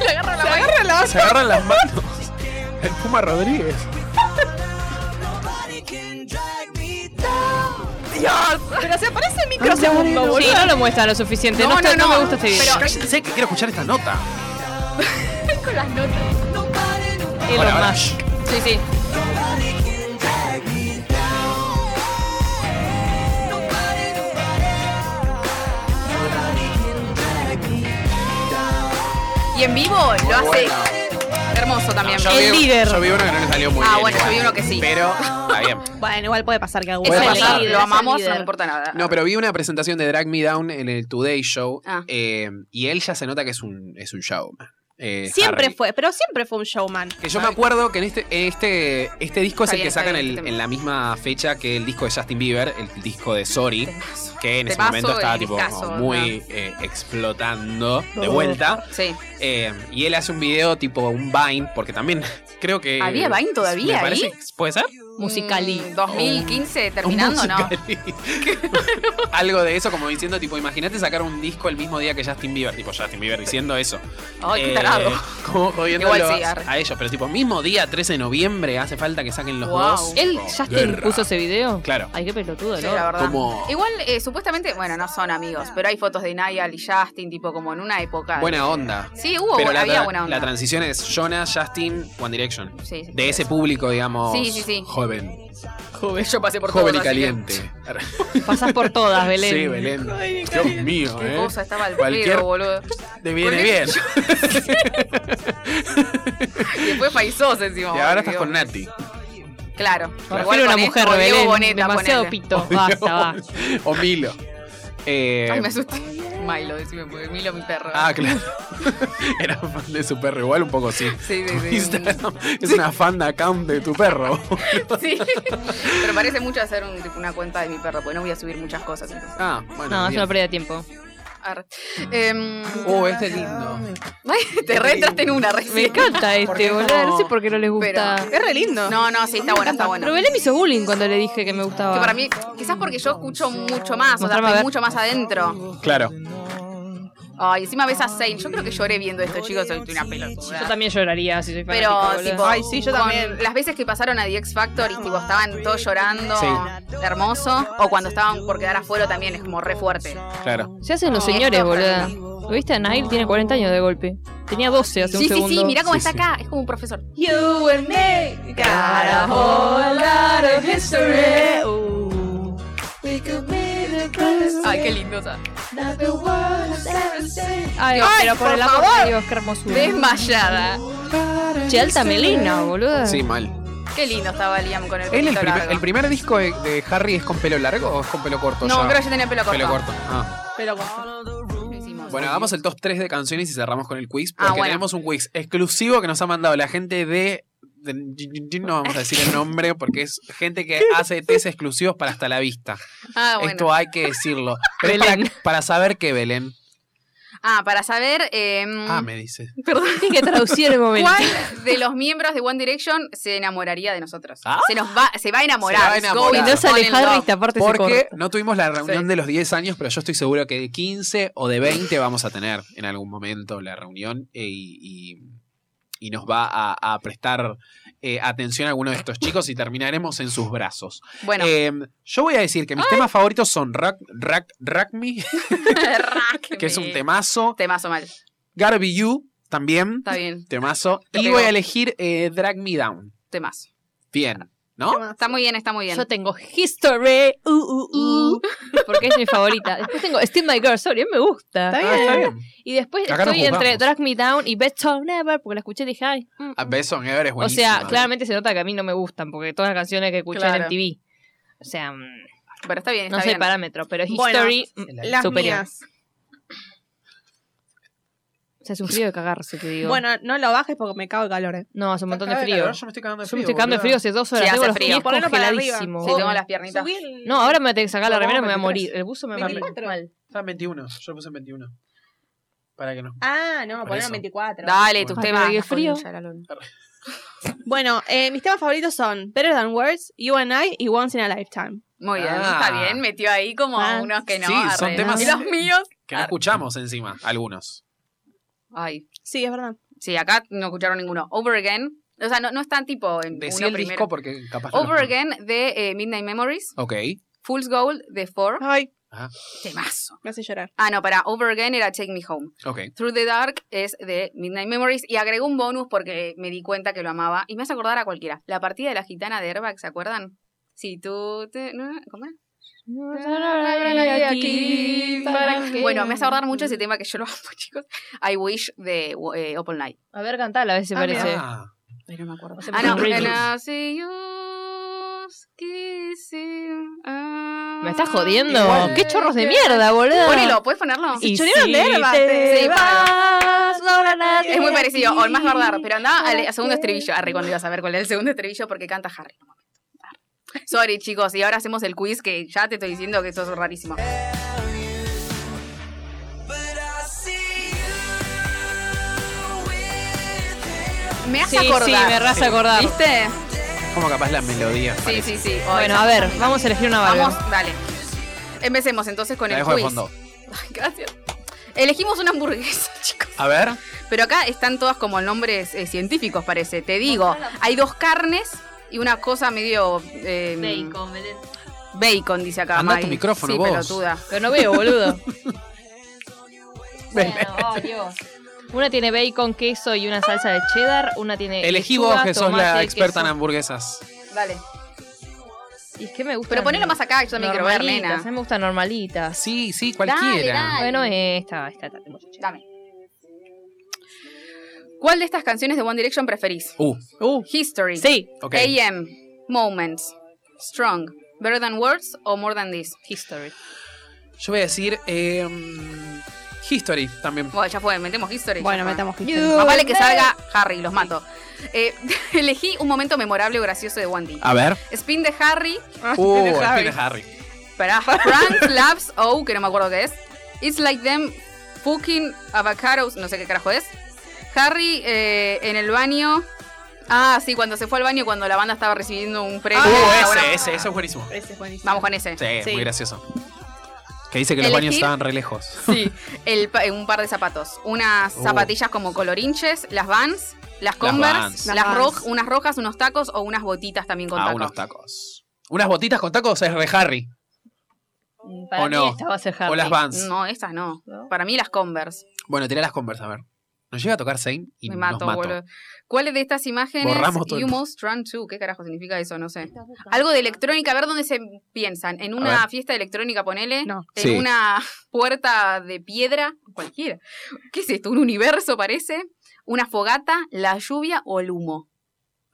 Speaker 2: Le agarra la mano.
Speaker 1: Ah, Se agarran las manos. El Puma Rodríguez.
Speaker 3: Pero se aparece en microsegundo,
Speaker 5: Sí,
Speaker 3: boludo.
Speaker 5: no lo muestra lo suficiente. No,
Speaker 2: No,
Speaker 5: está-
Speaker 2: no,
Speaker 5: no me
Speaker 2: no.
Speaker 5: gusta este video.
Speaker 2: Pero-
Speaker 1: Cállense que quiero escuchar esta nota.
Speaker 5: Elon
Speaker 1: Ahora, ahora.
Speaker 5: Musk. Sí, sí.
Speaker 2: Y en vivo lo hace hermoso también.
Speaker 1: Yo
Speaker 5: El
Speaker 1: vi-
Speaker 5: líder.
Speaker 1: Yo vi uno que no le salió muy
Speaker 2: Ah,
Speaker 1: bien.
Speaker 2: bueno, yo
Speaker 1: igual.
Speaker 2: vi uno que sí.
Speaker 1: Pero está bien.
Speaker 3: Bueno, igual puede pasar que algo
Speaker 5: Puede
Speaker 2: es el
Speaker 5: pasar.
Speaker 2: líder, lo
Speaker 5: Es el
Speaker 2: amamos, no
Speaker 5: líder.
Speaker 2: me importa nada.
Speaker 1: No, pero vi una presentación de Drag Me Down en el Today Show
Speaker 2: Ah.
Speaker 1: eh, y él ya se nota que es un, es un showman. eh,
Speaker 3: Siempre
Speaker 1: Harry.
Speaker 3: fue, pero siempre fue un showman.
Speaker 1: Que yo me acuerdo que en este, este, este disco es
Speaker 2: Está
Speaker 1: el
Speaker 2: bien,
Speaker 1: que
Speaker 2: está
Speaker 1: sacan
Speaker 2: bien,
Speaker 1: el-
Speaker 2: está bien.
Speaker 1: en la misma fecha que el disco de Justin Bieber, el disco de Sorry, que en ese
Speaker 2: Temazo
Speaker 1: momento estaba
Speaker 2: y
Speaker 1: tipo
Speaker 2: discazo,
Speaker 1: como
Speaker 2: ¿verdad?
Speaker 1: muy eh, explotando de vuelta.
Speaker 2: Sí.
Speaker 1: Eh, y él hace un video tipo un Vine, porque también creo que...
Speaker 2: ¿Había Vine todavía
Speaker 1: me parece
Speaker 2: ahí?
Speaker 1: que- ¿Puede ser?
Speaker 5: Musicali.
Speaker 2: Mm, 2015 terminando,
Speaker 1: Un
Speaker 2: ¿no?
Speaker 1: musical.ly. Algo de eso, como diciendo, tipo, imagínate sacar un disco el mismo día que Justin Bieber. Tipo, Justin Bieber diciendo eso.
Speaker 2: Ay, qué
Speaker 1: Eh,
Speaker 2: tarado.
Speaker 1: Como jodiéndolo
Speaker 2: Igual sí,
Speaker 1: a,
Speaker 2: arre.
Speaker 1: a ellos. Pero, tipo, mismo día, 13 de noviembre, hace falta que saquen los
Speaker 2: Wow.
Speaker 1: dos.
Speaker 5: ¿Él
Speaker 1: Tipo,
Speaker 5: Justin
Speaker 1: guerra.
Speaker 5: puso ese video?
Speaker 1: Claro.
Speaker 5: Ay, qué pelotudo,
Speaker 2: Sí,
Speaker 5: ¿no?
Speaker 2: la verdad.
Speaker 1: Como-
Speaker 2: Igual, eh, supuestamente, bueno, no son amigos, pero hay fotos de Niall y Justin, tipo como en una época.
Speaker 1: Buena onda.
Speaker 2: Sí, hubo,
Speaker 1: Pero la,
Speaker 2: había
Speaker 1: tra-
Speaker 2: buena onda.
Speaker 1: la transición es Jonas, Justin, One Direction.
Speaker 2: Sí, sí,
Speaker 1: De
Speaker 2: sí.
Speaker 1: ese público, digamos,
Speaker 2: Sí, sí, sí.
Speaker 1: joven.
Speaker 2: Yo pasé por
Speaker 1: joven
Speaker 2: todos,
Speaker 1: y
Speaker 2: así que-
Speaker 1: caliente.
Speaker 5: Pasás por todas, Belén.
Speaker 1: Sí, Belén. Dios mío,
Speaker 2: Qué
Speaker 1: eh.
Speaker 2: cosa, estaba al
Speaker 1: Cualquier-
Speaker 2: pedo, boludo.
Speaker 1: Te viene
Speaker 2: ¿Por qué?
Speaker 1: bien.
Speaker 2: Y después paisos encima.
Speaker 1: Y ahora
Speaker 2: boludo.
Speaker 1: estás con Nati.
Speaker 2: Claro. Igual
Speaker 5: Prefiero una
Speaker 2: ponés,
Speaker 5: mujer
Speaker 2: o Diego
Speaker 5: rebelde.
Speaker 2: Boneta,
Speaker 5: demasiado
Speaker 2: ponele.
Speaker 5: pito. Basta, va.
Speaker 1: O Milo. Eh,
Speaker 2: Ay, me asusté. Milo, decime, porque Milo, mi perro.
Speaker 1: ah, claro. Era fan de su perro, igual un poco sí.
Speaker 2: Sí,
Speaker 1: Tu
Speaker 2: sí, sí.
Speaker 1: Instagram es una fan de account de tu perro.
Speaker 2: Sí. Pero parece mucho hacer un- tipo, una cuenta de mi perro, porque no voy a subir muchas cosas. entonces.
Speaker 1: Ah, bueno.
Speaker 5: No, es
Speaker 1: bien.
Speaker 5: una pérdida de tiempo.
Speaker 2: Arre. Em,
Speaker 1: Oh, este es lindo.
Speaker 2: ay, te reentraste en una recién.
Speaker 5: Me encanta este, boludo. No sé por qué no les gusta.
Speaker 2: Pero-
Speaker 3: Es re lindo.
Speaker 2: No, no, sí, está bueno, está bueno.
Speaker 5: Pero Belén me hizo bullying cuando le dije que me gustaba.
Speaker 2: Que para mí, quizás porque yo escucho mucho más, o sea,
Speaker 5: Mostrame a ver.
Speaker 2: estoy mucho más adentro.
Speaker 1: Claro.
Speaker 2: Ay, encima ves a Zayn. Yo creo que lloré viendo esto, chicos, soy una pelotuda.
Speaker 5: Yo también lloraría si soy
Speaker 2: Pero,
Speaker 5: fanático, boludo.
Speaker 2: tipo,
Speaker 3: Ay, sí, yo
Speaker 2: con
Speaker 3: también.
Speaker 2: Las veces que pasaron a The X Factor y tipo, estaban todos llorando,
Speaker 1: Sí.
Speaker 2: hermoso. O cuando estaban por quedar afuera también es como re fuerte.
Speaker 1: Claro.
Speaker 5: Se hacen los
Speaker 2: No,
Speaker 5: señores,
Speaker 2: esto-
Speaker 5: boluda. ¿Lo viste? Nail tiene 40 años de golpe. Tenía 12 hace
Speaker 2: Sí,
Speaker 5: un
Speaker 2: sí,
Speaker 5: segundo.
Speaker 2: sí, mirá cómo
Speaker 1: Sí,
Speaker 2: está
Speaker 1: sí.
Speaker 2: acá. Es como un profesor.
Speaker 3: You and me got a whole lot of history. Ooh. We could be the greatest
Speaker 2: Ay, qué lindo, o sea.
Speaker 3: that the world has ever seen.
Speaker 5: Ay,
Speaker 2: Ay,
Speaker 5: pero por,
Speaker 2: por
Speaker 5: el amor
Speaker 2: favor.
Speaker 5: de Dios, qué hermosura.
Speaker 2: Desmayada.
Speaker 5: Che, alta melina, boluda.
Speaker 1: Sí, mal.
Speaker 2: Qué lindo estaba Liam con el
Speaker 1: ¿Él el,
Speaker 2: pelito
Speaker 1: primer-
Speaker 2: largo.
Speaker 1: el primer disco de, de Harry es con pelo largo o es con pelo corto?
Speaker 2: No,
Speaker 1: ya?
Speaker 2: creo que yo tenía pelo corto.
Speaker 1: Pelo corto. Ah.
Speaker 3: Pero bueno.
Speaker 2: Lo hicimos.
Speaker 1: Bueno, hagamos el top 3 de canciones y cerramos con el quiz.
Speaker 2: Ah,
Speaker 1: Porque
Speaker 2: bueno.
Speaker 1: tenemos un quiz exclusivo que nos ha mandado la gente de. de- no vamos a decir el nombre porque es gente que hace test exclusivos para hasta la vista.
Speaker 2: Ah, bueno.
Speaker 1: Esto hay que decirlo. Pero es
Speaker 5: Belén.
Speaker 1: para, para saber que Belén.
Speaker 2: Ah, para saber. eh,
Speaker 1: Ah, me dice.
Speaker 2: Perdón.
Speaker 5: Tiene que traducir el momento.
Speaker 2: ¿Cuál de los miembros de One Direction se enamoraría de nosotros?
Speaker 1: Ah.
Speaker 2: Se nos va, se va a enamorar.
Speaker 1: Se va a
Speaker 2: It's
Speaker 1: enamorar.
Speaker 2: going
Speaker 5: Y no sale
Speaker 2: on in
Speaker 5: Harry,
Speaker 2: love.
Speaker 5: esta parte se
Speaker 1: Porque
Speaker 5: corta.
Speaker 1: no tuvimos la reunión
Speaker 2: Sí.
Speaker 1: de los 10 años, pero yo estoy seguro que de 15 o de 20 vamos a tener en algún momento la reunión e- y, y- y nos va a, a prestar eh, atención a alguno de estos chicos y terminaremos en sus brazos.
Speaker 2: Bueno,
Speaker 1: Eh, yo voy a decir que mis temas favoritos son Rack, Rack, Rack Me,
Speaker 2: Rack
Speaker 1: Eh, que es
Speaker 2: me.
Speaker 1: un temazo,
Speaker 2: Temazo mal.
Speaker 1: Garby You también,
Speaker 2: Está bien,
Speaker 1: temazo,
Speaker 2: Te
Speaker 1: y
Speaker 2: pegó.
Speaker 1: voy a elegir eh, Drag Me Down.
Speaker 2: temazo.
Speaker 1: Bien, ¿no?
Speaker 2: Está muy bien, está muy bien.
Speaker 5: Yo tengo History, uh, uh, uh, porque es mi favorita. Después tengo Steal My Girl, sorry, me gusta.
Speaker 3: Está
Speaker 1: Ah, está bien.
Speaker 5: Y después
Speaker 1: Acá no
Speaker 5: estoy entre
Speaker 1: juzgamos.
Speaker 5: Drag Me Down y Best Song Never, porque la escuché y dije, ay. mm, mm.
Speaker 1: A Best on Ever es
Speaker 5: o
Speaker 1: buenísima.
Speaker 5: sea, claramente se nota que a mí no me gustan, porque todas las canciones que escuché
Speaker 2: Claro.
Speaker 5: en TV. O sea, mm,
Speaker 2: Pero está bien, está
Speaker 5: no sé
Speaker 2: bien.
Speaker 5: el parámetro, pero
Speaker 3: Bueno.
Speaker 5: History mm,
Speaker 3: Las
Speaker 5: Superior.
Speaker 3: mías.
Speaker 5: se hace un frío de cagarse, te digo.
Speaker 3: Bueno, no lo bajes porque me cago de calor, eh.
Speaker 5: no, hace un montón de
Speaker 1: Está
Speaker 5: frío.
Speaker 1: calor, Yo me estoy cagando de
Speaker 5: Yo
Speaker 1: frío.
Speaker 5: me estoy cagando de frío
Speaker 1: boluda.
Speaker 5: hace dos
Speaker 2: Sí,
Speaker 5: horas.
Speaker 2: hace
Speaker 5: tengo los
Speaker 2: frío.
Speaker 5: pies
Speaker 3: Ponelo para arriba.
Speaker 5: congeladísimos.
Speaker 2: Sí, tengo las piernitas.
Speaker 3: Subí el-
Speaker 5: No, ahora me voy a tener que sacar la
Speaker 3: Nos
Speaker 5: remera, me voy a
Speaker 3: vamos
Speaker 5: morir.
Speaker 3: 23.
Speaker 5: El buzo me va a
Speaker 3: 24.
Speaker 5: mal.
Speaker 1: Está en 21, yo puse en 21. Para que no.
Speaker 3: Ah, no,
Speaker 1: Por
Speaker 3: ponelo
Speaker 1: eso.
Speaker 3: 24.
Speaker 2: Dale, tus
Speaker 5: Ay,
Speaker 2: temas.
Speaker 5: pero qué frío.
Speaker 2: Joder, ya la luna.
Speaker 3: Bueno, eh, mis temas favoritos son Better Than Words, You and I y Once in a Lifetime.
Speaker 2: Muy bien,
Speaker 1: Ah.
Speaker 2: está bien. Metió ahí como
Speaker 3: Ah.
Speaker 2: unos que no.
Speaker 1: Sí, son
Speaker 2: arre.
Speaker 1: temas-
Speaker 2: Y los míos.
Speaker 1: Que no escuchamos encima, algunos.
Speaker 2: Ay,
Speaker 3: Sí, es verdad.
Speaker 2: sí, acá no escucharon ninguno. Over Again. O sea, no, no están tipo en
Speaker 1: Decí
Speaker 2: uno
Speaker 1: el
Speaker 2: primero.
Speaker 1: disco porque capaz. no
Speaker 2: Over
Speaker 1: los-
Speaker 2: Again de eh, Midnight Memories.
Speaker 1: Ok.
Speaker 2: Fool's Gold de Four.
Speaker 3: Ay,
Speaker 2: Temazo.
Speaker 3: me hace llorar.
Speaker 2: Ah, no, para Over Again era Take Me Home.
Speaker 1: Ok.
Speaker 2: Through the Dark es de Midnight Memories y agregó un bonus porque me di cuenta que lo amaba y me hace acordar a cualquiera. La partida de la gitana de Airbag, ¿se acuerdan? Si tú te... no, ¿Cómo era? Bueno, me hace acordar mucho ese tema que yo lo amo, chicos. I Wish de eh, Opal Night.
Speaker 5: A ver, cantala, a ver si
Speaker 3: Ah,
Speaker 5: parece.
Speaker 1: Ah,
Speaker 2: Pero no me acuerdo.
Speaker 5: Hacemos
Speaker 2: Ah, no.
Speaker 5: un remix.
Speaker 2: And I see you kissing, ah.
Speaker 5: ¿Me estás jodiendo?
Speaker 1: Igual.
Speaker 5: ¡Qué chorros de mierda, boludo!
Speaker 2: Ponelo, ¿puedes ponerlo?
Speaker 5: Y
Speaker 3: Se chorearon
Speaker 5: si
Speaker 3: de Herba,
Speaker 5: te
Speaker 3: te-
Speaker 2: sí,
Speaker 5: vas, no habrá nadie
Speaker 2: Es muy parecido, o el más
Speaker 5: aquí.
Speaker 2: bardar, pero andaba al, al segundo estribillo. Arre, cuando iba a saber cuál era el segundo estribillo, porque canta Harry. en un momento. Arre. Sorry, chicos, y ahora hacemos el quiz que ya te estoy diciendo que sos rarísimo. Me hace
Speaker 5: Sí,
Speaker 2: acordar.
Speaker 5: sí, me raza acordar.
Speaker 2: ¿Viste?
Speaker 1: como capaz la melodía.
Speaker 2: Sí,
Speaker 1: parece.
Speaker 2: sí, sí. Ay,
Speaker 5: Bueno,
Speaker 2: ya.
Speaker 5: a ver, vamos a elegir una válvula.
Speaker 2: Vamos, dale. Empecemos entonces con
Speaker 1: La
Speaker 2: el
Speaker 1: dejo de
Speaker 2: quiz.
Speaker 1: fondo.
Speaker 2: Ay, Gracias. Elegimos una hamburguesa, chicos.
Speaker 1: A ver.
Speaker 2: Pero acá están todas como nombres eh, científicos, parece. Te digo, hay dos carnes y una cosa medio. eh, Bacon, dice acá.
Speaker 1: Andá tu
Speaker 2: Maggie.
Speaker 1: micrófono,
Speaker 2: sí,
Speaker 1: vos.
Speaker 2: pelotuda.
Speaker 5: Pero no veo, boludo. Bueno, oh, Dios. Una tiene bacon, queso y una salsa de cheddar. Una
Speaker 2: Eh,
Speaker 5: tiene.
Speaker 1: Elegí
Speaker 5: lechuga,
Speaker 1: vos, que sos
Speaker 5: tomate,
Speaker 1: la experta en
Speaker 5: queso.
Speaker 1: hamburguesas.
Speaker 2: Dale.
Speaker 5: Y es que me gusta.
Speaker 2: Pero ponelo más acá, que yo también quiero ver,
Speaker 5: normalitas, A
Speaker 2: nena.
Speaker 5: mí me gustan
Speaker 1: Ah,
Speaker 5: normalitas.
Speaker 1: Sí, sí, cualquiera.
Speaker 2: dale.
Speaker 5: Bueno, esta, esta, esta. tengo cheddar.
Speaker 2: Dame. ¿Cuál de estas canciones de One Direction preferís?
Speaker 1: Uh,
Speaker 2: History.
Speaker 5: Sí.
Speaker 1: ok.
Speaker 2: AM. Moments. Strong. Better than words o more than this.
Speaker 5: History.
Speaker 1: Yo voy a decir eh, History también.
Speaker 2: Bueno, ya fue, metemos history. ya
Speaker 3: Bueno,
Speaker 2: fue.
Speaker 3: metamos que
Speaker 2: Más vale que salga Harry, los mato. Eh, elegí un momento memorable o gracioso de Wandy.
Speaker 1: A ver.
Speaker 2: Spin de Ah, Harry.
Speaker 1: Uh, el
Speaker 3: Harry.
Speaker 1: fin de Harry.
Speaker 2: Pará. Frank Labs O, que no me acuerdo qué es. It's like them fucking avocados. No sé qué carajo es. Harry eh, en el baño. Ah, sí, cuando se fue al baño cuando la banda estaba recibiendo un premio.
Speaker 1: Uh,
Speaker 2: Ah, bueno.
Speaker 1: ese, ese, ese es buenísimo.
Speaker 3: Ese es buenísimo.
Speaker 2: Vamos con ese.
Speaker 1: Sí,
Speaker 3: Sí.
Speaker 1: muy gracioso. Que dice que los
Speaker 2: Elegir-
Speaker 1: baños estaban re lejos.
Speaker 2: Sí, el pa- un par de zapatos. Unas
Speaker 1: Oh.
Speaker 2: zapatillas como colorinches, las Vans, las
Speaker 1: Vans.
Speaker 2: Converse,
Speaker 3: Las
Speaker 2: las
Speaker 3: Vans.
Speaker 2: ro- unas rojas, unos tacos o unas botitas también con
Speaker 1: ah,
Speaker 2: tacos.
Speaker 1: unos tacos. Unas botitas con tacos es re Harry.
Speaker 5: Para
Speaker 2: Mm,
Speaker 1: ¿O
Speaker 5: mí
Speaker 1: no?
Speaker 5: esta va a ser
Speaker 1: O
Speaker 5: Harry.
Speaker 1: las Vans.
Speaker 2: No, estas no.
Speaker 5: ¿No?
Speaker 2: Para mí las Converse.
Speaker 1: Bueno, tiré las Converse, a ver. Nos llega a tocar Zane y
Speaker 2: Me
Speaker 1: nos
Speaker 2: mato,
Speaker 1: mato,
Speaker 2: boludo. ¿Cuáles de estas imágenes
Speaker 1: Borramos todo
Speaker 2: you
Speaker 1: el-
Speaker 2: most run to? ¿Qué carajo significa eso? No sé. Algo de electrónica, a ver dónde se piensan. En una
Speaker 1: ver.
Speaker 2: fiesta de electrónica, ponele.
Speaker 3: No.
Speaker 2: En
Speaker 1: Sí.
Speaker 2: una puerta de piedra, cualquiera. ¿Qué es esto? ¿Un universo parece? ¿Una fogata? ¿La lluvia o el humo?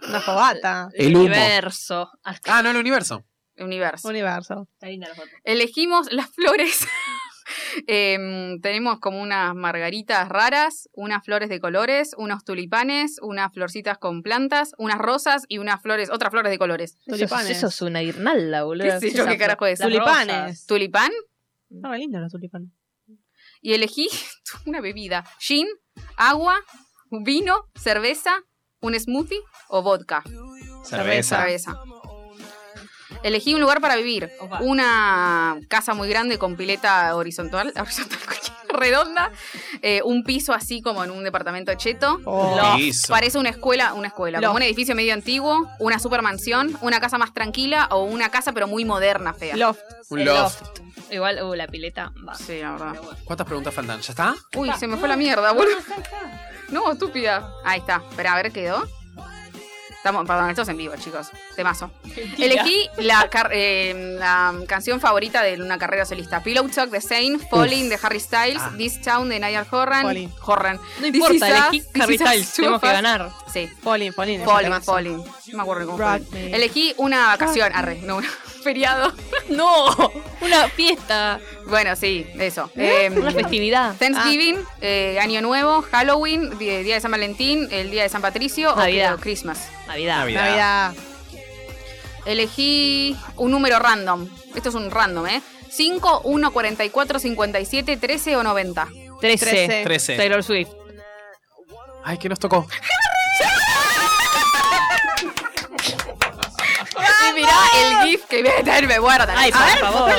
Speaker 3: Una fogata.
Speaker 1: El humo.
Speaker 5: Universo. Ah,
Speaker 1: Ah, no, el universo.
Speaker 2: El universo.
Speaker 3: Universo.
Speaker 5: está linda la foto.
Speaker 2: Elegimos las flores. Em, tenemos como unas margaritas raras, unas flores de colores, unos tulipanes, unas florcitas con plantas, unas rosas y unas flores, otras flores de colores.
Speaker 5: Eso,
Speaker 3: Tulipanes.
Speaker 5: eso es una guirnalda, boludo.
Speaker 2: ¿Qué sé yo
Speaker 5: Esa-
Speaker 2: qué carajo es?
Speaker 5: las
Speaker 3: Tulipanes.
Speaker 5: rosas.
Speaker 2: Tulipán
Speaker 3: Estaba lindo los tulipanes.
Speaker 2: y elegí una bebida, gin, agua, vino, cerveza, un smoothie o vodka.
Speaker 1: Cerveza.
Speaker 2: Cerveza. Elegí un lugar para vivir.
Speaker 5: Opa.
Speaker 2: Una casa muy grande con pileta horizontal, horizontal redonda. eh, un piso así como en un departamento cheto.
Speaker 3: Oh.
Speaker 1: ¿Qué hizo?
Speaker 2: Parece una escuela, una escuela,
Speaker 3: Loft.
Speaker 2: como un edificio medio antiguo, una supermansión, una casa más tranquila o una casa pero muy moderna, fea.
Speaker 3: Loft.
Speaker 1: Un loft.
Speaker 5: Igual, uh, la pileta. Va.
Speaker 2: Sí, la verdad.
Speaker 1: ¿Cuántas preguntas faltan? ¿Ya está?
Speaker 2: Uy, se me fue la mierda, boludo. No, estúpida. Ahí está. Espera, a ver, quedó. Estamos, perdón, esto es en vivo, chicos. Temazo. Elegí la, car- eh, la canción favorita de una carrera solista. Pillow Talk de Zane, Falling de Harry Styles,
Speaker 1: Ah.
Speaker 2: This Town de Niall Horan.
Speaker 3: Falling.
Speaker 2: Horan.
Speaker 5: No
Speaker 2: This
Speaker 5: importa,
Speaker 2: is
Speaker 5: elegí
Speaker 2: us,
Speaker 5: Harry
Speaker 2: this is us,
Speaker 5: Styles. Tenemos que
Speaker 2: us.
Speaker 5: ganar.
Speaker 2: Sí.
Speaker 3: Falling, falling. es un
Speaker 2: Falling,
Speaker 3: temazo.
Speaker 2: Falling. No me acuerdo cómo fue.
Speaker 3: Rock me.
Speaker 2: Elegí una vacación, arre, no, un feriado.
Speaker 5: ¡No! Una fiesta.
Speaker 2: Bueno, sí, eso.
Speaker 3: ¿Eh?
Speaker 2: Em,
Speaker 5: Una festividad.
Speaker 2: Thanksgiving, eh, Año Nuevo, Halloween, di- Día de San Valentín, el Día de San Patricio
Speaker 5: Navidad.
Speaker 2: o creo, Christmas.
Speaker 5: Navidad.
Speaker 1: Navidad.
Speaker 3: Navidad.
Speaker 2: Elegí un número random. Esto es un random, ¿eh? 5, 1, 44, 57, 13 o 90.
Speaker 5: 13.
Speaker 3: 13.
Speaker 1: 13.
Speaker 5: Taylor Swift.
Speaker 1: Ay, ¿qué nos tocó?
Speaker 2: Y mirá el GIF que voy a tener, me guardan.
Speaker 5: Ay, por
Speaker 2: a ver,
Speaker 5: favor.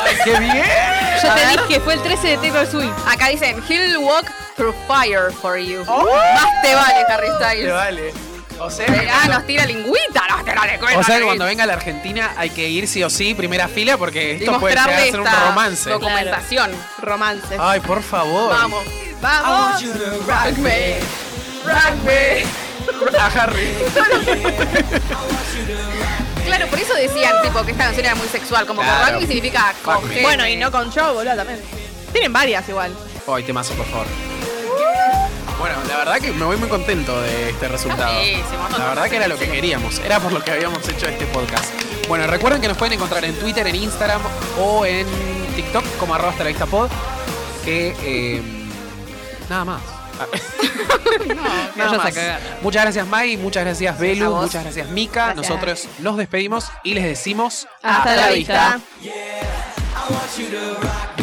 Speaker 1: ¡Ay, qué bien!
Speaker 5: Yo te dije, fue el 13 de Taylor Swift.
Speaker 2: acá dicen, He'll walk through fire for you. Más te vale, Harry
Speaker 1: Te
Speaker 2: Styles.
Speaker 1: vale. O
Speaker 2: Eh,
Speaker 1: sea,
Speaker 2: Ah, nos tira lingüita, nos tira lingüita.
Speaker 1: o sea que
Speaker 2: Harry.
Speaker 1: cuando venga a la Argentina hay que ir sí o sí, primera fila, porque
Speaker 2: Y
Speaker 1: esto puede llegar a
Speaker 2: mostrarle
Speaker 1: ser un
Speaker 2: esta
Speaker 1: romance.
Speaker 2: documentación.
Speaker 3: Romances.
Speaker 1: Ay, por favor.
Speaker 2: Vamos, vamos. Rock me, rock me.
Speaker 1: A Harry.
Speaker 2: Claro, por eso decían tipo que esta canción era muy sexual, como que
Speaker 1: Claro.
Speaker 2: rock me significa
Speaker 1: Rock
Speaker 2: coger.
Speaker 1: me.
Speaker 3: Bueno, y no con show, boludo, también. Tienen varias igual.
Speaker 1: Ay, temazo, por favor. Bueno, la verdad que me voy muy contento de este resultado.
Speaker 2: Buenísimo.
Speaker 1: La verdad que era lo que queríamos, era por lo que habíamos hecho este podcast. Bueno, recuerden que nos pueden encontrar en Twitter, en Instagram o en TikTok como arroba hasta la vista pod. Que eh, nada más. Ah, nada
Speaker 5: vayas a
Speaker 1: más.
Speaker 5: cagar.
Speaker 1: Muchas gracias Mai, muchas gracias
Speaker 2: A
Speaker 1: Belu,
Speaker 2: vos.
Speaker 1: muchas gracias Mika.
Speaker 3: Gracias.
Speaker 1: Nosotros nos despedimos y les decimos
Speaker 3: Hasta la vista.
Speaker 1: vista.
Speaker 6: I want you to rock